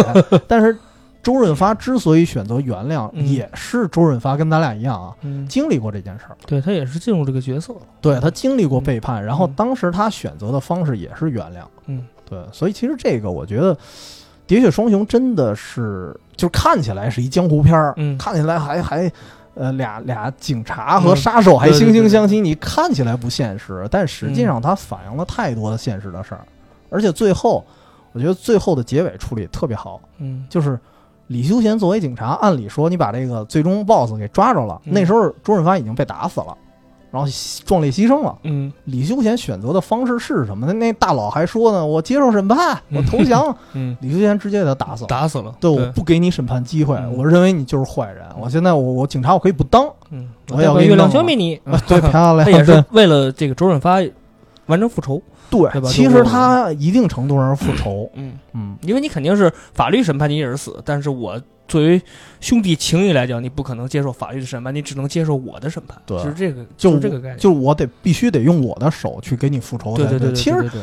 Speaker 1: 但是。周润发之所以选择原谅，
Speaker 2: 嗯
Speaker 1: 也是周润发跟咱俩一样啊，
Speaker 2: 嗯，
Speaker 1: 经历过这件事儿。
Speaker 2: 对他也是进入这个角色了，
Speaker 1: 对他经历过背叛，然后
Speaker 2: 嗯
Speaker 1: 当时他选择的方式也是原谅。
Speaker 2: 嗯，
Speaker 1: 对，所以其实这个我觉得《喋血双雄》真的是，就是看起来是一江湖片儿，
Speaker 2: 嗯
Speaker 1: 看起来还还呃俩俩警察和
Speaker 2: 嗯
Speaker 1: 杀手还
Speaker 2: 对
Speaker 1: 惺
Speaker 2: 对对
Speaker 1: 惺
Speaker 2: 对嗯
Speaker 1: 相惜，你看起来不现实，但实际上它反映了太多的现实的事儿，而且最后我觉得最后的结尾处理特别好，
Speaker 2: 嗯，
Speaker 1: 就是李修贤作为警察，按理说你把这个最终 BOSS 给抓着了，
Speaker 2: 嗯
Speaker 1: 那时候周润发已经被打死了，然后牺壮烈牺牲了。
Speaker 2: 嗯，
Speaker 1: 李修贤选择的方式是什么呢？那大佬还说呢，我接受审判，我投降。
Speaker 2: 嗯，
Speaker 1: 李修贤直接给他打死了。
Speaker 2: 打死了，
Speaker 1: 对，
Speaker 2: 对，
Speaker 1: 我不给你审判机会，
Speaker 2: 嗯
Speaker 1: 我认为你就是坏人。我现在我我警察我可以不当，
Speaker 2: 嗯，
Speaker 1: 我
Speaker 2: 代
Speaker 1: 要
Speaker 2: 表
Speaker 1: 给你
Speaker 2: 月亮
Speaker 1: 弄
Speaker 2: 消
Speaker 1: 了
Speaker 2: 灭你，
Speaker 1: 啊、 对，漂亮，
Speaker 2: 嗯 他也
Speaker 1: 对
Speaker 2: 是为了这个周润发完成复仇，
Speaker 1: 对
Speaker 2: 对吧
Speaker 1: 其
Speaker 2: 就
Speaker 1: 实
Speaker 2: 是
Speaker 1: 他一定程度上是复仇，
Speaker 2: 嗯，
Speaker 1: 嗯，
Speaker 2: 因为你肯定是法律审判你也是死，但是我作为兄弟情谊来讲，你不可能接受法律的审判，你只能接受我的审判，
Speaker 1: 对
Speaker 2: 就是这个，
Speaker 1: 就是
Speaker 2: 这个概念，
Speaker 1: 就是我得必须得用我的手去给你复仇才
Speaker 2: 对对对，
Speaker 1: 其实
Speaker 2: 对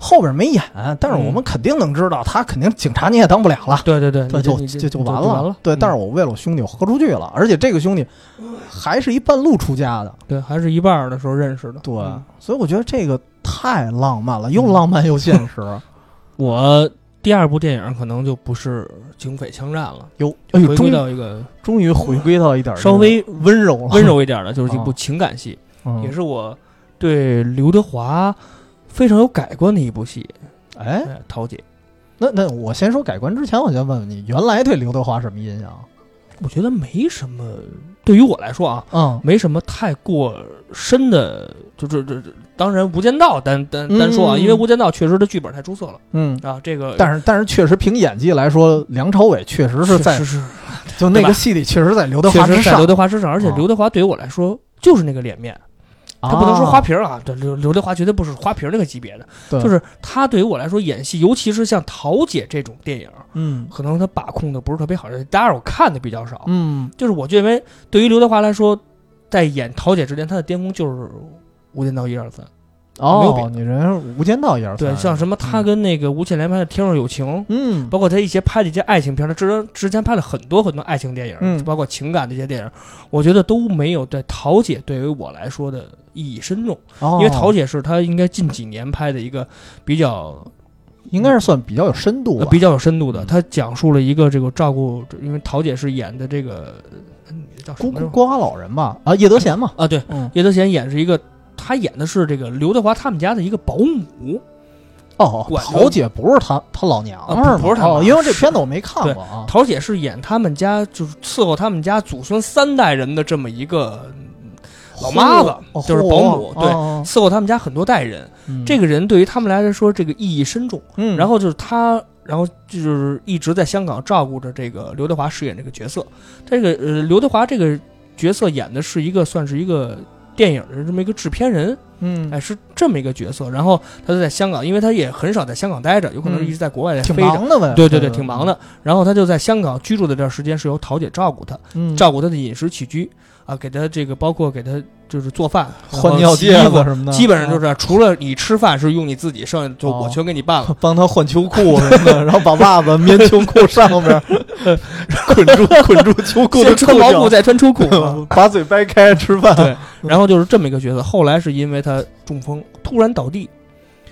Speaker 1: 后边没演，但是我们
Speaker 2: 嗯
Speaker 1: 肯定能知道，他肯定警察你也当不了了。
Speaker 2: 对对对，
Speaker 1: 对，
Speaker 2: 你这
Speaker 1: 就
Speaker 2: 你这
Speaker 1: 就就完
Speaker 2: 完
Speaker 1: 了
Speaker 2: 了。。
Speaker 1: 对，
Speaker 2: 嗯
Speaker 1: 但是我为了我兄弟，我豁出去了，而且这个兄弟还是一半路出家的，
Speaker 2: 嗯对，还是一半儿的时候认识的。
Speaker 1: 对啊
Speaker 2: 嗯，
Speaker 1: 所以我觉得这个太浪漫了，又浪漫又现 实。
Speaker 2: 我第二部电影可能就不是警匪枪战了，
Speaker 1: 哟，哎呦，
Speaker 2: 回
Speaker 1: 终
Speaker 2: 归
Speaker 1: 于
Speaker 2: 到一个
Speaker 1: 终于回归到一点儿
Speaker 2: 稍微
Speaker 1: 温柔了，
Speaker 2: 温柔一点的，就是一部
Speaker 1: 啊
Speaker 2: 情感戏，
Speaker 1: 嗯
Speaker 2: 也是我对刘德华非常有改观的一部戏。
Speaker 1: 哎，
Speaker 2: 哎，桃姐，
Speaker 1: 那那我先说改观之前，我先问问你，原来对刘德华什么印象？
Speaker 2: 我觉得没什么，对于我来说啊，
Speaker 1: 嗯，
Speaker 2: 没什么太过深的，就这这这，当然《无间道》单单单说啊，
Speaker 1: 嗯
Speaker 2: 因为《无间道》确实的剧本太出色了
Speaker 1: 嗯，
Speaker 2: 啊，这个
Speaker 1: 但是但是确实凭演技来说，梁朝伟确实是
Speaker 2: 是
Speaker 1: 在
Speaker 2: 是是
Speaker 1: 就那
Speaker 2: 对
Speaker 1: 个
Speaker 2: 吧
Speaker 1: 戏里确实在刘德
Speaker 2: 确
Speaker 1: 华之
Speaker 2: 实在
Speaker 1: 上
Speaker 2: 刘，德华之上，而且
Speaker 1: 啊
Speaker 2: 刘德华对于我来说就是那个脸面，
Speaker 1: 他
Speaker 2: 他不能说花瓶儿啊，这刘刘德华绝对不是花瓶儿那个级别的，
Speaker 1: 对
Speaker 2: 就是他对于我来说演戏，尤其是像《桃姐》这种电影，
Speaker 1: 嗯
Speaker 2: 可能他把控的不是特别好，当然我看的比较少，
Speaker 1: 嗯
Speaker 2: 就是我认为对于刘德华来说，在演《桃姐》之前，他的巅峰就是《无间道》一二三，没有别
Speaker 1: 哦
Speaker 2: 的，
Speaker 1: 你人是《无间道》一二
Speaker 2: 对，
Speaker 1: 三
Speaker 2: 像什么他跟那个吴倩莲拍的《天若有情》。
Speaker 1: 嗯
Speaker 2: 包括他一些拍的一些爱情片，他之之前拍了很多很多爱情电影，
Speaker 1: 嗯
Speaker 2: 包括情感的一些电影，我觉得都没有对桃姐对于我来说的意义深重，
Speaker 1: 哦
Speaker 2: 因为桃姐是她应该近几年拍的一个比较、
Speaker 1: 应该是算比较有深度
Speaker 2: 呃
Speaker 1: 吧，
Speaker 2: 比较有深度的，
Speaker 1: 嗯
Speaker 2: 她讲述了一个这个照顾，因为桃姐是演的这个嗯叫什
Speaker 1: 孤
Speaker 2: 么
Speaker 1: 孤
Speaker 2: 来着
Speaker 1: 孤寡老人吧啊，叶德娴嘛，
Speaker 2: 啊，对，
Speaker 1: 嗯
Speaker 2: 叶德娴演是一个。她演的是这个刘德华他们家的一个保姆，
Speaker 1: 哦，
Speaker 2: 管着
Speaker 1: 桃姐不是他他老娘们儿
Speaker 2: 啊
Speaker 1: 吗
Speaker 2: 不不是她
Speaker 1: 哦，
Speaker 2: 妈
Speaker 1: 因为这
Speaker 2: 是
Speaker 1: 片子我没看过啊，
Speaker 2: 桃姐是演他们家就是伺候他们家祖孙三代人的这么一个老妈子
Speaker 1: 哦
Speaker 2: 就是保姆
Speaker 1: 哦
Speaker 2: 对
Speaker 1: 哦
Speaker 2: 伺候他们家很多代人，
Speaker 1: 嗯
Speaker 2: 这个人对于他们来说这个意义深重。
Speaker 1: 嗯，
Speaker 2: 然后就是他，然后就是一直在香港照顾着这个刘德华饰演这个角色。这个呃，刘德华这个角色演的是一个算是一个电影的这么一个制片人，
Speaker 1: 嗯，
Speaker 2: 哎，是这么一个角色。然后他就在香港，因为他也很少在香港待着，有可能
Speaker 1: 嗯
Speaker 2: 一直在国外在
Speaker 1: 挺
Speaker 2: 飞着。
Speaker 1: 忙的呗，
Speaker 2: 对对对，挺忙，的。然后他就在香港居住的这段时间是由桃姐照顾他，
Speaker 1: 嗯，
Speaker 2: 照顾他的饮食起居啊，给他这个包括给他就是做饭、
Speaker 1: 换
Speaker 2: 然后
Speaker 1: 尿
Speaker 2: 洗
Speaker 1: 介
Speaker 2: 衣
Speaker 1: 子
Speaker 2: 服
Speaker 1: 什么的，
Speaker 2: 基本上就是是除了你吃饭是用你自己，剩下的就
Speaker 1: 哦
Speaker 2: 我全给你办了。
Speaker 1: 帮他换秋裤 什么的，然后把袜子棉秋裤上 面捆住捆住秋裤的
Speaker 2: 先穿毛
Speaker 1: 裤
Speaker 2: 裤，再 穿秋裤。
Speaker 1: 脚，把嘴掰开吃饭。
Speaker 2: 对，然后就是这么一个角色。后来是因为他中风突然倒地，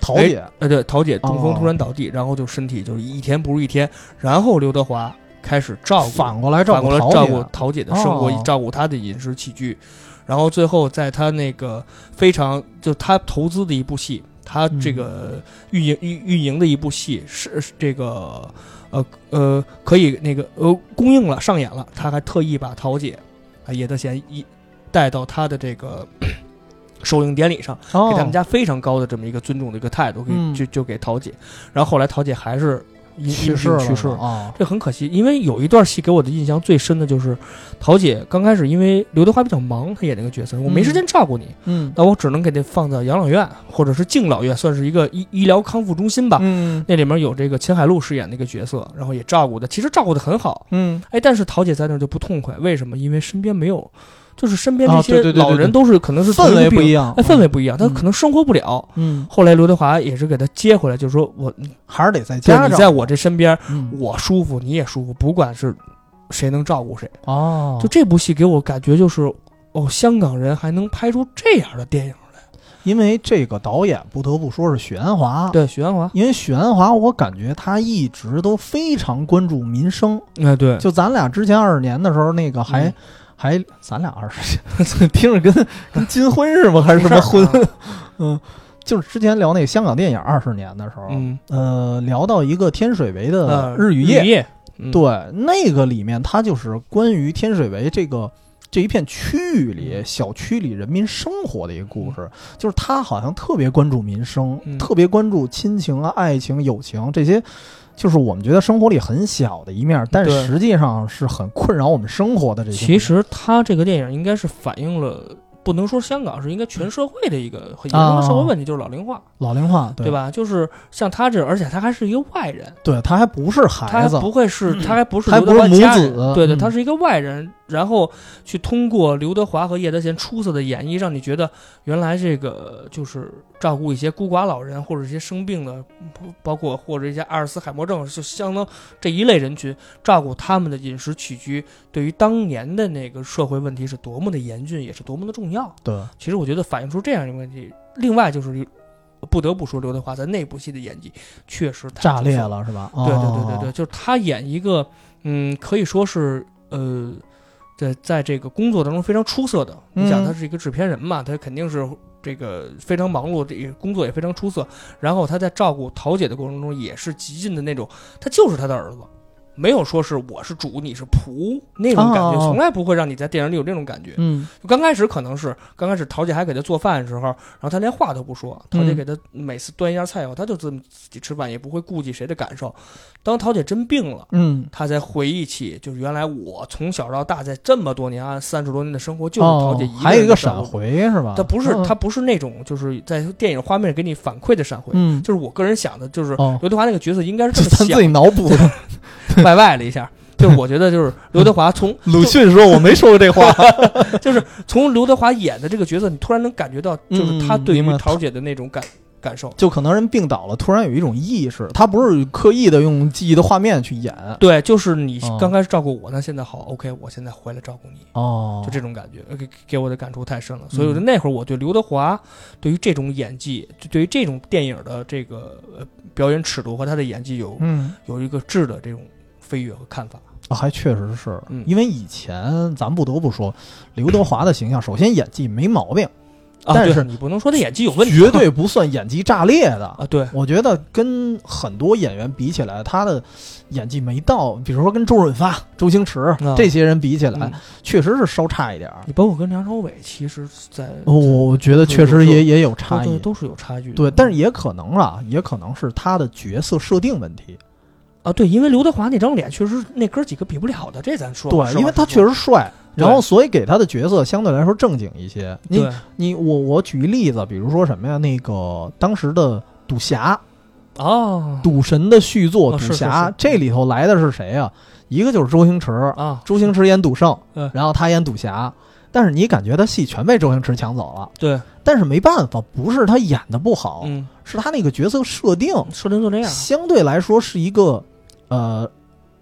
Speaker 1: 桃姐
Speaker 2: 呃，对，桃姐中风
Speaker 1: 哦
Speaker 2: 突然倒地，然后就身体就是一天不如一天。然后刘德华开始照顾，
Speaker 1: 反过来
Speaker 2: 反过来照顾
Speaker 1: 顾桃姐，
Speaker 2: 桃姐的生活，
Speaker 1: 哦
Speaker 2: 照顾她的饮食起居。然后最后在他那个非常就他投资的一部戏，他这
Speaker 1: 嗯
Speaker 2: 个运营运运营的一部戏是是这个呃呃可以那个呃供应了上演了，他还特意把桃姐啊叶德娴一带到他的这个 首映典礼上，
Speaker 1: 哦
Speaker 2: 给他们家非常高的这么一个尊重的一个态度，给
Speaker 1: 嗯
Speaker 2: 就就给陶姐。然后后来陶姐还是因
Speaker 1: 去
Speaker 2: 因
Speaker 1: 世
Speaker 2: 病
Speaker 1: 了
Speaker 2: 去世
Speaker 1: 嘛，啊，
Speaker 2: 这很可惜，因为有一段戏给我的印象最深的就是陶姐刚开始因为刘德华比较忙，她演那个角色，我没时间照顾你，
Speaker 1: 嗯
Speaker 2: 那我只能给她放到养老院或者是敬老院，算是一个医医疗康复中心吧。
Speaker 1: 嗯
Speaker 2: 那里面有这个秦海璐饰演的一个角色，然后也照顾的，其实照顾的很好。
Speaker 1: 嗯，
Speaker 2: 哎，但是陶姐在那儿就不痛快，为什么？因为身边没有，就是身边
Speaker 1: 啊
Speaker 2: 这些
Speaker 1: 对对对对
Speaker 2: 老
Speaker 1: 对
Speaker 2: 人都是可能是
Speaker 1: 氛围不一
Speaker 2: 样，
Speaker 1: 样，
Speaker 2: 哎，氛围不一样，他
Speaker 1: 嗯
Speaker 2: 可能生活不了。
Speaker 1: 嗯，
Speaker 2: 后来刘德华也是给他接回来，就说我
Speaker 1: 还是得在
Speaker 2: 对
Speaker 1: 家
Speaker 2: 你
Speaker 1: 照
Speaker 2: 在
Speaker 1: 顾
Speaker 2: 我这身边，
Speaker 1: 嗯
Speaker 2: 我舒服，你也舒服，不管是谁能照顾谁。
Speaker 1: 哦，
Speaker 2: 就这部戏给我感觉就是，哦，香港人还能拍出这样的电影来。
Speaker 1: 因为这个导演不得不说是许鞍华，
Speaker 2: 对，许鞍华，
Speaker 1: 因为许鞍华我感觉他一直都非常关注民生，
Speaker 2: 哎，对，
Speaker 1: 就咱俩之前二十年的时候，那个还、
Speaker 2: 嗯
Speaker 1: 还咱俩二十年， 听着跟跟金婚是吗？还是什么婚？ 嗯，就是之前聊那个香港电影二十年的时候，
Speaker 2: 嗯，
Speaker 1: 呃，聊到一个天水围
Speaker 2: 呃
Speaker 1: 的，
Speaker 2: 日
Speaker 1: 与夜，
Speaker 2: 夜，嗯，
Speaker 1: 对，那个里面它就是关于天水围这个这一片区域里
Speaker 2: 嗯
Speaker 1: 小区里人民生活的一个故事，就是他好像特别关注民生，
Speaker 2: 嗯
Speaker 1: 特别关注亲情啊、爱情、友情这些。就是我们觉得生活里很小的一面，但
Speaker 2: 对
Speaker 1: 实际上是很困扰我们生活的这些。
Speaker 2: 其，实他这个电影应该是反映了。不能说香港是应该全社会的一个很严重的社会问题，就是老龄化，
Speaker 1: 老龄化，对
Speaker 2: 对？吧？就是像他这，而且他还是一个外人，
Speaker 1: 对，他还不是
Speaker 2: 他还
Speaker 1: 孩子，
Speaker 2: 不会是，他还不是
Speaker 1: 他
Speaker 2: 刘
Speaker 1: 还
Speaker 2: 德华
Speaker 1: 不是
Speaker 2: 家
Speaker 1: 母
Speaker 2: 人
Speaker 1: 子
Speaker 2: 对对，
Speaker 1: 嗯
Speaker 2: 他是一个外人，然后去通过刘德华和叶德娴出色的演绎，让你觉得原来这个就是照顾一些孤寡老人或者一些生病的，包括或者一些阿尔茨海默症，就相当这一类人群，照顾他们的饮食起居，对于当年的那个社会问题是多么的严峻，也是多么的重要。
Speaker 1: 对，
Speaker 2: 其实我觉得反映出这样一个问题，另外就是不得不说刘德华在那部戏的演技确实太
Speaker 1: 炸
Speaker 2: 出
Speaker 1: 裂
Speaker 2: 色了。
Speaker 1: 了是吧？
Speaker 2: 对对对对对，
Speaker 1: 哦，
Speaker 2: 就是他演一个，嗯，可以说是呃，在在这个工作当中非常出色的。你想，
Speaker 1: 嗯
Speaker 2: 他是一个制片人嘛，他肯定是这个非常忙碌，这个工作也非常出色。然后他在照顾桃姐的过程中，也是极尽的那种，他就是他的儿子。没有说是我是主你是仆那种感觉，
Speaker 1: 哦哦哦
Speaker 2: 从来不会让你在电影里有这种感觉。
Speaker 1: 嗯
Speaker 2: 就刚开始可能是刚开始桃姐还给他做饭的时候，然后他连话都不说，桃姐
Speaker 1: 嗯
Speaker 2: 给他每次端一样菜以后，他就这么自己吃饭，也不会顾及谁的感受。当桃姐真病了。
Speaker 1: 嗯，
Speaker 2: 他才回忆起，就是原来我从小到大，在这么多年啊，三十多年的生活，就是桃姐一
Speaker 1: 嗯哦
Speaker 2: 个、人。
Speaker 1: 还有一个闪，回是吧？
Speaker 2: 他不是
Speaker 1: 嗯
Speaker 2: 他不是那种就是在电影画面给你反馈的闪回，
Speaker 1: 嗯，
Speaker 2: 就是我个人想的，就是
Speaker 1: 哦，
Speaker 2: 刘德华那个角色应该是这
Speaker 1: 这
Speaker 2: 么
Speaker 1: 咱
Speaker 2: 想
Speaker 1: 自己脑 补的。
Speaker 2: 的，外外了一下，就是我觉得就是刘德华从
Speaker 1: 鲁迅说：“我没说过这话。
Speaker 2: 就是从刘德华演的这个角色，你突然能感觉到，就是他
Speaker 1: 嗯
Speaker 2: 对
Speaker 1: 明
Speaker 2: 于
Speaker 1: 白哦
Speaker 2: 桃姐的那种感感受”。
Speaker 1: 就可能人病倒了，突然有一种意识，他不是刻意的用记忆的画面去演
Speaker 2: 对，就是你
Speaker 1: 哦
Speaker 2: 刚开始照顾我，那现在好，OK，我现在回来照顾你，
Speaker 1: 哦嗯
Speaker 2: 就这种感觉，呃给给我的感触太深了。所以我觉得那会儿我对刘德华，对于这种演技，就对于这种电影的这个呃表演尺度和他的演技有
Speaker 1: 嗯、
Speaker 2: 有一个质的这种飞跃和看法。
Speaker 1: 啊还确实是、
Speaker 2: 嗯
Speaker 1: 因为以前咱不得不说，刘德华的形象，首先演技没毛病，
Speaker 2: 啊
Speaker 1: 但
Speaker 2: 对
Speaker 1: 是
Speaker 2: 你不能说他演技有 问题，
Speaker 1: 绝对不算演技炸裂的。
Speaker 2: 啊，对，
Speaker 1: 我觉得跟很多演员比起来，他的演技没到，比如说跟周润发、周星驰、
Speaker 2: 啊
Speaker 1: 这些人比起来，
Speaker 2: 嗯
Speaker 1: 确实是稍差一点儿。
Speaker 2: 你包括跟梁朝伟，其实在，
Speaker 1: 我我觉得确实也也有哦差
Speaker 2: 都
Speaker 1: 异，
Speaker 2: 都是有差距的。
Speaker 1: 对，但是也可能啊，也可能是他的角色设定问题。
Speaker 2: 啊，对，因为刘德华那张脸确实那哥几个比不了的，这咱说
Speaker 1: 对，因为他确
Speaker 2: 实
Speaker 1: 实帅，
Speaker 2: 对
Speaker 1: 然后所以给他的角色相对来说正经一些。你
Speaker 2: 对
Speaker 1: 你我我举一例子，比如说什么呀？那个当时的赌侠，
Speaker 2: 哦
Speaker 1: 赌神的续作
Speaker 2: 哦
Speaker 1: 《
Speaker 2: 是
Speaker 1: 赌
Speaker 2: 是
Speaker 1: 侠
Speaker 2: 是》，
Speaker 1: 这里头来的是谁呀？一个就是周星驰，
Speaker 2: 啊，
Speaker 1: 周星驰演赌圣
Speaker 2: 嗯，
Speaker 1: 然后他演赌侠。但是你感觉他戏全被周星驰抢走了，
Speaker 2: 对，
Speaker 1: 但是没办法，不是他演的不好，
Speaker 2: 嗯，
Speaker 1: 是他那个角色设定
Speaker 2: 说定就这样，
Speaker 1: 相对来说是一个，呃，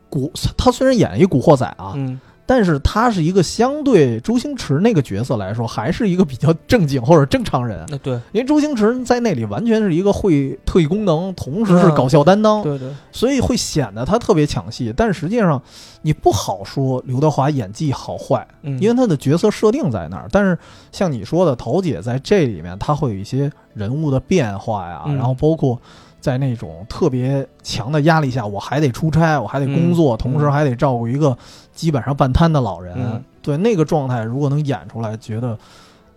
Speaker 1: 古他虽然演一古惑仔啊，
Speaker 2: 嗯，
Speaker 1: 但是他是一个相对周星驰那个角色来说，还是一个比较正经或者正常人，
Speaker 2: 那对
Speaker 1: 因为周星驰在那里完全是一个会特异功能，同时是
Speaker 2: 嗯
Speaker 1: 搞笑担当，
Speaker 2: 对对，
Speaker 1: 所以会显得他特别抢戏。但实际上，你不好说刘德华演技好坏，
Speaker 2: 嗯，
Speaker 1: 因为他的角色设定在那儿。但是像你说的，桃姐在这里面，她会有一些人物的变化呀，
Speaker 2: 嗯
Speaker 1: 然后包括在那种特别强的压力下，我还得出差，我还得工作，
Speaker 2: 嗯
Speaker 1: 同时还得照顾一个基本上半瘫的老人。
Speaker 2: 嗯
Speaker 1: 对那个状态，如果能演出来，觉得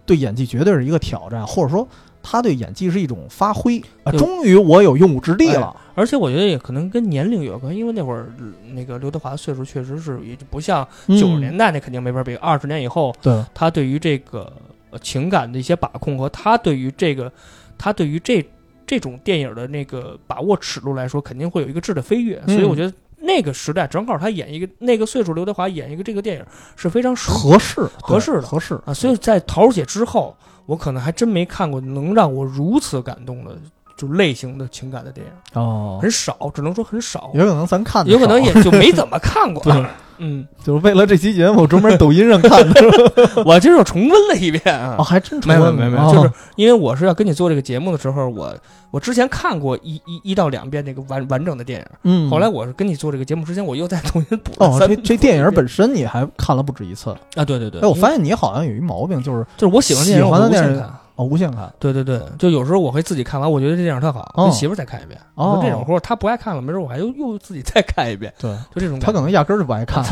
Speaker 1: 对演技绝对是一个挑战，或者说他对演技是一种发挥啊。
Speaker 2: 对
Speaker 1: 终于我有用武之地了，
Speaker 2: 而且我觉得也可能跟年龄有关，因为那会儿嗯那个刘德华的岁数确实是也就不像
Speaker 1: 嗯
Speaker 2: 九十年代那肯定没法比，二十年以后
Speaker 1: 对
Speaker 2: 他对于这个呃情感的一些把控和他对于这个他对于这这种电影的那个把握尺度来说，肯定会有一个质的飞跃。
Speaker 1: 嗯
Speaker 2: 所以我觉得那个时代正好他演一个那个岁数，刘德华演一个这个电影是非常适合
Speaker 1: 合适
Speaker 2: 合适的
Speaker 1: 对合适
Speaker 2: 啊。所以在《桃儿姐》之后，我可能还真没看过能让我如此感动的就类型的情感的电影，
Speaker 1: 哦，
Speaker 2: 很少，只能说很少。
Speaker 1: 有可能咱看的
Speaker 2: 嗯有可能
Speaker 1: 少
Speaker 2: 也就没怎么 看过。
Speaker 1: 对，
Speaker 2: 嗯，
Speaker 1: 就是为了这期节目专门抖音上看的
Speaker 2: 我今儿又重温了一遍啊
Speaker 1: 哦，。还真
Speaker 2: 没有没有没有，就是
Speaker 1: 是
Speaker 2: 因为我是要跟你做这个节目的时候，我我之前看过一一一到两遍这个完完整的电影，
Speaker 1: 嗯，
Speaker 2: 后来我是跟你做这个节目之前，我又再重新补了
Speaker 1: 哦，
Speaker 2: 三
Speaker 1: 这
Speaker 2: 遍。
Speaker 1: 这电影本身你还看了不止一次。
Speaker 2: 啊，对对对，
Speaker 1: 哎，我发
Speaker 2: 现
Speaker 1: 现你好像有一毛病，就是
Speaker 2: 就是我喜欢的电影，
Speaker 1: 喜欢的
Speaker 2: 我无限
Speaker 1: 电影
Speaker 2: 看。
Speaker 1: 哦无限看。
Speaker 2: 对对对，就有时候我会自己看完，我觉得这电影特好，
Speaker 1: 哦
Speaker 2: 跟媳妇儿再看一遍。
Speaker 1: 哦
Speaker 2: 我说这种或者她不爱看了，没准我还又又自己再看一 遍，
Speaker 1: 对
Speaker 2: 就这种
Speaker 1: 他
Speaker 2: 感
Speaker 1: 可
Speaker 2: 觉。
Speaker 1: 能压根儿就不爱 看，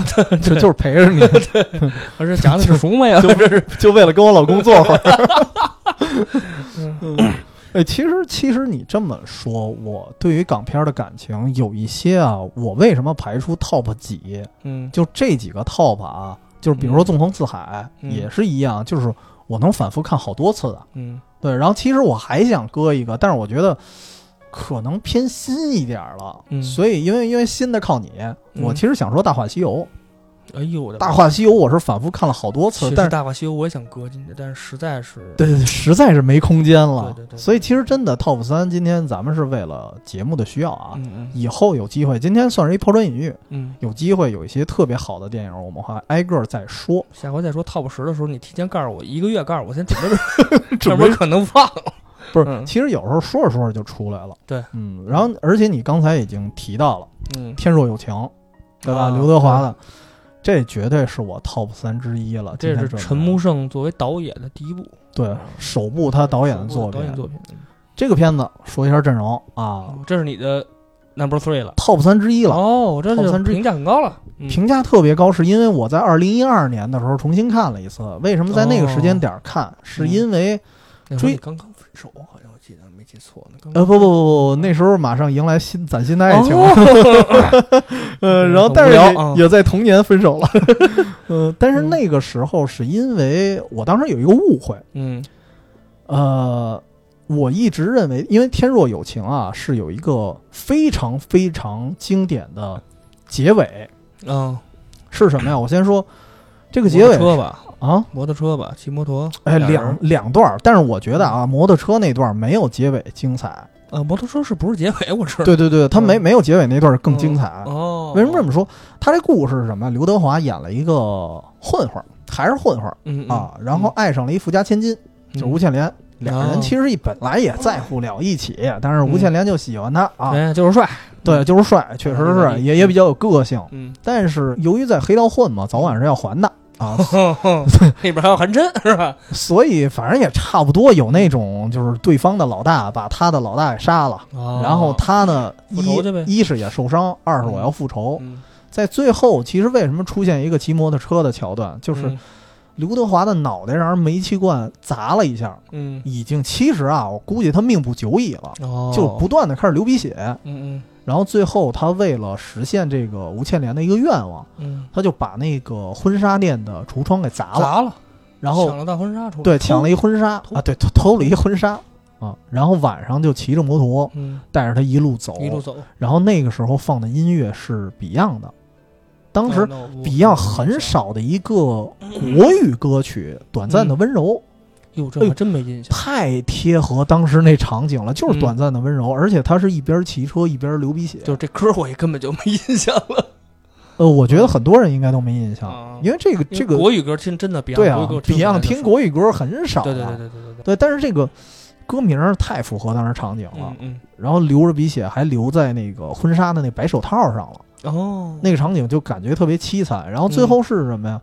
Speaker 1: 就就是陪着你，
Speaker 2: 而且讲的是啊什么呀？
Speaker 1: 这是就为了跟我老公坐会儿。嗯哎，其实其实你这么说，我对于港片儿的感情有一些啊，我为什么排出 top 几？
Speaker 2: 嗯，
Speaker 1: 就这几个 top 啊，就是比如说《纵横四海》
Speaker 2: 嗯
Speaker 1: 也是一样，就是我能反复看好多次的。
Speaker 2: 嗯
Speaker 1: 对，然后其实我还想搁一个，但是我觉得可能偏新一点儿了，
Speaker 2: 嗯
Speaker 1: 所以因为因为新的靠你，我
Speaker 2: 嗯
Speaker 1: 其实想说《大话西游》
Speaker 2: 哎呦我的妈
Speaker 1: 大话西游》我是反复看了好多
Speaker 2: 其
Speaker 1: 次
Speaker 2: 实，
Speaker 1: 但是
Speaker 2: 大话西游》我也想搁进去，但是实在是
Speaker 1: 对对对，实在是没空间了。
Speaker 2: 对对对对
Speaker 1: 所以其实真的 top 三，今天咱们是为了节目的需要啊，
Speaker 2: 嗯嗯
Speaker 1: 以后有机会，今天算是一抛砖引玉，
Speaker 2: 嗯，
Speaker 1: 有机会有一些特别好的电影，我们会挨个儿再说。
Speaker 2: 下回再说 top 十的时候，你提前告诉我一个月，告诉我先准备着，要
Speaker 1: 准
Speaker 2: 不
Speaker 1: 备
Speaker 2: 然可能忘了。
Speaker 1: 不是，
Speaker 2: 嗯
Speaker 1: 其实有时候说着说着就出来了。
Speaker 2: 对，
Speaker 1: 嗯，然后而且你刚才已经提到了
Speaker 2: 嗯
Speaker 1: 《天若有情》，对吧？
Speaker 2: 啊
Speaker 1: 刘德华的，这绝对是我 top 三之一了。
Speaker 2: 这
Speaker 1: 今
Speaker 2: 是
Speaker 1: 天准备
Speaker 2: 陈木嗯胜作为导演的第一部
Speaker 1: 对首部他导演的作
Speaker 2: 导
Speaker 1: 品
Speaker 2: 演。作品。
Speaker 1: 这个片子说一下阵容啊
Speaker 2: 哦这是你的 number three 了。
Speaker 1: ，top 三之一了。
Speaker 2: 哦，这
Speaker 1: top
Speaker 2: 是
Speaker 1: 三之一
Speaker 2: 评价很高了。嗯
Speaker 1: 评价特别高，是因为我在二零一二年的时候重新看了一次。为什么在那个时
Speaker 2: 哦
Speaker 1: 间点看？
Speaker 2: 嗯
Speaker 1: 是因为
Speaker 2: 那会儿
Speaker 1: 追
Speaker 2: 你刚刚分手，好像我记得没记错呢。刚
Speaker 1: 呃不不不不，那时候马上迎来新崭新的爱情，
Speaker 2: 哦
Speaker 1: 呃，
Speaker 2: 嗯
Speaker 1: 然后
Speaker 2: 很
Speaker 1: 但是
Speaker 2: 无聊
Speaker 1: 也,、
Speaker 2: 啊
Speaker 1: 也在同年分 手了。呃，但是
Speaker 2: 嗯
Speaker 1: 那个时候是因为我当时有一个误会，
Speaker 2: 嗯
Speaker 1: 呃，我一直认为，因为《天若有情》啊是有一个非常非常经典的结尾
Speaker 2: 嗯，
Speaker 1: 是什么呀？我先说这个结尾
Speaker 2: 摩托车吧，
Speaker 1: 啊。
Speaker 2: 摩托车吧，骑摩托。
Speaker 1: 哎，
Speaker 2: 俩人
Speaker 1: 两两段儿，但是我觉得啊，摩托车那段儿没有结尾精彩。
Speaker 2: 呃，摩托车是不是结尾？我知道。
Speaker 1: 对对对，他没
Speaker 2: 嗯
Speaker 1: 没有结尾那段儿更精彩。
Speaker 2: 哦，
Speaker 1: 为什么这么说？他这故事是什么呀？刘德华演了一个混混儿，还是混混儿
Speaker 2: 嗯嗯
Speaker 1: 啊，然后爱上了一富家千金，
Speaker 2: 嗯
Speaker 1: 就是吴倩莲。俩人
Speaker 2: 哦
Speaker 1: 其实一本来也在乎了一起，但是吴倩莲就喜欢他啊。
Speaker 2: 哎，就是帅。
Speaker 1: 对，就是帅，确实
Speaker 2: 嗯
Speaker 1: 是，
Speaker 2: 嗯
Speaker 1: 也也比较有个性。
Speaker 2: 嗯，
Speaker 1: 但是由于在黑道混嘛，早晚是要还的 啊，
Speaker 2: 里边还有韩真是吧？
Speaker 1: 所以反正也差不多有那种，就是对方的老大把他的老大给杀了，然后他呢，
Speaker 2: 哦复仇去呗
Speaker 1: 一一是也受伤，二是我
Speaker 2: 嗯
Speaker 1: 要复仇。
Speaker 2: 嗯
Speaker 1: 在最后，其实为什么出现一个骑摩托车的桥段，就是
Speaker 2: 嗯
Speaker 1: 刘德华的脑袋让人煤气罐砸了一下，
Speaker 2: 嗯
Speaker 1: 已经其实啊，我估计他命不久矣了，
Speaker 2: 哦，
Speaker 1: 就是不断的开始流鼻血。
Speaker 2: 嗯
Speaker 1: 然后最后，他为了实现这个吴倩莲的一个愿望，
Speaker 2: 嗯嗯
Speaker 1: 他就把那个婚纱店的橱窗给砸了，
Speaker 2: 砸了，
Speaker 1: 然后
Speaker 2: 抢了大婚纱出来，
Speaker 1: 对，抢了
Speaker 2: 一
Speaker 1: 一婚纱
Speaker 2: 偷
Speaker 1: 啊，对，偷偷了一婚纱啊，然后晚上就骑着摩托
Speaker 2: 嗯
Speaker 1: 带着他一路走，
Speaker 2: 一路走。
Speaker 1: 然后那个时候放的音乐是 Beyond 的，当时
Speaker 2: 哦那我
Speaker 1: Beyond 很少的一个国语歌曲《短暂的
Speaker 2: 嗯
Speaker 1: 温柔
Speaker 2: 哟，
Speaker 1: 哎
Speaker 2: 这还真没印》， 象。
Speaker 1: 太贴合当时那场景了，就是
Speaker 2: 嗯
Speaker 1: 短暂的温柔，而且他是一边骑车一边流鼻血，
Speaker 2: 就是这歌我也根本就没印象了。
Speaker 1: 呃，我觉得很多人应该都没印
Speaker 2: 啊
Speaker 1: 象，因为这个这
Speaker 2: 因为
Speaker 1: 个
Speaker 2: 国语歌听真的 Beyond，
Speaker 1: 对啊
Speaker 2: 国语歌听
Speaker 1: ，Beyond
Speaker 2: 本来就
Speaker 1: 听国语啊歌很少
Speaker 2: 少，
Speaker 1: 的，
Speaker 2: 对对对对对对对，
Speaker 1: 对但是这个歌名儿太符合当时场景了
Speaker 2: 嗯，嗯
Speaker 1: 然后流着鼻血，还留在那个婚纱的那白手套上了。
Speaker 2: 哦，
Speaker 1: 那个场景就感觉特别凄惨。然后最后是什么呀？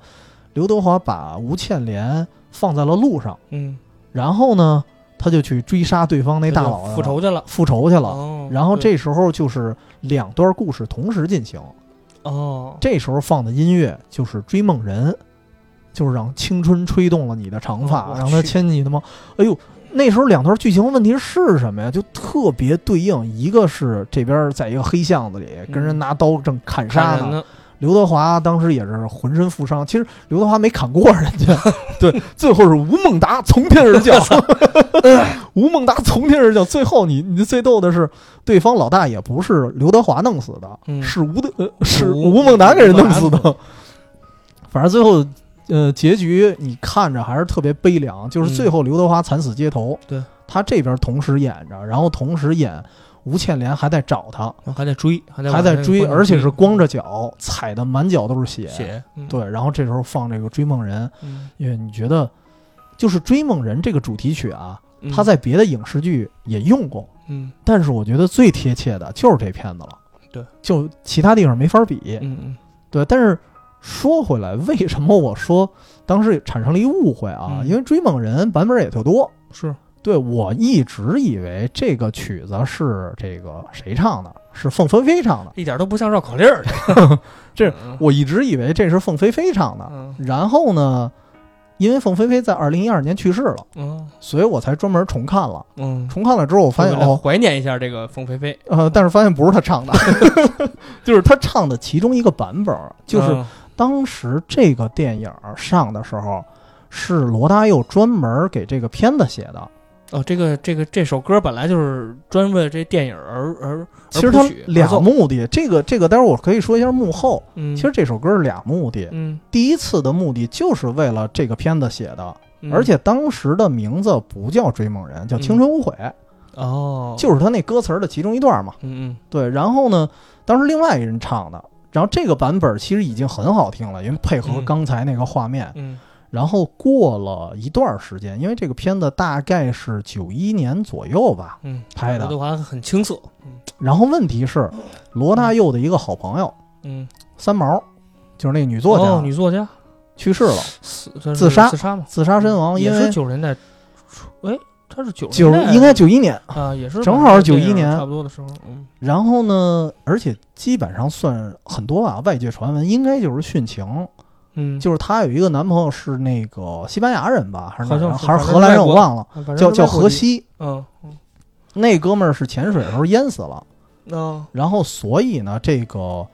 Speaker 1: 刘德华把吴倩莲放在了路上，
Speaker 2: 嗯
Speaker 1: 然后呢，他就去追杀对方那大佬
Speaker 2: 对
Speaker 1: 了
Speaker 2: 复仇去了。
Speaker 1: 复仇去了。
Speaker 2: 哦，
Speaker 1: 然后
Speaker 2: 对
Speaker 1: 这时候就是两段故事同时进行，
Speaker 2: 哦，
Speaker 1: 这时候放的音乐就是《追梦人》，就是让青春吹动了你的长
Speaker 2: 哦
Speaker 1: 发，
Speaker 2: 我
Speaker 1: 让它
Speaker 2: 去
Speaker 1: 牵起你的毛。哎呦，那时候两段剧情问题是什么呀？就特别对应，一个是这边在一个黑巷子里跟人拿刀正砍杀
Speaker 2: 看
Speaker 1: 呢
Speaker 2: 嗯人，呢，
Speaker 1: 刘德华当时也是浑身负伤，其实刘德华没砍过人家， 对，最后是吴孟达从天而 降，吴孟达从天而降。最后你你最逗的是，对方老大也不是刘德华弄死的，
Speaker 2: 嗯
Speaker 1: 是吴德、呃是
Speaker 2: 吴
Speaker 1: 吴孟达给人弄
Speaker 2: 吴
Speaker 1: 死
Speaker 2: 孟达
Speaker 1: 的。反正最后，呃，结局你看着还是特别悲凉，就是最后刘德华惨死街头，
Speaker 2: 对
Speaker 1: 他这边同时演着，然后同时演吴倩莲还在找他，
Speaker 2: 还在追，还在
Speaker 1: 还在追，而且是光
Speaker 2: 着
Speaker 1: 着脚，踩的满脚都是血。
Speaker 2: 血，嗯，
Speaker 1: 对，然后这时候放这个《追梦人》，
Speaker 2: 嗯
Speaker 1: 因为你觉得就是《追梦人》这个主题曲啊，
Speaker 2: 嗯
Speaker 1: 它在别的影视剧也用过，
Speaker 2: 嗯
Speaker 1: 但是我觉得最贴切的就是这片子了。
Speaker 2: 对，
Speaker 1: 就其他地方没法比。
Speaker 2: 嗯嗯
Speaker 1: 对，但是说回来，为什么我说当时产生了一误会啊？
Speaker 2: 嗯
Speaker 1: 因为《追梦人》版本也特多。
Speaker 2: 是
Speaker 1: 对我一直以为这个曲子是这个谁唱的，是凤飞飞唱的。
Speaker 2: 一点都不像绕口令儿，
Speaker 1: 这
Speaker 2: 嗯
Speaker 1: 我一直以为这是凤飞飞唱的。
Speaker 2: 嗯
Speaker 1: 然后呢，因为凤飞飞在二零一二年去世了，
Speaker 2: 嗯
Speaker 1: 所以我才专门重看了。
Speaker 2: 嗯，
Speaker 1: 重看了之后，我发现
Speaker 2: 为了
Speaker 1: 哦，
Speaker 2: 怀念一下这个凤飞飞，
Speaker 1: 呃，但是发现不是他唱的， 就是他唱的其中一个版本，就是
Speaker 2: 嗯
Speaker 1: 当时这个电影上的时候，是罗大佑专门给这个片子写的。
Speaker 2: 哦，这个这个这首歌本来就是专为这电影而而，
Speaker 1: 其实他
Speaker 2: 谱曲
Speaker 1: 俩
Speaker 2: 合奏
Speaker 1: 目的，这个这个，待会儿我可以说一下幕后。
Speaker 2: 嗯，
Speaker 1: 其实这首歌是俩目的，
Speaker 2: 嗯，
Speaker 1: 第一次的目的就是为了这个片子写的，
Speaker 2: 嗯
Speaker 1: 而且当时的名字不叫《追梦人》，叫《青春无悔》，
Speaker 2: 哦，
Speaker 1: 就是他那歌词儿的其中一段嘛。
Speaker 2: 嗯
Speaker 1: 对，然后呢，当时另外一人唱的，然后这个版本其实已经很好听了，因为配合
Speaker 2: 嗯
Speaker 1: 刚才那个画面。
Speaker 2: 嗯
Speaker 1: 然后过了一段时间，因为这个片子大概是九一年左右吧
Speaker 2: 嗯嗯，
Speaker 1: 拍
Speaker 2: 刘
Speaker 1: 的
Speaker 2: 德。华很青涩，嗯
Speaker 1: 然后问题是，罗大佑的一个好朋友
Speaker 2: 嗯，
Speaker 1: 三毛，就是那个女作家，
Speaker 2: 哦女作家
Speaker 1: 去世了，
Speaker 2: 死她是
Speaker 1: 自杀
Speaker 2: 自杀嘛，
Speaker 1: 自杀身亡，
Speaker 2: 也
Speaker 1: 因
Speaker 2: 是
Speaker 1: 为
Speaker 2: 九十年代初，哎，她是九
Speaker 1: 九应该九一年。
Speaker 2: 啊，也是
Speaker 1: 正好是
Speaker 2: 跟
Speaker 1: 91年
Speaker 2: 差不多的时候，嗯
Speaker 1: 然后呢，而且基本上算很多啊，外界传闻应该就是殉情，
Speaker 2: 嗯，
Speaker 1: 就是她有一个男朋友是那个西班牙人吧，还是哪儿人
Speaker 2: 好像是
Speaker 1: 还是
Speaker 2: 反正
Speaker 1: 荷兰人，
Speaker 2: 外国
Speaker 1: 我忘了，
Speaker 2: 啊反正
Speaker 1: 叫
Speaker 2: 是
Speaker 1: 叫
Speaker 2: 外国
Speaker 1: 荷
Speaker 2: 籍，
Speaker 1: 西。
Speaker 2: 嗯嗯，
Speaker 1: 那哥们儿是潜水的时候淹死了，
Speaker 2: 哦，
Speaker 1: 然后所以呢，这个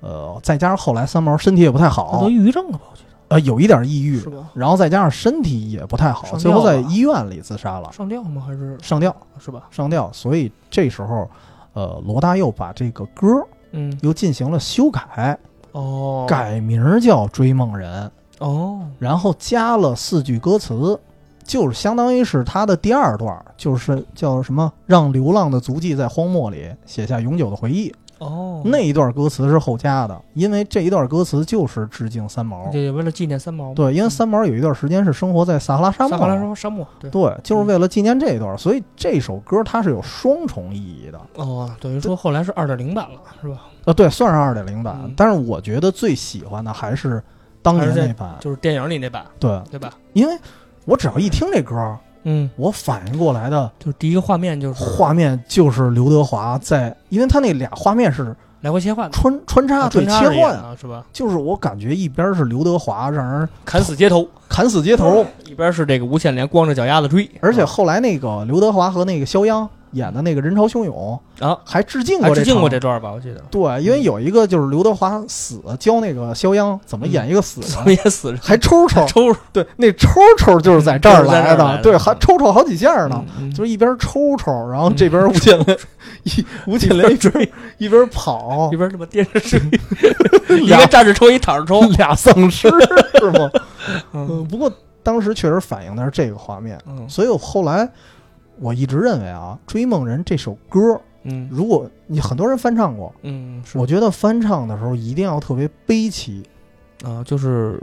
Speaker 1: 呃，再加上后来三毛身体也不太
Speaker 2: 那都
Speaker 1: 好
Speaker 2: 抑，郁症了吧？我觉得
Speaker 1: 呃，有一点抑郁
Speaker 2: 啊是，吧？
Speaker 1: 然后再加上身体也不太好，
Speaker 2: 上
Speaker 1: 最后
Speaker 2: 吊
Speaker 1: 在
Speaker 2: 了
Speaker 1: 医院里自杀了，
Speaker 2: 上吊吗？还是
Speaker 1: 上吊
Speaker 2: 是吧？
Speaker 1: 上吊。所以这时候，呃，罗大佑把这个歌儿
Speaker 2: 嗯，
Speaker 1: 又进行了修改。
Speaker 2: 哦，
Speaker 1: 改名儿叫《追梦人》，
Speaker 2: 哦，
Speaker 1: 然后加了四句歌词，就是相当于是他的第二段儿，就是叫什么“让流浪的足迹在荒漠里写下永久的回忆”
Speaker 2: 哦，
Speaker 1: 那一段歌词是后加的，因为这一段歌词就是致敬三毛。
Speaker 2: 也为了纪念三毛嘛，
Speaker 1: 对，因为三毛有一段时间是生活在撒哈拉沙
Speaker 2: 撒哈拉
Speaker 1: 漠。
Speaker 2: 沙沙漠，对，
Speaker 1: 对，就是为了纪念这一段儿，所以这首歌它是有双重意义的。
Speaker 2: 哦，等于说后来是二点零版了，是吧？
Speaker 1: 呃，对，算是二点零版
Speaker 2: 嗯，
Speaker 1: 但是我觉得最喜欢的还是当
Speaker 2: 还
Speaker 1: 年
Speaker 2: 是在
Speaker 1: 那版。
Speaker 2: 就是电影里那版，
Speaker 1: 对，
Speaker 2: 对吧？
Speaker 1: 因为我只要一听这歌儿，
Speaker 2: 嗯，
Speaker 1: 我反应过来的
Speaker 2: 就是第一个画面就是
Speaker 1: 画面就是刘德华在，因为他那俩画面是
Speaker 2: 来回切换的，
Speaker 1: 穿穿插对
Speaker 2: 穿
Speaker 1: 切
Speaker 2: 插着演
Speaker 1: 换啊，
Speaker 2: 啊，是吧？
Speaker 1: 就是我感觉一边是刘德华让 人
Speaker 2: 砍死街头，
Speaker 1: 砍死街头，
Speaker 2: 一边是这个吴倩莲光着脚丫子追，
Speaker 1: 而且
Speaker 2: 啊
Speaker 1: 后来那个刘德华和那个肖央演的那个人潮汹涌
Speaker 2: 啊
Speaker 1: 还致敬
Speaker 2: 还
Speaker 1: 过这
Speaker 2: 致敬过
Speaker 1: 场嗯
Speaker 2: 这段吧，我记得。
Speaker 1: 对，因为有一个就是刘德华死教那个肖央怎么演一个死
Speaker 2: 怎
Speaker 1: 人，
Speaker 2: 么也死着，
Speaker 1: 还抽抽，
Speaker 2: 抽着
Speaker 1: 对，那抽抽就是在这儿
Speaker 2: 就是在这
Speaker 1: 来
Speaker 2: 儿来的
Speaker 1: 的，对，
Speaker 2: 嗯
Speaker 1: 还抽抽好几下呢。
Speaker 2: 嗯
Speaker 1: 就是一边抽抽，然后这边吴建雷，一吴建雷一边一边跑
Speaker 2: 一，边他妈电 视追，一
Speaker 1: 哦俩
Speaker 2: 个站着抽，一躺着抽，
Speaker 1: 俩丧尸是吗？
Speaker 2: 嗯
Speaker 1: 嗯，不过当时确实反映的是这个画面，
Speaker 2: 嗯
Speaker 1: 所以我后来我一直认为啊，《追梦人》这首歌，
Speaker 2: 嗯
Speaker 1: 如果你很多人翻唱过，
Speaker 2: 嗯，是
Speaker 1: 我觉得翻唱的时候一定要特别悲凄，
Speaker 2: 啊，就是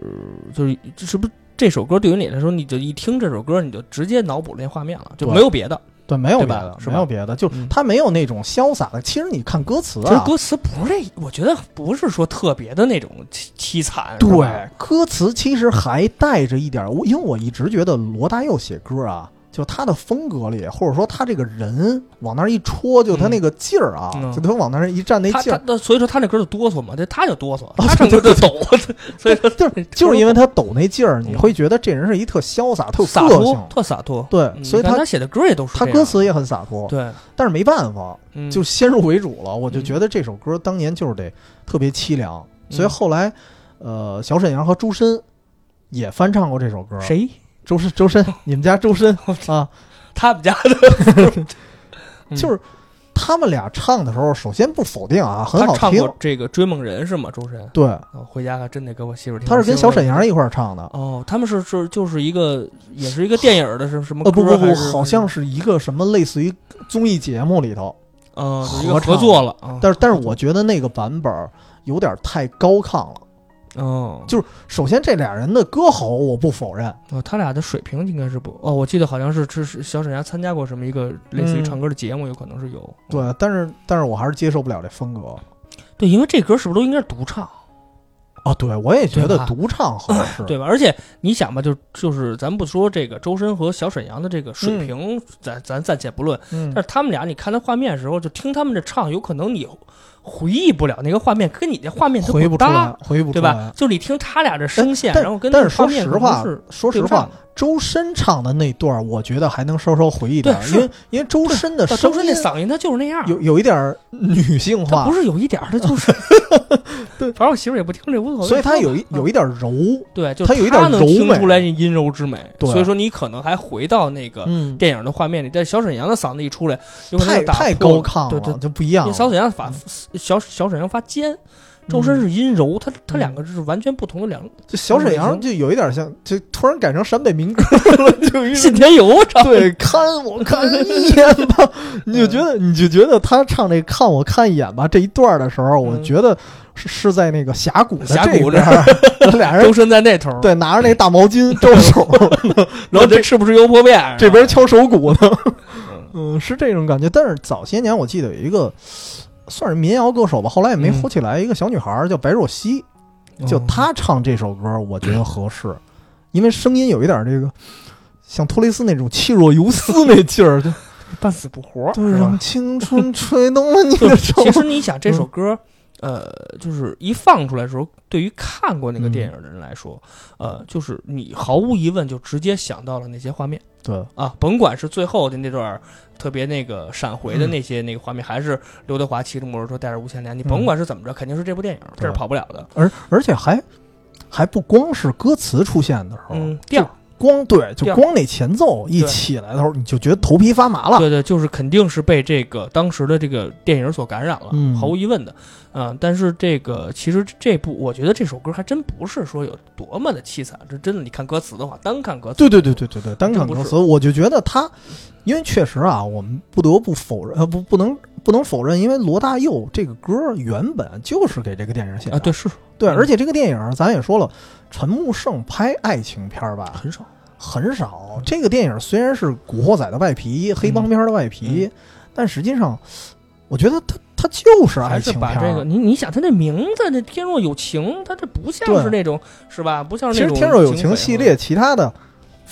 Speaker 2: 就是这是不是这首歌对于你来说，你就一听这首歌，你就直接脑补那画面了，就
Speaker 1: 对
Speaker 2: 没有别的。
Speaker 1: 对，没有
Speaker 2: 对
Speaker 1: 别
Speaker 2: 吧
Speaker 1: 的，
Speaker 2: 是吧
Speaker 1: 没有别的，就
Speaker 2: 嗯
Speaker 1: 它没有那种潇洒的。其实你看歌词
Speaker 2: 其实
Speaker 1: 啊，
Speaker 2: 歌词不是这，我觉得不是说特别的那种凄凄惨，是吧
Speaker 1: 哎对，歌词其实还带着一点儿，我因为我一直觉得罗大佑写歌啊，就他的风格里，或者说他这个人往那儿一戳，就他那个劲儿啊，
Speaker 2: 嗯嗯
Speaker 1: 就他往那儿一站那
Speaker 2: 他
Speaker 1: 劲
Speaker 2: 他
Speaker 1: 儿，哦
Speaker 2: 那所以说他那歌就哆嗦嘛，这他就哆嗦，他唱歌就
Speaker 1: 对
Speaker 2: 抖， 所以说
Speaker 1: 就是就是因为他抖那劲儿，你会觉得这人是一特潇洒、特有
Speaker 2: 洒
Speaker 1: 个
Speaker 2: 脱
Speaker 1: 性，，
Speaker 2: 嗯特洒脱。
Speaker 1: 对，
Speaker 2: 嗯
Speaker 1: 所以
Speaker 2: 你看
Speaker 1: 他
Speaker 2: 他写的歌也都是
Speaker 1: 他
Speaker 2: 这
Speaker 1: 歌
Speaker 2: 样
Speaker 1: 词也很洒脱，
Speaker 2: 对，
Speaker 1: 但是没办法，
Speaker 2: 嗯
Speaker 1: 就先入为主了，我就
Speaker 2: 嗯
Speaker 1: 觉得这首歌当年就是得特别凄凉，
Speaker 2: 嗯
Speaker 1: 所以后来，呃，小沈阳和周深也翻唱过这首歌，？
Speaker 2: 谁
Speaker 1: 周深，周深， 你们家周深啊，
Speaker 2: 他们家的嗯
Speaker 1: 就是他们俩唱的时候，首先不否定啊，很
Speaker 2: 他
Speaker 1: 好
Speaker 2: 唱
Speaker 1: 听
Speaker 2: 过，这个《追梦人》是吗？周深，
Speaker 1: 对，
Speaker 2: 我回家还真得给我媳妇儿听。
Speaker 1: 他是跟
Speaker 2: 我媳
Speaker 1: 小
Speaker 2: 妇儿
Speaker 1: 沈阳一块儿唱的。
Speaker 2: 哦，他们是是就是一个也是一个电影的是什么歌
Speaker 1: 呃，
Speaker 2: 还
Speaker 1: 不
Speaker 2: 是？
Speaker 1: 不不，好像
Speaker 2: 是
Speaker 1: 是一个什么类似于综艺节目里头，
Speaker 2: 呃有一个
Speaker 1: 合
Speaker 2: 合
Speaker 1: 唱
Speaker 2: 作了，啊
Speaker 1: 但是但是我觉得那个版本儿有点太高亢了。
Speaker 2: 哦
Speaker 1: 就是首先这俩人的歌喉我不否认，
Speaker 2: 哦，他俩的水平应该是不哦，我记得好像是是是小沈阳参加过什么一个类似于
Speaker 1: 嗯
Speaker 2: 唱歌的节目，有可能是有
Speaker 1: 对，但是但是我还是接受不了这风格。
Speaker 2: 对，因为这歌是不是都应该是独唱
Speaker 1: 啊，对，我也觉
Speaker 2: 对
Speaker 1: 得
Speaker 2: 吧
Speaker 1: 独唱合适。
Speaker 2: 对吧？而且你想吧，就就是咱不说这个周深和小沈阳的这个水
Speaker 1: 嗯
Speaker 2: 平，咱咱暂且不论，
Speaker 1: 嗯
Speaker 2: 但是他们俩，你看他画面的时候，就听他们这唱，有可能你回忆不了那个画面，跟你这画面它
Speaker 1: 回不出
Speaker 2: 搭
Speaker 1: 来，，回不出
Speaker 2: 对
Speaker 1: 来
Speaker 2: 吧？。就你听他俩这声线，
Speaker 1: 但
Speaker 2: 然后跟那
Speaker 1: 但
Speaker 2: 个
Speaker 1: 是
Speaker 2: 画
Speaker 1: 说
Speaker 2: 面
Speaker 1: 实
Speaker 2: 可能
Speaker 1: 话
Speaker 2: 是，
Speaker 1: 说
Speaker 2: 对
Speaker 1: 实
Speaker 2: 不
Speaker 1: 话
Speaker 2: 上，的，
Speaker 1: 周深唱的那段儿，我觉得还能稍稍回忆点儿
Speaker 2: 对，是
Speaker 1: 因为因为周深的
Speaker 2: 但
Speaker 1: 声
Speaker 2: 周
Speaker 1: 音
Speaker 2: 深那嗓音他就是那样，
Speaker 1: 有有一点儿女性
Speaker 2: 他
Speaker 1: 化
Speaker 2: 不，是有一点儿，他就是， 对，反正我媳妇儿也不听这无所谓，
Speaker 1: 所以他有一
Speaker 2: 嗯
Speaker 1: 有一点儿柔。
Speaker 2: 对，就
Speaker 1: 他
Speaker 2: 是
Speaker 1: 有一点
Speaker 2: 他能
Speaker 1: 柔
Speaker 2: 听
Speaker 1: 美
Speaker 2: 出来阴柔之美，
Speaker 1: 对
Speaker 2: 所以说你可能还回到那个
Speaker 1: 嗯，
Speaker 2: 电影的画面里，但小沈阳的嗓子一出来，有可能
Speaker 1: 太
Speaker 2: 就打
Speaker 1: 太
Speaker 2: 破
Speaker 1: 高
Speaker 2: 了
Speaker 1: 亢
Speaker 2: 对对
Speaker 1: 了，，就不一样
Speaker 2: 因为
Speaker 1: 了。
Speaker 2: 小沈阳发小小沈阳发尖，周深是阴柔，他他
Speaker 1: 嗯
Speaker 2: 两个是完全不同的两
Speaker 1: 就小沈阳就有一点像，就突然改成陕北民歌 了，就有一
Speaker 2: 信
Speaker 1: 种
Speaker 2: 天游，啊我操！
Speaker 1: 对看我看一眼吧，
Speaker 2: 嗯
Speaker 1: 你就觉得你就觉得他唱这看我看一眼吧这一段的时候，我
Speaker 2: 嗯
Speaker 1: 觉得是是在那个峡谷的
Speaker 2: 峡
Speaker 1: 这
Speaker 2: 谷
Speaker 1: 边儿， 俩人
Speaker 2: 周深在那头，，
Speaker 1: 对拿着那大毛巾招手，
Speaker 2: 然后这吃不吃油泼面，
Speaker 1: 这边敲手鼓呢
Speaker 2: 哎嗯，
Speaker 1: 嗯，是这种感觉。但是早些年我记得有一个算是民谣歌手吧，后来也没
Speaker 2: 嗯
Speaker 1: 火起来，一个小女孩儿叫白若曦，就
Speaker 2: 嗯
Speaker 1: 她唱这首歌，我觉得合适，因为声音有一点这个像托雷斯那种气若游丝那劲儿， 就
Speaker 2: 半死不活，
Speaker 1: 就是
Speaker 2: 吧
Speaker 1: 让青春吹动了你的手
Speaker 2: 其。实你想这首歌，呃，就是一放出来的时候，对于看过那个电影的人来说，呃，就是你毫无疑问就直接想到了那些画面
Speaker 1: 对，
Speaker 2: 啊，甭管是最后的那段儿特别那个闪回的那些那个画面，还是刘德华骑着摩托车带着无线电，你甭管是怎么着，肯定是这部电影，这是跑不了的。
Speaker 1: 而而且还还不光是歌词出现的时候，
Speaker 2: 嗯，调儿，
Speaker 1: 光对就
Speaker 2: 调
Speaker 1: 光那前奏一
Speaker 2: 对
Speaker 1: 起来的时候，你就觉得头皮发麻了。
Speaker 2: 对对，就是肯定是被这个当时的这个电影所感染了，
Speaker 1: 嗯
Speaker 2: 毫无疑问的。嗯、但是这个其实这部，我觉得这首歌还真不是说有多么的凄惨，这真的，你看歌词的话，单看歌词，
Speaker 1: 对对对对对对，单看
Speaker 2: 不
Speaker 1: 歌
Speaker 2: 是
Speaker 1: 词，我就觉得他，因为确实啊，我们不得不否认，呃，不不能不能否认，因为罗大佑这个歌原本就是给这个电影写的，
Speaker 2: 啊，对，是
Speaker 1: 对
Speaker 2: 嗯
Speaker 1: 而且这个电影啊咱也说了，陈木胜拍爱情片儿 吧
Speaker 2: 很少，
Speaker 1: 很少，这个电影虽然是《古惑仔》的外皮，黑帮片儿的外
Speaker 2: 嗯
Speaker 1: 皮，但实际上，我觉得他他就是
Speaker 2: 还
Speaker 1: 爱
Speaker 2: 是
Speaker 1: 情
Speaker 2: 把
Speaker 1: 片
Speaker 2: 这个
Speaker 1: 儿。
Speaker 2: 你你想，他这名字这《天若有情》，他这不像
Speaker 1: 对
Speaker 2: 是那种是吧？不像
Speaker 1: 其
Speaker 2: 是
Speaker 1: 实
Speaker 2: 那
Speaker 1: 《
Speaker 2: 种
Speaker 1: 天若有
Speaker 2: 警
Speaker 1: 情
Speaker 2: 匪》
Speaker 1: 系列，其他的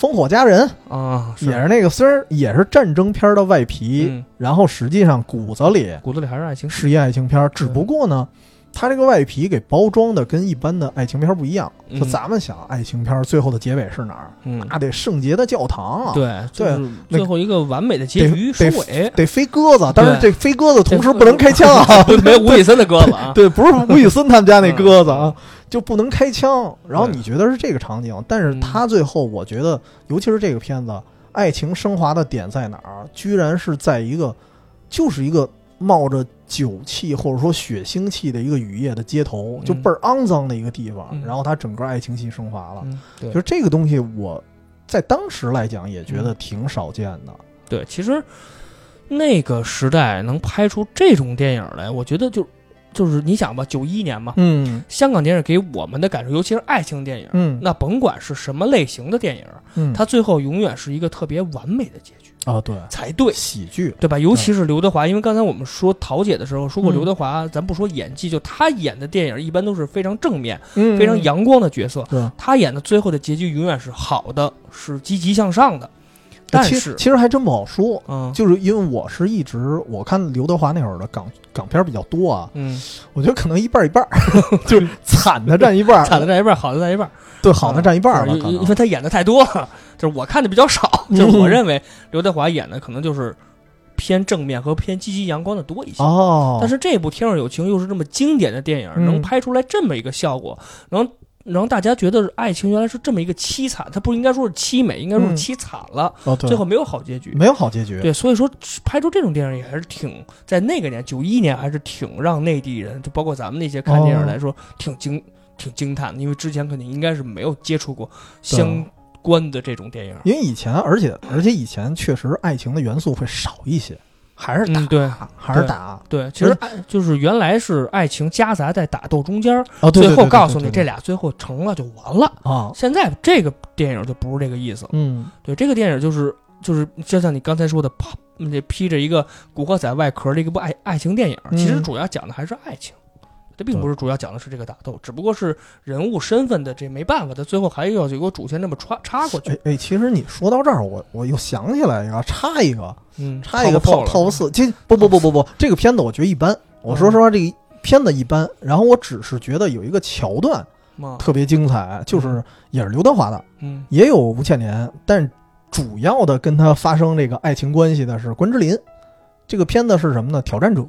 Speaker 1: 《烽火佳人》
Speaker 2: 啊，
Speaker 1: 也是那个，虽然也是战争片儿的外皮，
Speaker 2: 嗯，
Speaker 1: 然后实际上骨子里
Speaker 2: 骨子里还是爱情。
Speaker 1: 是一爱情片儿，只不过呢，它这个外皮给包装的跟一般的爱情片儿不一样。
Speaker 2: 嗯
Speaker 1: 就咱们想，爱情片儿最后的结尾是哪儿？
Speaker 2: 嗯，
Speaker 1: 那得圣洁的教堂啊，
Speaker 2: 对，就是
Speaker 1: 那
Speaker 2: 最后一个完美的结
Speaker 1: 得
Speaker 2: 局收
Speaker 1: 得
Speaker 2: 尾，
Speaker 1: 得飞鸽子，但是
Speaker 2: 对
Speaker 1: 这飞鸽子同时不能开枪啊，
Speaker 2: 没吴宇森的鸽子啊，嗯
Speaker 1: 对， 不是吴宇森他们家那鸽子啊，就不能开枪。然后你觉得是这个场景，但是
Speaker 2: 嗯
Speaker 1: 他最后我觉得，尤其是这个片子，爱情升华的点在哪儿？啊居然是在一个，就是一个冒着酒气或者说血腥气的一个雨夜的街头，就
Speaker 2: 嗯
Speaker 1: 倍儿肮脏的一个地方。
Speaker 2: 嗯
Speaker 1: 然后他整个爱情戏升华了，
Speaker 2: 嗯，对
Speaker 1: 就是这个东西我。在当时来讲，也觉得
Speaker 2: 嗯
Speaker 1: 挺少见的。
Speaker 2: 对，其实那个时代能拍出这种电影来，我觉得就就是你想吧，九一年嘛，
Speaker 1: 嗯
Speaker 2: 香港电影给我们的感受，尤其是爱情电影，
Speaker 1: 嗯
Speaker 2: 那甭管是什么类型的电影，
Speaker 1: 嗯，
Speaker 2: 它最后永远是一个特别完美的结局
Speaker 1: 啊，对，嗯
Speaker 2: 才对。
Speaker 1: 喜剧，
Speaker 2: 对吧？尤其是刘德华，因为刚才我们说桃姐的时候说
Speaker 1: 嗯
Speaker 2: 过，刘德华，咱不说演技，就他演的电影一般都是非常正面、
Speaker 1: 嗯
Speaker 2: 非常，阳光的角色。
Speaker 1: 对，
Speaker 2: 他演的最后的结局永远是好的，是积极向上的。但
Speaker 1: 呃其
Speaker 2: 是
Speaker 1: 其实还真不好说，
Speaker 2: 嗯
Speaker 1: 就是因为我是一直我看刘德华那会儿的港港片儿比较多啊，
Speaker 2: 嗯，
Speaker 1: 我觉得可能一半儿一半儿，就是惨的占一半儿，
Speaker 2: 惨的占一半，好的占一半，
Speaker 1: 对好的占一半啊儿吧，
Speaker 2: 因
Speaker 1: 可
Speaker 2: 因
Speaker 1: 能嗯
Speaker 2: 为他演的太多了，就是我看的比较少，就是我认为刘德华演的可能就是偏正面和偏积极阳光的多一些。
Speaker 1: 哦，
Speaker 2: 但是这部《天若有情》又是这么经典的电影，
Speaker 1: 嗯
Speaker 2: 能拍出来这么一个效果，能让大家觉得爱情原来是这么一个凄惨，它不应该说是凄美，应该说是
Speaker 1: 嗯
Speaker 2: 凄惨了，
Speaker 1: 哦对
Speaker 2: 最后没有好结局。
Speaker 1: 没有好结局，
Speaker 2: 对，所以说拍出这种电影也还是挺在那个年九一年还是挺让内地人，就包括咱们那些看电影来说，挺惊挺惊叹的，因为之前肯定应该是没有接触过相关的这种电影，
Speaker 1: 因为以前而且而且以前确实爱情的元素会少一些，还是打、
Speaker 2: 嗯对
Speaker 1: 还是打
Speaker 2: 对，其实爱就是原来是爱情夹杂在打斗中间儿，
Speaker 1: 哦，对
Speaker 2: 最后告诉你这
Speaker 1: 俩
Speaker 2: 俩最后成了就完了。
Speaker 1: 啊，
Speaker 2: 现在这个电影就不是这个意思了，
Speaker 1: 嗯
Speaker 2: 对，这个电影就是就是就像你刚才说的，啪，嗯这披着一个古惑仔外壳的一个部爱爱情电影，
Speaker 1: 嗯
Speaker 2: 其实主要讲的还是爱情。这并不是主要讲的是这个打斗，只不过是人物身份的这没办法，他最后还要有个主线这么插插过去
Speaker 1: 哎。哎，其实你说到这儿，我我又想起来一个，插一个。
Speaker 2: 嗯，
Speaker 1: 差一个
Speaker 2: 套
Speaker 1: 套套四，这不不不不不，这个片子我觉得一般。我
Speaker 2: 嗯
Speaker 1: 说实话，这个片子一般。然后我只是觉得有一个桥段
Speaker 2: 嘛，
Speaker 1: 特别精彩，就是也是刘德华的，
Speaker 2: 嗯
Speaker 1: 也有吴倩莲，但主要的跟他发生这个爱情关系的是关之琳。这个片子是什么呢？挑战者，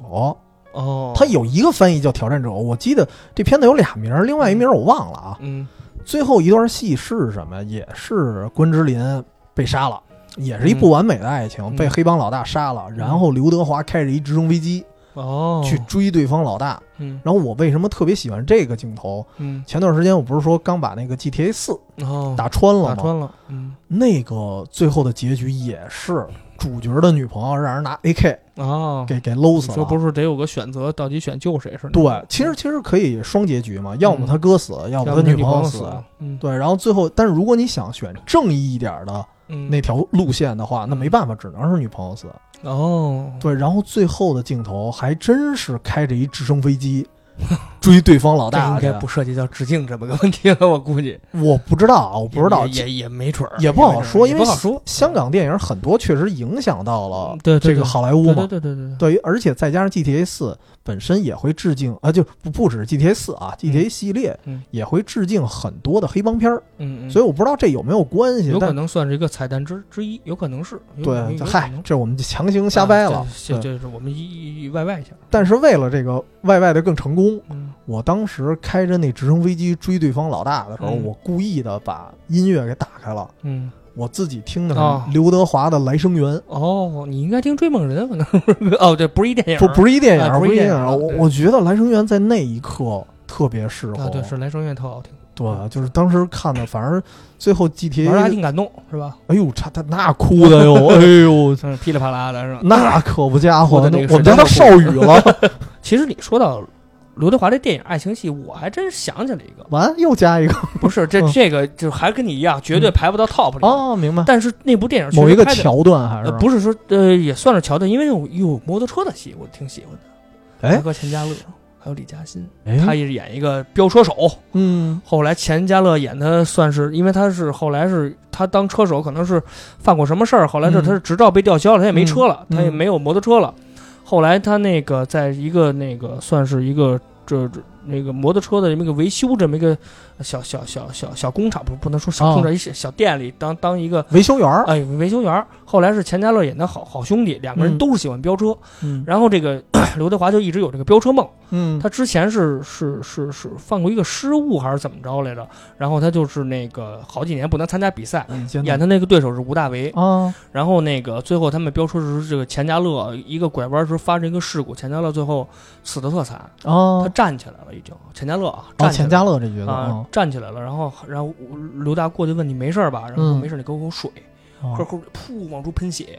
Speaker 2: 哦，
Speaker 1: 它有一个翻译叫挑战者，我记得这片子有俩名儿，另外一名儿我忘了啊。
Speaker 2: 嗯
Speaker 1: 最后一段戏是什么？也是关之琳被杀了，也是一不完美的爱情，
Speaker 2: 嗯
Speaker 1: 被黑帮老大杀了。然后刘德华开着一直升飞机
Speaker 2: 哦
Speaker 1: 去追对方老大。
Speaker 2: 嗯
Speaker 1: 然后我为什么特别喜欢这个镜头？
Speaker 2: 嗯
Speaker 1: 前段时间我不是说刚把那个 GTA 四
Speaker 2: 哦
Speaker 1: 打穿了吗？
Speaker 2: 打穿了嗯
Speaker 1: 那个最后的结局也是主角的女朋友让人拿 AK
Speaker 2: 哦，
Speaker 1: 给给搂死
Speaker 2: 说
Speaker 1: 了。
Speaker 2: 不是得有个选择，到底选救谁是？嗯
Speaker 1: 对，其实其实可以双结局嘛，要么他哥死，要么他女朋友
Speaker 2: 友
Speaker 1: 死。
Speaker 2: 了，嗯
Speaker 1: 对，然后最后，但是如果你想选正义一点儿的，
Speaker 2: 嗯
Speaker 1: 那条路线的话，那没办法，只能是女朋友死。
Speaker 2: 哦
Speaker 1: 对，然后最后的镜头还真是开着一直升飞机 追对方老
Speaker 2: 这
Speaker 1: 大
Speaker 2: 应
Speaker 1: 去
Speaker 2: 该不涉及到致敬这么个问题了，我 估计
Speaker 1: 我不知道啊，我不知道，
Speaker 2: 也也也没准儿，
Speaker 1: 也不好说
Speaker 2: 也
Speaker 1: 因
Speaker 2: 没
Speaker 1: 为
Speaker 2: 准儿也不好说。
Speaker 1: 香港电影很多确实影响到了
Speaker 2: 嗯对对
Speaker 1: 这个
Speaker 2: 对
Speaker 1: 好莱坞
Speaker 2: 对
Speaker 1: 嘛。
Speaker 2: 对对对对，
Speaker 1: 对，而且再加上 GTA 四本身也会致敬啊，就不不只是 GTA 四啊，GTA 系列
Speaker 2: 嗯
Speaker 1: 也会致敬很多的黑帮片儿，
Speaker 2: 嗯嗯，
Speaker 1: 所以我不知道这有没有关系
Speaker 2: 有，可
Speaker 1: 但
Speaker 2: 能算是一个彩蛋之之一，有可能是有可能
Speaker 1: 对，
Speaker 2: 有可
Speaker 1: 嗨
Speaker 2: 能，
Speaker 1: 这我们就强行瞎掰了嗯
Speaker 2: 啊。这
Speaker 1: 对
Speaker 2: 这这是我们一一外外一下，
Speaker 1: 但是为了这个 YY 的更成功，
Speaker 2: 嗯
Speaker 1: 我当时开着那直升飞机追对方老大的时候，
Speaker 2: 嗯
Speaker 1: 我故意的把音乐给打开了，
Speaker 2: 嗯，
Speaker 1: 我自己听的
Speaker 2: 哦
Speaker 1: 是刘德华的《来生缘》
Speaker 2: 哦，你应该听《追梦人》，可能 哦，对，不是一电影，
Speaker 1: 不不是一电影，
Speaker 2: 啊
Speaker 1: 不
Speaker 2: 不是
Speaker 1: 是
Speaker 2: 一
Speaker 1: 一
Speaker 2: 电
Speaker 1: 电
Speaker 2: 影
Speaker 1: 影。我
Speaker 2: 对
Speaker 1: 我觉得《来生缘》在那一刻特别适合，
Speaker 2: 啊，对，是《来生愿特好听，
Speaker 1: 对就是当时看的，反正最后
Speaker 2: 嗯玩儿还
Speaker 1: GTA，
Speaker 2: 挺感动，是吧？
Speaker 1: 哎呦，差他那哭的 哟，哎呦，
Speaker 2: 嗯，噼里啪啦的是吧？
Speaker 1: 那可不家伙，
Speaker 2: 我的
Speaker 1: 那
Speaker 2: 那个
Speaker 1: 我们家的
Speaker 2: 时
Speaker 1: 少
Speaker 2: 间都
Speaker 1: 宇了，
Speaker 2: 其实你说到刘德华这电影爱情戏，我还真想起来一个，
Speaker 1: 完又加一个
Speaker 2: 不是这
Speaker 1: 嗯
Speaker 2: 这个就还跟你一样，绝对排不到 top 里的。
Speaker 1: 哦，明白，
Speaker 2: 但是那部电影确实
Speaker 1: 某一个
Speaker 2: 拍得
Speaker 1: 桥段还是
Speaker 2: 呃，不是说呃，也算是桥段，因为有有摩托车的戏，我挺喜欢的。
Speaker 1: 哎
Speaker 2: 大哥钱嘉乐，还有李嘉欣，嗯他
Speaker 1: 哎，
Speaker 2: 也是演一个飙车手。
Speaker 1: 嗯
Speaker 2: 后来钱嘉乐演他算是，因为他是后来是他当车手，可能是犯过什么事儿，后来是
Speaker 1: 嗯
Speaker 2: 他是执照被吊销了，他也没
Speaker 1: 嗯
Speaker 2: 车了，他也
Speaker 1: 嗯
Speaker 2: 没有摩托车了。后来他那个在一个那个算是一个这这那个摩托车的这么一个维修这么一个小小小小小工厂，不不能说小工厂，一小小店里当当一个
Speaker 1: 维修员儿，
Speaker 2: 哎，维修员儿。后来是钱嘉乐演的好好兄弟，两个人
Speaker 1: 嗯
Speaker 2: 都是喜欢飙车。
Speaker 1: 嗯
Speaker 2: 然后这个 刘德华就一直有这个飙车梦。
Speaker 1: 嗯，
Speaker 2: 他之前是是是是犯过一个失误还是怎么着来着？然后他就是那个好几年不能参加比赛。演
Speaker 1: 的
Speaker 2: 他那个对手是吴大维，
Speaker 1: 啊，
Speaker 2: 然后那个最后他们飙车时，这个钱嘉乐一个拐弯时候发生一个事故，钱嘉乐最后死的特惨，他
Speaker 1: 哦，
Speaker 2: 站起来了已经。钱嘉乐啊，
Speaker 1: 哦，
Speaker 2: 站起来
Speaker 1: 钱
Speaker 2: 了
Speaker 1: 嘉乐这哦角色
Speaker 2: 啊，，站起来了，然后然后刘大过去问你没事儿吧？然后说
Speaker 1: 嗯
Speaker 2: 没事，你给我口水。
Speaker 1: 哦
Speaker 2: 喝口水，噗往出喷血，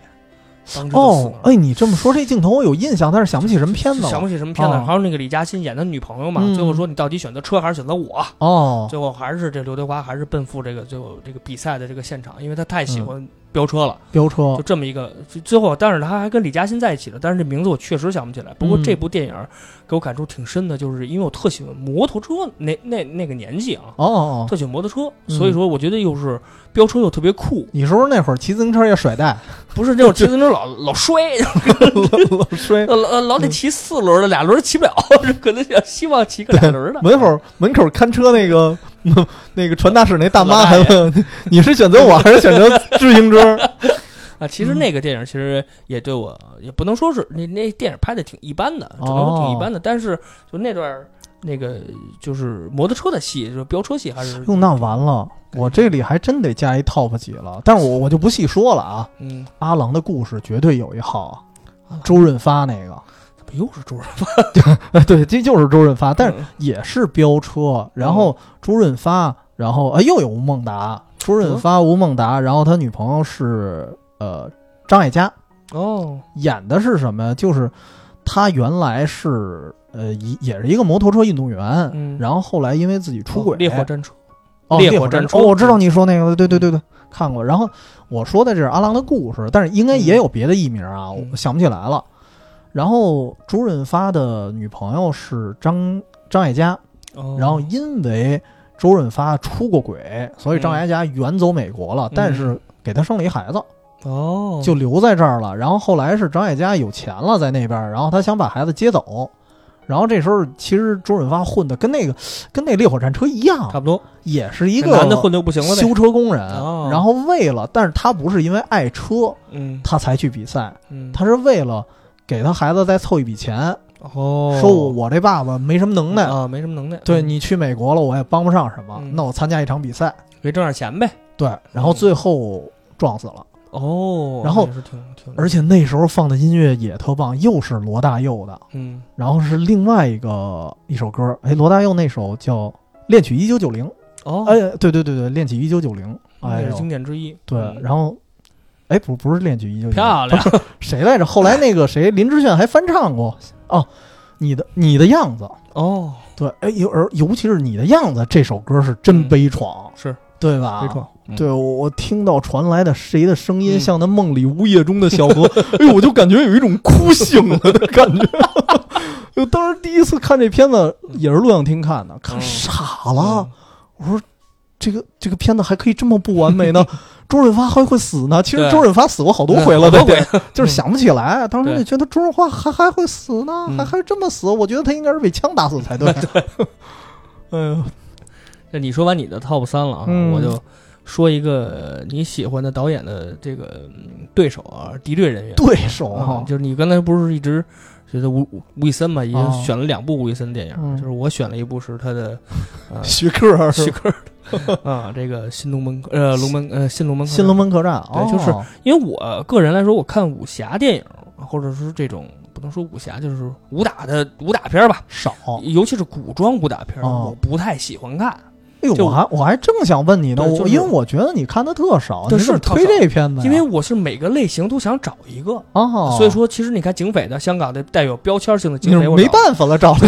Speaker 2: 当时就死
Speaker 1: 哦
Speaker 2: 了，
Speaker 1: 哎，你这么说这镜头我有印象，但是想不起什么片子
Speaker 2: 想
Speaker 1: 了。
Speaker 2: 不起什么片子了。
Speaker 1: 哦
Speaker 2: 还有那个李嘉欣演的女朋友嘛，
Speaker 1: 嗯
Speaker 2: 最后说你到底选择车还是选择我？
Speaker 1: 哦，嗯
Speaker 2: 最后还是这刘德华还是奔赴这个最后这个比赛的这个现场，因为他太喜欢飙车了，
Speaker 1: 飙车
Speaker 2: 就，这么一个。最最后，但是他还跟李嘉欣在一起了，但是这名字我确实想不起来。不过
Speaker 1: 嗯
Speaker 2: 这部电影儿给我感触挺深的，就是因为我特喜欢摩托车那那那个年纪啊，
Speaker 1: 哦哦，哦
Speaker 2: 特喜欢摩托车，
Speaker 1: 嗯
Speaker 2: 所以说我觉得又是飙车又特别酷，
Speaker 1: 你是不是那会儿骑自行车也甩带，
Speaker 2: 不是那种骑自行车老老摔，
Speaker 1: 老老摔？
Speaker 2: 老老老得骑四轮的，俩轮儿骑不了， 可能想希望骑个俩轮儿 的。
Speaker 1: 门口门口看车那个 那个传达室那大妈
Speaker 2: 老大
Speaker 1: 还
Speaker 2: 爷
Speaker 1: 问 你是选择我还是选择自行车？
Speaker 2: 啊，其实
Speaker 1: 嗯
Speaker 2: 那个电影其实也对我也不能说是那那电影拍的挺一般的，只能说
Speaker 1: 哦
Speaker 2: 挺一般的。但是就那段儿那个就是摩托车的戏，就是飙车戏，还 是
Speaker 1: 哟，那完了，我这里还真得加一 top 几了，但是我我就不细说了啊。
Speaker 2: 嗯，
Speaker 1: 阿郎的故事绝对有一号啊
Speaker 2: 阿郎，
Speaker 1: 周润发那个，
Speaker 2: 怎么又是猪儿？
Speaker 1: 哎， 对，这就是周润发，但是
Speaker 2: 是
Speaker 1: 也是飙车，然后周润发，然后啊、又有吴孟达，周润发、吴孟达，然后他女朋友是呃张艾嘉，
Speaker 2: 哦，
Speaker 1: 演的是什么呀？就是他原来是呃一也是一个摩托车运动员，
Speaker 2: 嗯哦
Speaker 1: 然后后来因为自己出轨，
Speaker 2: 烈火战车，
Speaker 1: 哦，
Speaker 2: 烈火
Speaker 1: 火
Speaker 2: 战嗯
Speaker 1: 战
Speaker 2: 车
Speaker 1: 哦，我知道你说那个，对对对对，看过。然后我说的这是阿郎的故事，但是应该也有别的艺名啊，
Speaker 2: 嗯
Speaker 1: 我想不起来了。然后周润发的女朋友是张张艾嘉，
Speaker 2: 哦
Speaker 1: 然后因为周润发出过轨，所以张艾嘉远走美国了，
Speaker 2: 嗯
Speaker 1: 但是给他生了一孩子，
Speaker 2: 哦，
Speaker 1: 就留在这儿了。然后后来是张艾嘉有钱了，在那边，然后他想把孩子接走。然后这时候，其实周润发混的跟那个跟那烈火战车一样，
Speaker 2: 差不多，
Speaker 1: 也是啊一
Speaker 2: 一
Speaker 1: 个
Speaker 2: 男的混的不行了呗，
Speaker 1: 修车工人
Speaker 2: 哦，
Speaker 1: 然后为了，但是他不是因为爱车
Speaker 2: 嗯
Speaker 1: 他才去比赛，
Speaker 2: 嗯，
Speaker 1: 他是为了给他孩子再凑一笔钱，
Speaker 2: 哦，
Speaker 1: 说我这爸爸没什么能耐，
Speaker 2: 啊，没什么能耐，
Speaker 1: 对
Speaker 2: 嗯
Speaker 1: 你去美国了我也帮不上什么，
Speaker 2: 嗯
Speaker 1: 那我参加一场比赛，
Speaker 2: 给挣点钱呗。
Speaker 1: 对，然后最后撞死了，
Speaker 2: 哦，
Speaker 1: 然后
Speaker 2: 那也是挺挺，
Speaker 1: 而且那时候放的音乐也特棒，又是罗大佑的，
Speaker 2: 嗯
Speaker 1: 然后是另外一个一首歌，哎，罗大佑那首叫《恋曲一九九零》，
Speaker 2: 哦，
Speaker 1: 哎，对对对对，《恋曲一九九零》，哎
Speaker 2: 也是
Speaker 1: 呦
Speaker 2: 经典之一。
Speaker 1: 对
Speaker 2: 嗯，
Speaker 1: 然后，哎，不，不是恋曲依旧
Speaker 2: 漂亮，
Speaker 1: 谁来着？后来那个谁，林志炫还翻唱过哦，你的你的样子，
Speaker 2: 哦，
Speaker 1: 对，哎，尤而尤其是你的样子这首歌是
Speaker 2: 嗯
Speaker 1: 真悲怆，
Speaker 2: 是
Speaker 1: 对吧？
Speaker 2: 没错，嗯
Speaker 1: 对我，我听到传来的谁的声音，
Speaker 2: 嗯
Speaker 1: 像那梦里午夜中的小 河，哎呦，我就感觉有一种哭醒了的感觉。我当时第一次看这片子，也是录像厅看的，看
Speaker 2: 嗯
Speaker 1: 傻了。我说这个这个片子还可以这么不完美呢？ 周润发还会死呢？其实
Speaker 2: 嗯对
Speaker 1: 周润发死过好多
Speaker 2: 嗯
Speaker 1: 回了，
Speaker 2: 好多 嗯
Speaker 1: 对不对就是想不起来。当时就
Speaker 2: 对
Speaker 1: 觉得周润发还还会死呢，
Speaker 2: 嗯
Speaker 1: 还还这么死？我觉得他应该是被枪打死 才对。 哎呦，
Speaker 2: 那你说完你的 top 三了啊，
Speaker 1: 嗯
Speaker 2: 我就说一个你喜欢的导演的这个嗯对手啊，敌对人员。
Speaker 1: 对手
Speaker 2: 啊
Speaker 1: 哈，，
Speaker 2: 就是你刚才不是一直觉得吴吴吴宇森嘛，已经
Speaker 1: 哦
Speaker 2: 选了两部吴宇森电影，
Speaker 1: 嗯，
Speaker 2: 就是我选了一部是他的，呃
Speaker 1: 徐克
Speaker 2: 徐
Speaker 1: 是吧
Speaker 2: 克的 啊，这个新龙门呃龙门呃新龙门客栈
Speaker 1: 新龙门客栈，
Speaker 2: 对
Speaker 1: 哦
Speaker 2: 就是因为我个人来说，我看武侠电影或者是这种不能说武侠，就是武打的武打片儿吧，
Speaker 1: 少。
Speaker 2: 尤其是古装武打片儿，
Speaker 1: 哦
Speaker 2: 我不太喜欢看。
Speaker 1: 哎呦，
Speaker 2: 就
Speaker 1: 我还我还正想问你呢，
Speaker 2: 对就
Speaker 1: 我
Speaker 2: 是
Speaker 1: 因为我觉得你看的特少，
Speaker 2: 对
Speaker 1: 你怎么
Speaker 2: 是特
Speaker 1: 推
Speaker 2: 少
Speaker 1: 这片子呀？
Speaker 2: 因为我是每个类型都想找一个，
Speaker 1: 哦，
Speaker 2: 所以说其实你看警匪的香港的带有标签性的
Speaker 1: 你
Speaker 2: 警匪，我
Speaker 1: 没
Speaker 2: 找
Speaker 1: 办法嗯了，找的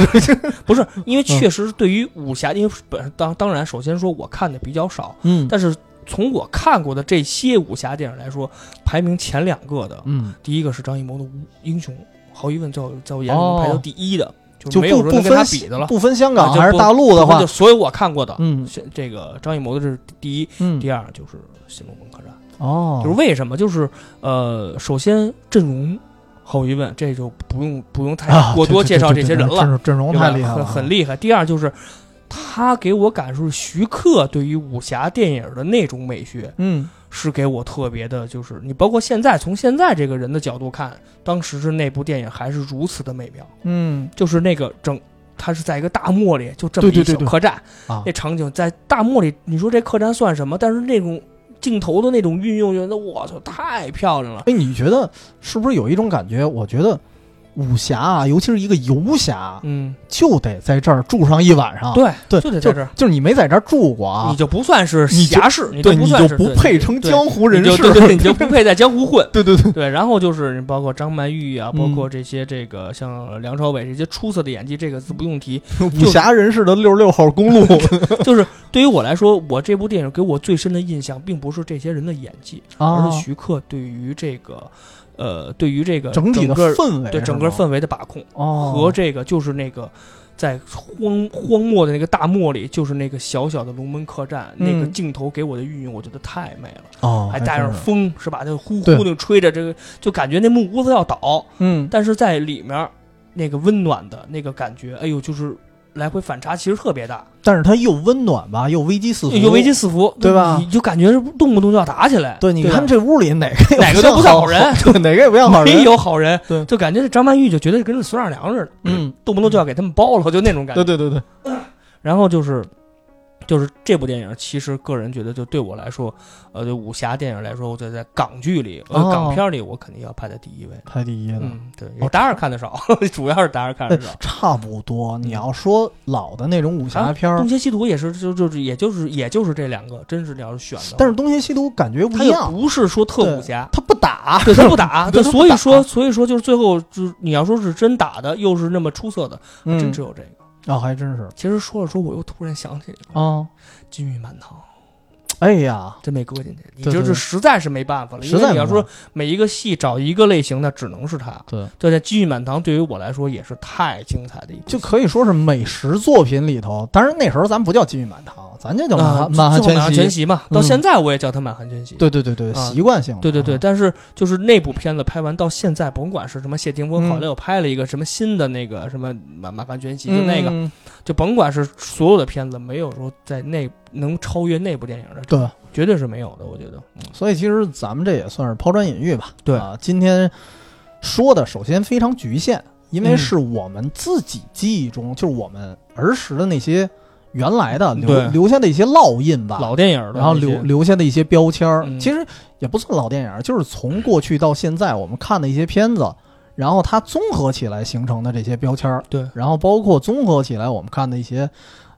Speaker 2: 不是因为确实对于武侠，因为本当当然首先说我看的比较少，
Speaker 1: 嗯
Speaker 2: 但是从我看过的这些武侠电影来说，排名前两个的，
Speaker 1: 嗯，
Speaker 2: 第一个是张艺谋的《英雄》，毫无疑问在我在我眼里
Speaker 1: 哦
Speaker 2: 排到第一的，就
Speaker 1: 就
Speaker 2: 没有
Speaker 1: 不
Speaker 2: 说
Speaker 1: 不
Speaker 2: 能跟他
Speaker 1: 分
Speaker 2: 比的了。
Speaker 1: 不分香
Speaker 2: 啊
Speaker 1: 港
Speaker 2: 就
Speaker 1: 还是
Speaker 2: 不
Speaker 1: 大陆的话
Speaker 2: 就，所有我看过的，
Speaker 1: 嗯
Speaker 2: 先这个张艺谋的这是第一，
Speaker 1: 嗯
Speaker 2: 第二就是《新龙门客栈》。
Speaker 1: 哦，
Speaker 2: 就是为什么？就是呃，首先阵容毫无疑问，这就不用不用太
Speaker 1: 啊
Speaker 2: 过多介绍这些人了，，
Speaker 1: 对对对对对阵容阵容
Speaker 2: 对吧
Speaker 1: 太厉害了，啊
Speaker 2: 很很厉害。第二就是他给我感受徐克对于武侠电影的那种美学，
Speaker 1: 嗯，
Speaker 2: 是给我特别的，就是你包括现在从现在这个人的角度看，当时是那部电影还是如此的美妙，
Speaker 1: 嗯
Speaker 2: 就是那个整。他是在一个大漠里，就这
Speaker 1: 对
Speaker 2: 么
Speaker 1: 对
Speaker 2: 一小
Speaker 1: 对对
Speaker 2: 客栈，
Speaker 1: 啊
Speaker 2: 那场景在大漠里，你说这客栈算什么？但是那种镜头的那种运用，觉得我操，太漂亮了。
Speaker 1: 哎，你觉得是不是有一种感觉？我觉得武侠啊，尤其是一个游侠，
Speaker 2: 嗯，
Speaker 1: 就得在这儿住上一晚上。
Speaker 2: 对
Speaker 1: 对，
Speaker 2: 就
Speaker 1: 就
Speaker 2: 得在这儿，
Speaker 1: 就是你没在这儿住过啊
Speaker 2: 你，就不算是
Speaker 1: 你就
Speaker 2: 侠士，你
Speaker 1: 对，
Speaker 2: 不
Speaker 1: 你
Speaker 2: 算
Speaker 1: 就是不
Speaker 2: 对
Speaker 1: 配称
Speaker 2: 对
Speaker 1: 江湖
Speaker 2: 你
Speaker 1: 人
Speaker 2: 就
Speaker 1: 士。
Speaker 2: 对对，你就不配在江湖混。
Speaker 1: 对对 对，
Speaker 2: 对，然后就是包括张曼玉啊，包
Speaker 1: 嗯
Speaker 2: 括这些这个像梁朝伟这些出色的演技，这个自不用提。
Speaker 1: 武侠人士的六十六号公 路，
Speaker 2: 就是对于我来说，我这部电影给我最深的印象，并不是这些人的演技，
Speaker 1: 啊
Speaker 2: 而是徐克对于这个，呃，对于这个
Speaker 1: 整体的
Speaker 2: 个
Speaker 1: 氛围，
Speaker 2: 对整个氛围的把控
Speaker 1: 哦
Speaker 2: 和这个就是那个。在荒荒漠的那个大漠里，就是那个小小的龙门客栈，
Speaker 1: 嗯
Speaker 2: 那个镜头给我的运用，我觉得太美了，
Speaker 1: 哦，
Speaker 2: 还带上
Speaker 1: 真是
Speaker 2: 风是吧？就呼呼
Speaker 1: 对
Speaker 2: 的吹着，这个就感觉那木屋子要倒，
Speaker 1: 嗯，
Speaker 2: 但是在里面儿那个温暖的那个感觉，哎呦，就是来回反差其实特别大，
Speaker 1: 但是它又温暖吧，又危机四伏，
Speaker 2: 有危机。四伏，
Speaker 1: 对吧
Speaker 2: 你就感觉是动不动就要打起来。
Speaker 1: 对，你看
Speaker 2: 吧
Speaker 1: 这屋里哪个也
Speaker 2: 啊哪个都不
Speaker 1: 像
Speaker 2: 像好人，
Speaker 1: 对，哪个也不像好人。
Speaker 2: 没有好人，
Speaker 1: 对
Speaker 2: 就感觉这张曼玉就觉得跟孙二娘似的，
Speaker 1: 嗯，
Speaker 2: 动不动就要给他们包了，就那种感
Speaker 1: 对
Speaker 2: 觉。
Speaker 1: 对对对，
Speaker 2: 然后就是。就是这部电影，其实个人觉得，就对我来说，呃，就武侠电影来说，我觉得在港剧里、呃
Speaker 1: 哦
Speaker 2: 港片里，我肯定要排在第一位。
Speaker 1: 排第一的。
Speaker 2: 嗯，对，达尔看的少， 主要是达尔看
Speaker 1: 哎
Speaker 2: 的少。，
Speaker 1: 差不多。你要说老的那种武侠片儿
Speaker 2: 啊东，邪西毒也是，就就是也就是也就是这两个，真是你要是选的话，
Speaker 1: 但是东邪西毒感觉不
Speaker 2: 他
Speaker 1: 一
Speaker 2: 也
Speaker 1: 样，
Speaker 2: 不是说特武侠，
Speaker 1: 他不打，
Speaker 2: 对他不 打，
Speaker 1: 对
Speaker 2: 对，
Speaker 1: 他不
Speaker 2: 所以
Speaker 1: 打
Speaker 2: 说所以说就是最后就是你要说是真打的，又是那么出色的，真
Speaker 1: 嗯
Speaker 2: 只，有这个。
Speaker 1: 哦，还真是
Speaker 2: 其实说着说，我又突然想起《
Speaker 1: 啊。
Speaker 2: 金玉满堂
Speaker 1: 哎呀》，，
Speaker 2: 真没搁进去，你
Speaker 1: 对
Speaker 2: 就
Speaker 1: 对
Speaker 2: 是实在是没办法了，因
Speaker 1: 实
Speaker 2: 为
Speaker 1: 在
Speaker 2: 你要
Speaker 1: 没
Speaker 2: 说
Speaker 1: 办
Speaker 2: 每一个戏找一个类型，那只能是他。
Speaker 1: 对，
Speaker 2: 对，在《金玉满堂》对于我来说也是太精彩的一部戏，
Speaker 1: 就可以说是美食作品里头。当然那时候咱不叫金玉满堂，咱就叫
Speaker 2: 啊
Speaker 1: 满满汉
Speaker 2: 就满汉全
Speaker 1: 席。
Speaker 2: 席嘛，到
Speaker 1: 嗯
Speaker 2: 现在我也叫他满汉全席。
Speaker 1: 对对对对，
Speaker 2: 啊
Speaker 1: 习惯性的。
Speaker 2: 对对对，
Speaker 1: 啊，
Speaker 2: 但是就是那部片子拍完到现在，甭管是什么谢霆
Speaker 1: 嗯
Speaker 2: 锋，好像又拍了一个什么新的那个什么满满汉全席，就
Speaker 1: 嗯
Speaker 2: 那个，
Speaker 1: 嗯
Speaker 2: 就甭管是所有的片子，没有说在那能超越那部电影的，
Speaker 1: 对，
Speaker 2: 绝对是没有的。我觉得，
Speaker 1: 所以其实咱们这也算是抛砖引玉吧。
Speaker 2: 对
Speaker 1: 啊，今天说的首先非常局限，因为
Speaker 2: 嗯
Speaker 1: 是我们自己记忆中，就是我们儿时的那些原来的
Speaker 2: 对
Speaker 1: 留留下的一些烙印吧。
Speaker 2: 老电影的那些，
Speaker 1: 然后留留下的一些标签儿，
Speaker 2: 嗯
Speaker 1: 其实也不算老电影儿，就是从过去到现在我们看的一些片子，然后它综合起来形成的这些标签儿，
Speaker 2: 对，
Speaker 1: 然后包括综合起来我们看的一些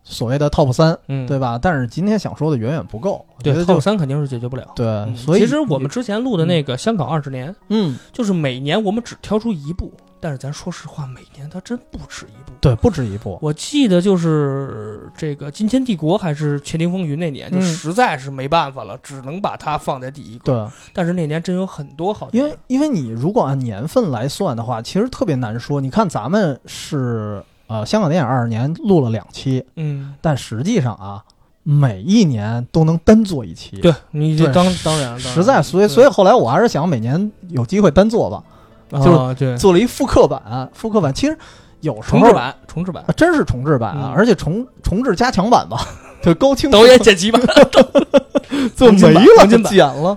Speaker 1: 所谓的 top 三，
Speaker 2: 嗯，
Speaker 1: 对吧？但是今天想说的远远不够，我觉得
Speaker 2: 对，TOP
Speaker 1: 就
Speaker 2: 三肯定是解决不了。
Speaker 1: 对，
Speaker 2: 嗯
Speaker 1: 所以
Speaker 2: 其实我们之前录的那个《香港二十年》，
Speaker 1: 嗯，
Speaker 2: 就是每年我们只挑出一部，但是咱说实话，每年它真不止一部。
Speaker 1: 对，不止一部，
Speaker 2: 我记得就是这个《金钱帝国》还是《窃听风云》那年，就
Speaker 1: 嗯
Speaker 2: 实在是没办法了，只能把它放在第一个。
Speaker 1: 对，
Speaker 2: 但是那年真有很多好电
Speaker 1: 因
Speaker 2: 影，
Speaker 1: 为因为你如果按年份来算的话，其实特别难说。你看咱们是呃香港电影二十年录了两期，
Speaker 2: 嗯，
Speaker 1: 但实际上啊，每一年都能单做一期。
Speaker 2: 对，你这
Speaker 1: 对
Speaker 2: 当
Speaker 1: 实
Speaker 2: 当然了，
Speaker 1: 实在，所以所以后来我还是想每年有机会单做吧，
Speaker 2: 以
Speaker 1: 就是
Speaker 2: 是啊对
Speaker 1: 做了一复刻版。复刻版其实有时候
Speaker 2: 重制版，重制版
Speaker 1: 啊，真是重制版啊，
Speaker 2: 嗯
Speaker 1: 而且重重制加强版 吧，就高清
Speaker 2: 导演剪 辑版，
Speaker 1: 就没了，
Speaker 2: 黄
Speaker 1: 就
Speaker 2: 金版
Speaker 1: 剪 了。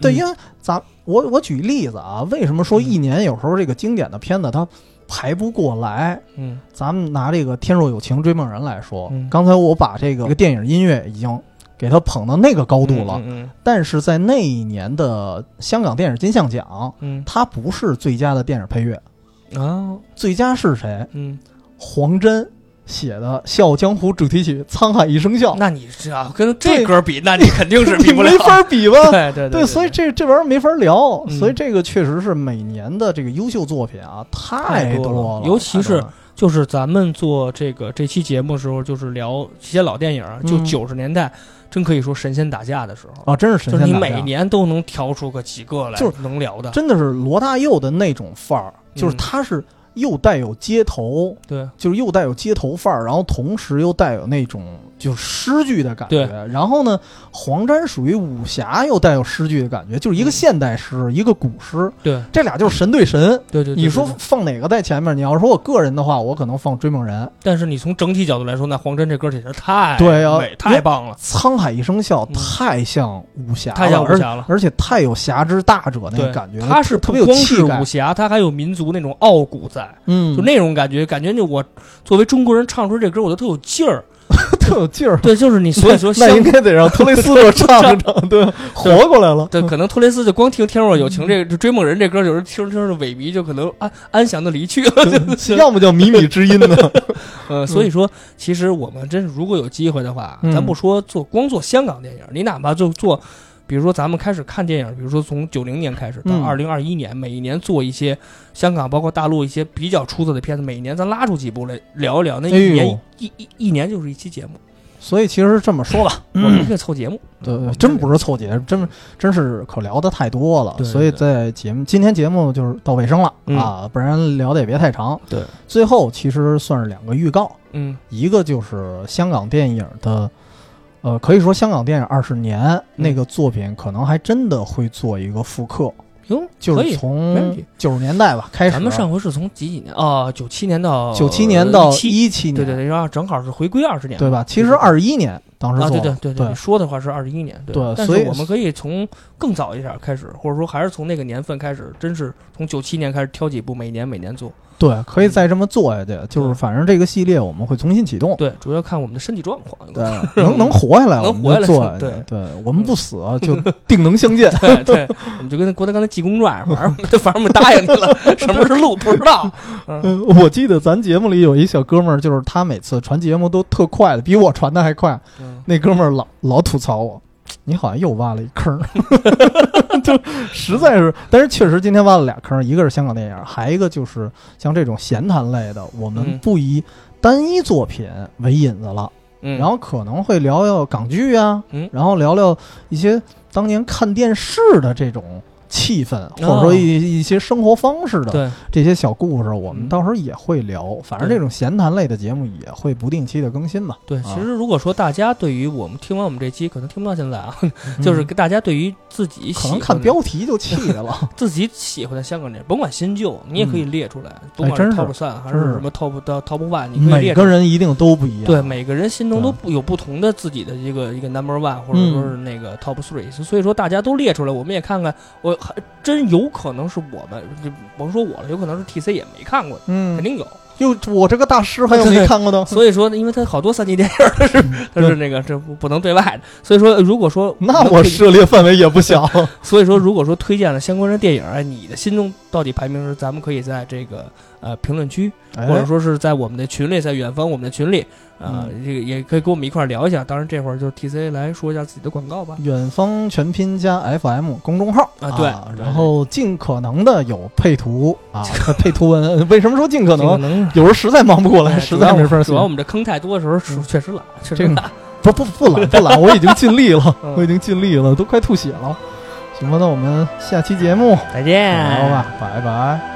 Speaker 1: 对，
Speaker 2: 嗯
Speaker 1: 因为咱我我举例子啊，为什么说一年有时候这个经典的片子它排不过来？
Speaker 2: 嗯
Speaker 1: 咱们拿这个《天若有情追梦人》来说，
Speaker 2: 嗯
Speaker 1: 刚才我把这个这个电影音乐已经给它捧到那个高度了，
Speaker 2: 嗯
Speaker 1: 但是在那一年的香港电影金像奖，
Speaker 2: 嗯
Speaker 1: 它不是最佳的电影配乐，
Speaker 2: 嗯啊
Speaker 1: 最佳是谁？
Speaker 2: 嗯，
Speaker 1: 黄真写的《笑傲江湖》主题曲《沧海一声笑》，
Speaker 2: 那你这要跟这
Speaker 1: 哦对
Speaker 2: 歌比，那你肯定是比
Speaker 1: 你
Speaker 2: 不了，
Speaker 1: 没法比吧？
Speaker 2: 对对
Speaker 1: 对，所以这这玩意儿没法聊，
Speaker 2: 嗯
Speaker 1: 所以这个确实是每年的这个优秀作品啊太
Speaker 2: 太多
Speaker 1: 多
Speaker 2: 了
Speaker 1: 了，
Speaker 2: 尤其
Speaker 1: 太多
Speaker 2: 是
Speaker 1: 了
Speaker 2: 就是咱们做这个这期节目的时候，就是聊一些老电影啊，就
Speaker 1: 嗯
Speaker 2: 九十年代，真可以说神仙打架的时候，
Speaker 1: 啊，真是神
Speaker 2: 就是
Speaker 1: 仙
Speaker 2: 你
Speaker 1: 打架
Speaker 2: 每年都能挑出个几个来，
Speaker 1: 就是
Speaker 2: 能聊的。
Speaker 1: 真的是罗大佑的那种范儿，就是
Speaker 2: 嗯
Speaker 1: 他是又带有街头，
Speaker 2: 对，
Speaker 1: 就是又带有街头范儿，然后同时又带有那种就是诗句的感觉。然后呢，黄沾属于武侠，又带有诗句的感觉，就是一个现代诗，一个古诗，
Speaker 2: 对，
Speaker 1: 这俩就是神对神。
Speaker 2: 嗯对对。对
Speaker 1: 你说，
Speaker 2: 对对
Speaker 1: 放哪个在前面？你要说我个人的话，我可能放《追梦人》。
Speaker 2: 但是你从整体角度来说，那黄真这歌简直太
Speaker 1: 对啊
Speaker 2: 美太棒了，
Speaker 1: 沧海一声笑
Speaker 2: 嗯
Speaker 1: 太像武侠了，
Speaker 2: 太像武侠了。
Speaker 1: 而，而且太有侠之大者那
Speaker 2: 对
Speaker 1: 个感觉了，
Speaker 2: 他是
Speaker 1: 特
Speaker 2: 不
Speaker 1: 别有
Speaker 2: 光
Speaker 1: 气
Speaker 2: 是
Speaker 1: 概
Speaker 2: 武。侠，他还有民族那种傲骨在，
Speaker 1: 嗯，
Speaker 2: 就那种感觉，感觉就我作为中国人唱出这歌，我就特有劲儿。
Speaker 1: 特有劲儿。
Speaker 2: 对，就是你 所以说
Speaker 1: 那
Speaker 2: 像
Speaker 1: 那应该得让托雷斯特唱一唱，对， 活过来了。
Speaker 2: 对，可能托雷斯就光听《天若有
Speaker 1: 嗯
Speaker 2: 情》这个《追梦人》这歌，有时候听着听着萎靡，就可能安安详的离去了。
Speaker 1: 对嗯要么叫靡靡之音呢？
Speaker 2: 呃，所以说，其实我们真是如果有机会的话，
Speaker 1: 嗯
Speaker 2: 咱不说做光做香港电影，你哪怕就做，比如说咱们开始看电影，比如说从九零年开始到
Speaker 1: 嗯
Speaker 2: 二零二一年，每一年做一些香港包括大陆一些比较出色的片子，每一年咱拉出几部来聊一聊，那
Speaker 1: 哎
Speaker 2: 一
Speaker 1: 呦
Speaker 2: 年、一一一年就是一期节目，
Speaker 1: 所以其实这么说吧，
Speaker 2: 我们这凑节目，
Speaker 1: 对，真不是凑节，真真是可聊的太多了，
Speaker 2: 对
Speaker 1: 所以在节目今天节目就是到尾声了、
Speaker 2: 嗯
Speaker 1: 啊，不然聊的也别太长。
Speaker 2: 对，
Speaker 1: 最后其实算是两个预告，
Speaker 2: 嗯
Speaker 1: 一个就是香港电影的，呃，可以说香港电影二十年
Speaker 2: 嗯
Speaker 1: 那个作品，可能还真的会做一个复刻，
Speaker 2: 哟，
Speaker 1: 就
Speaker 2: 可
Speaker 1: 是
Speaker 2: 以。没问
Speaker 1: 从
Speaker 2: 题
Speaker 1: 九十年代吧开始，啊
Speaker 2: 咱们上回是从几几年啊？九七年到
Speaker 1: 九七年到
Speaker 2: 17
Speaker 1: 一七年，
Speaker 2: 对对对，然后正好是回归二十年，
Speaker 1: 对吧？其实二一年当时
Speaker 2: 啊，
Speaker 1: 做
Speaker 2: 对
Speaker 1: 的，
Speaker 2: 对对你说的话是二十一年，
Speaker 1: 对
Speaker 2: 但
Speaker 1: 所以
Speaker 2: 是我们可以从更早一点开始，或者说还是从那个年份开始，真是从九七年开始挑几部，每年每年做。
Speaker 1: 对，
Speaker 2: 嗯
Speaker 1: 可以再这么做下去。就是反正这个系列我们会重新启动，
Speaker 2: 对，主要看我们的身体状况。
Speaker 1: 对， 能能活下来，
Speaker 2: 能
Speaker 1: 我们
Speaker 2: 活
Speaker 1: 就
Speaker 2: 下来
Speaker 1: 做下去。
Speaker 2: 对嗯
Speaker 1: 我们不死啊，就定能相见。
Speaker 2: 对对，我们就跟郭德纲那济公传，反正我们反正我们答应你了，什么时候录不知道。嗯，
Speaker 1: 嗯我记得咱节目里有一小哥们儿，就是他每次传节目都特快的，比我传的还快。
Speaker 2: 嗯
Speaker 1: 那哥们儿老老吐槽我，你好像又挖了一坑儿， 就实在是，但是确实今天挖了俩坑儿，一个是香港电影，还一个就是像这种闲谈类的，我们
Speaker 2: 嗯
Speaker 1: 不以单一作品为引子了，
Speaker 2: 嗯，
Speaker 1: 然后可能会聊聊港剧啊，
Speaker 2: 嗯
Speaker 1: 然后聊聊一些当年看电视的这种。气氛，或者说一一些生活方式的
Speaker 2: 哦对
Speaker 1: 这些小故事，我们
Speaker 2: 嗯
Speaker 1: 到时候也会聊。反正这种闲谈类的节目也会不定期的更新吧。
Speaker 2: 对，其
Speaker 1: 啊
Speaker 2: 实如果说大家对于我们听完我们这期，可能听不到现在啊，就是大家对于自己
Speaker 1: 可
Speaker 2: 喜
Speaker 1: 能
Speaker 2: 欢
Speaker 1: 看
Speaker 2: 的
Speaker 1: 标题就 气的了。
Speaker 2: 自己喜欢的香港电影，甭管新旧，你也可以列出来，甭
Speaker 1: 嗯哎真
Speaker 2: 管
Speaker 1: 是
Speaker 2: top 三还
Speaker 1: 真是
Speaker 2: 是什么 top 到 top one，你可以
Speaker 1: 每
Speaker 2: 列
Speaker 1: 个
Speaker 2: 出来。
Speaker 1: 人嗯一定都不一样。
Speaker 2: 对，每个人心中
Speaker 1: 对
Speaker 2: 都不有不同的自己的一个一个 number one，或者说
Speaker 1: 嗯
Speaker 2: 是那个 top three，、所以说大家都列出来，我们也看看。我还真有可能是我们，就甭说我了，有可能是 TC 也没看过的，肯
Speaker 1: 嗯，
Speaker 2: 定有。
Speaker 1: 又我这个大师还有没看过的？
Speaker 2: 所以说呢，因为他好多三级电影儿是他是那个这不不能对外的，所以说如果说
Speaker 1: 嗯那我涉猎范围也不小。
Speaker 2: 所以说，如果说推荐了相关的电影，哎，你的心中到底排名是，咱们可以在这个呃评论区，
Speaker 1: 哎
Speaker 2: 或者说是在我们的群里，在远方我们的群里，啊、
Speaker 1: 嗯
Speaker 2: 这个也可以跟我们一块儿聊一下。当然，这会儿就 T C 来说一下自己的广告吧。
Speaker 1: 远方全拼加 FM 公众号
Speaker 2: 啊对对
Speaker 1: 然后尽可能的有配图 啊，配图文。为什么说尽可
Speaker 2: 可
Speaker 1: 能？
Speaker 2: 能
Speaker 1: 有时候实在忙不过来，
Speaker 2: 哎
Speaker 1: 实在没法儿
Speaker 2: 主要我
Speaker 1: 写。
Speaker 2: 们这坑太多的时候，是
Speaker 1: 嗯
Speaker 2: 确实懒，确
Speaker 1: 这
Speaker 2: 实
Speaker 1: 个
Speaker 2: 懒。
Speaker 1: 不不不懒不懒，我已经尽力了，
Speaker 2: 嗯
Speaker 1: 我已经尽力了，都快吐血了。行吧，那我们下期节目
Speaker 2: 再见，
Speaker 1: 聊吧，拜拜。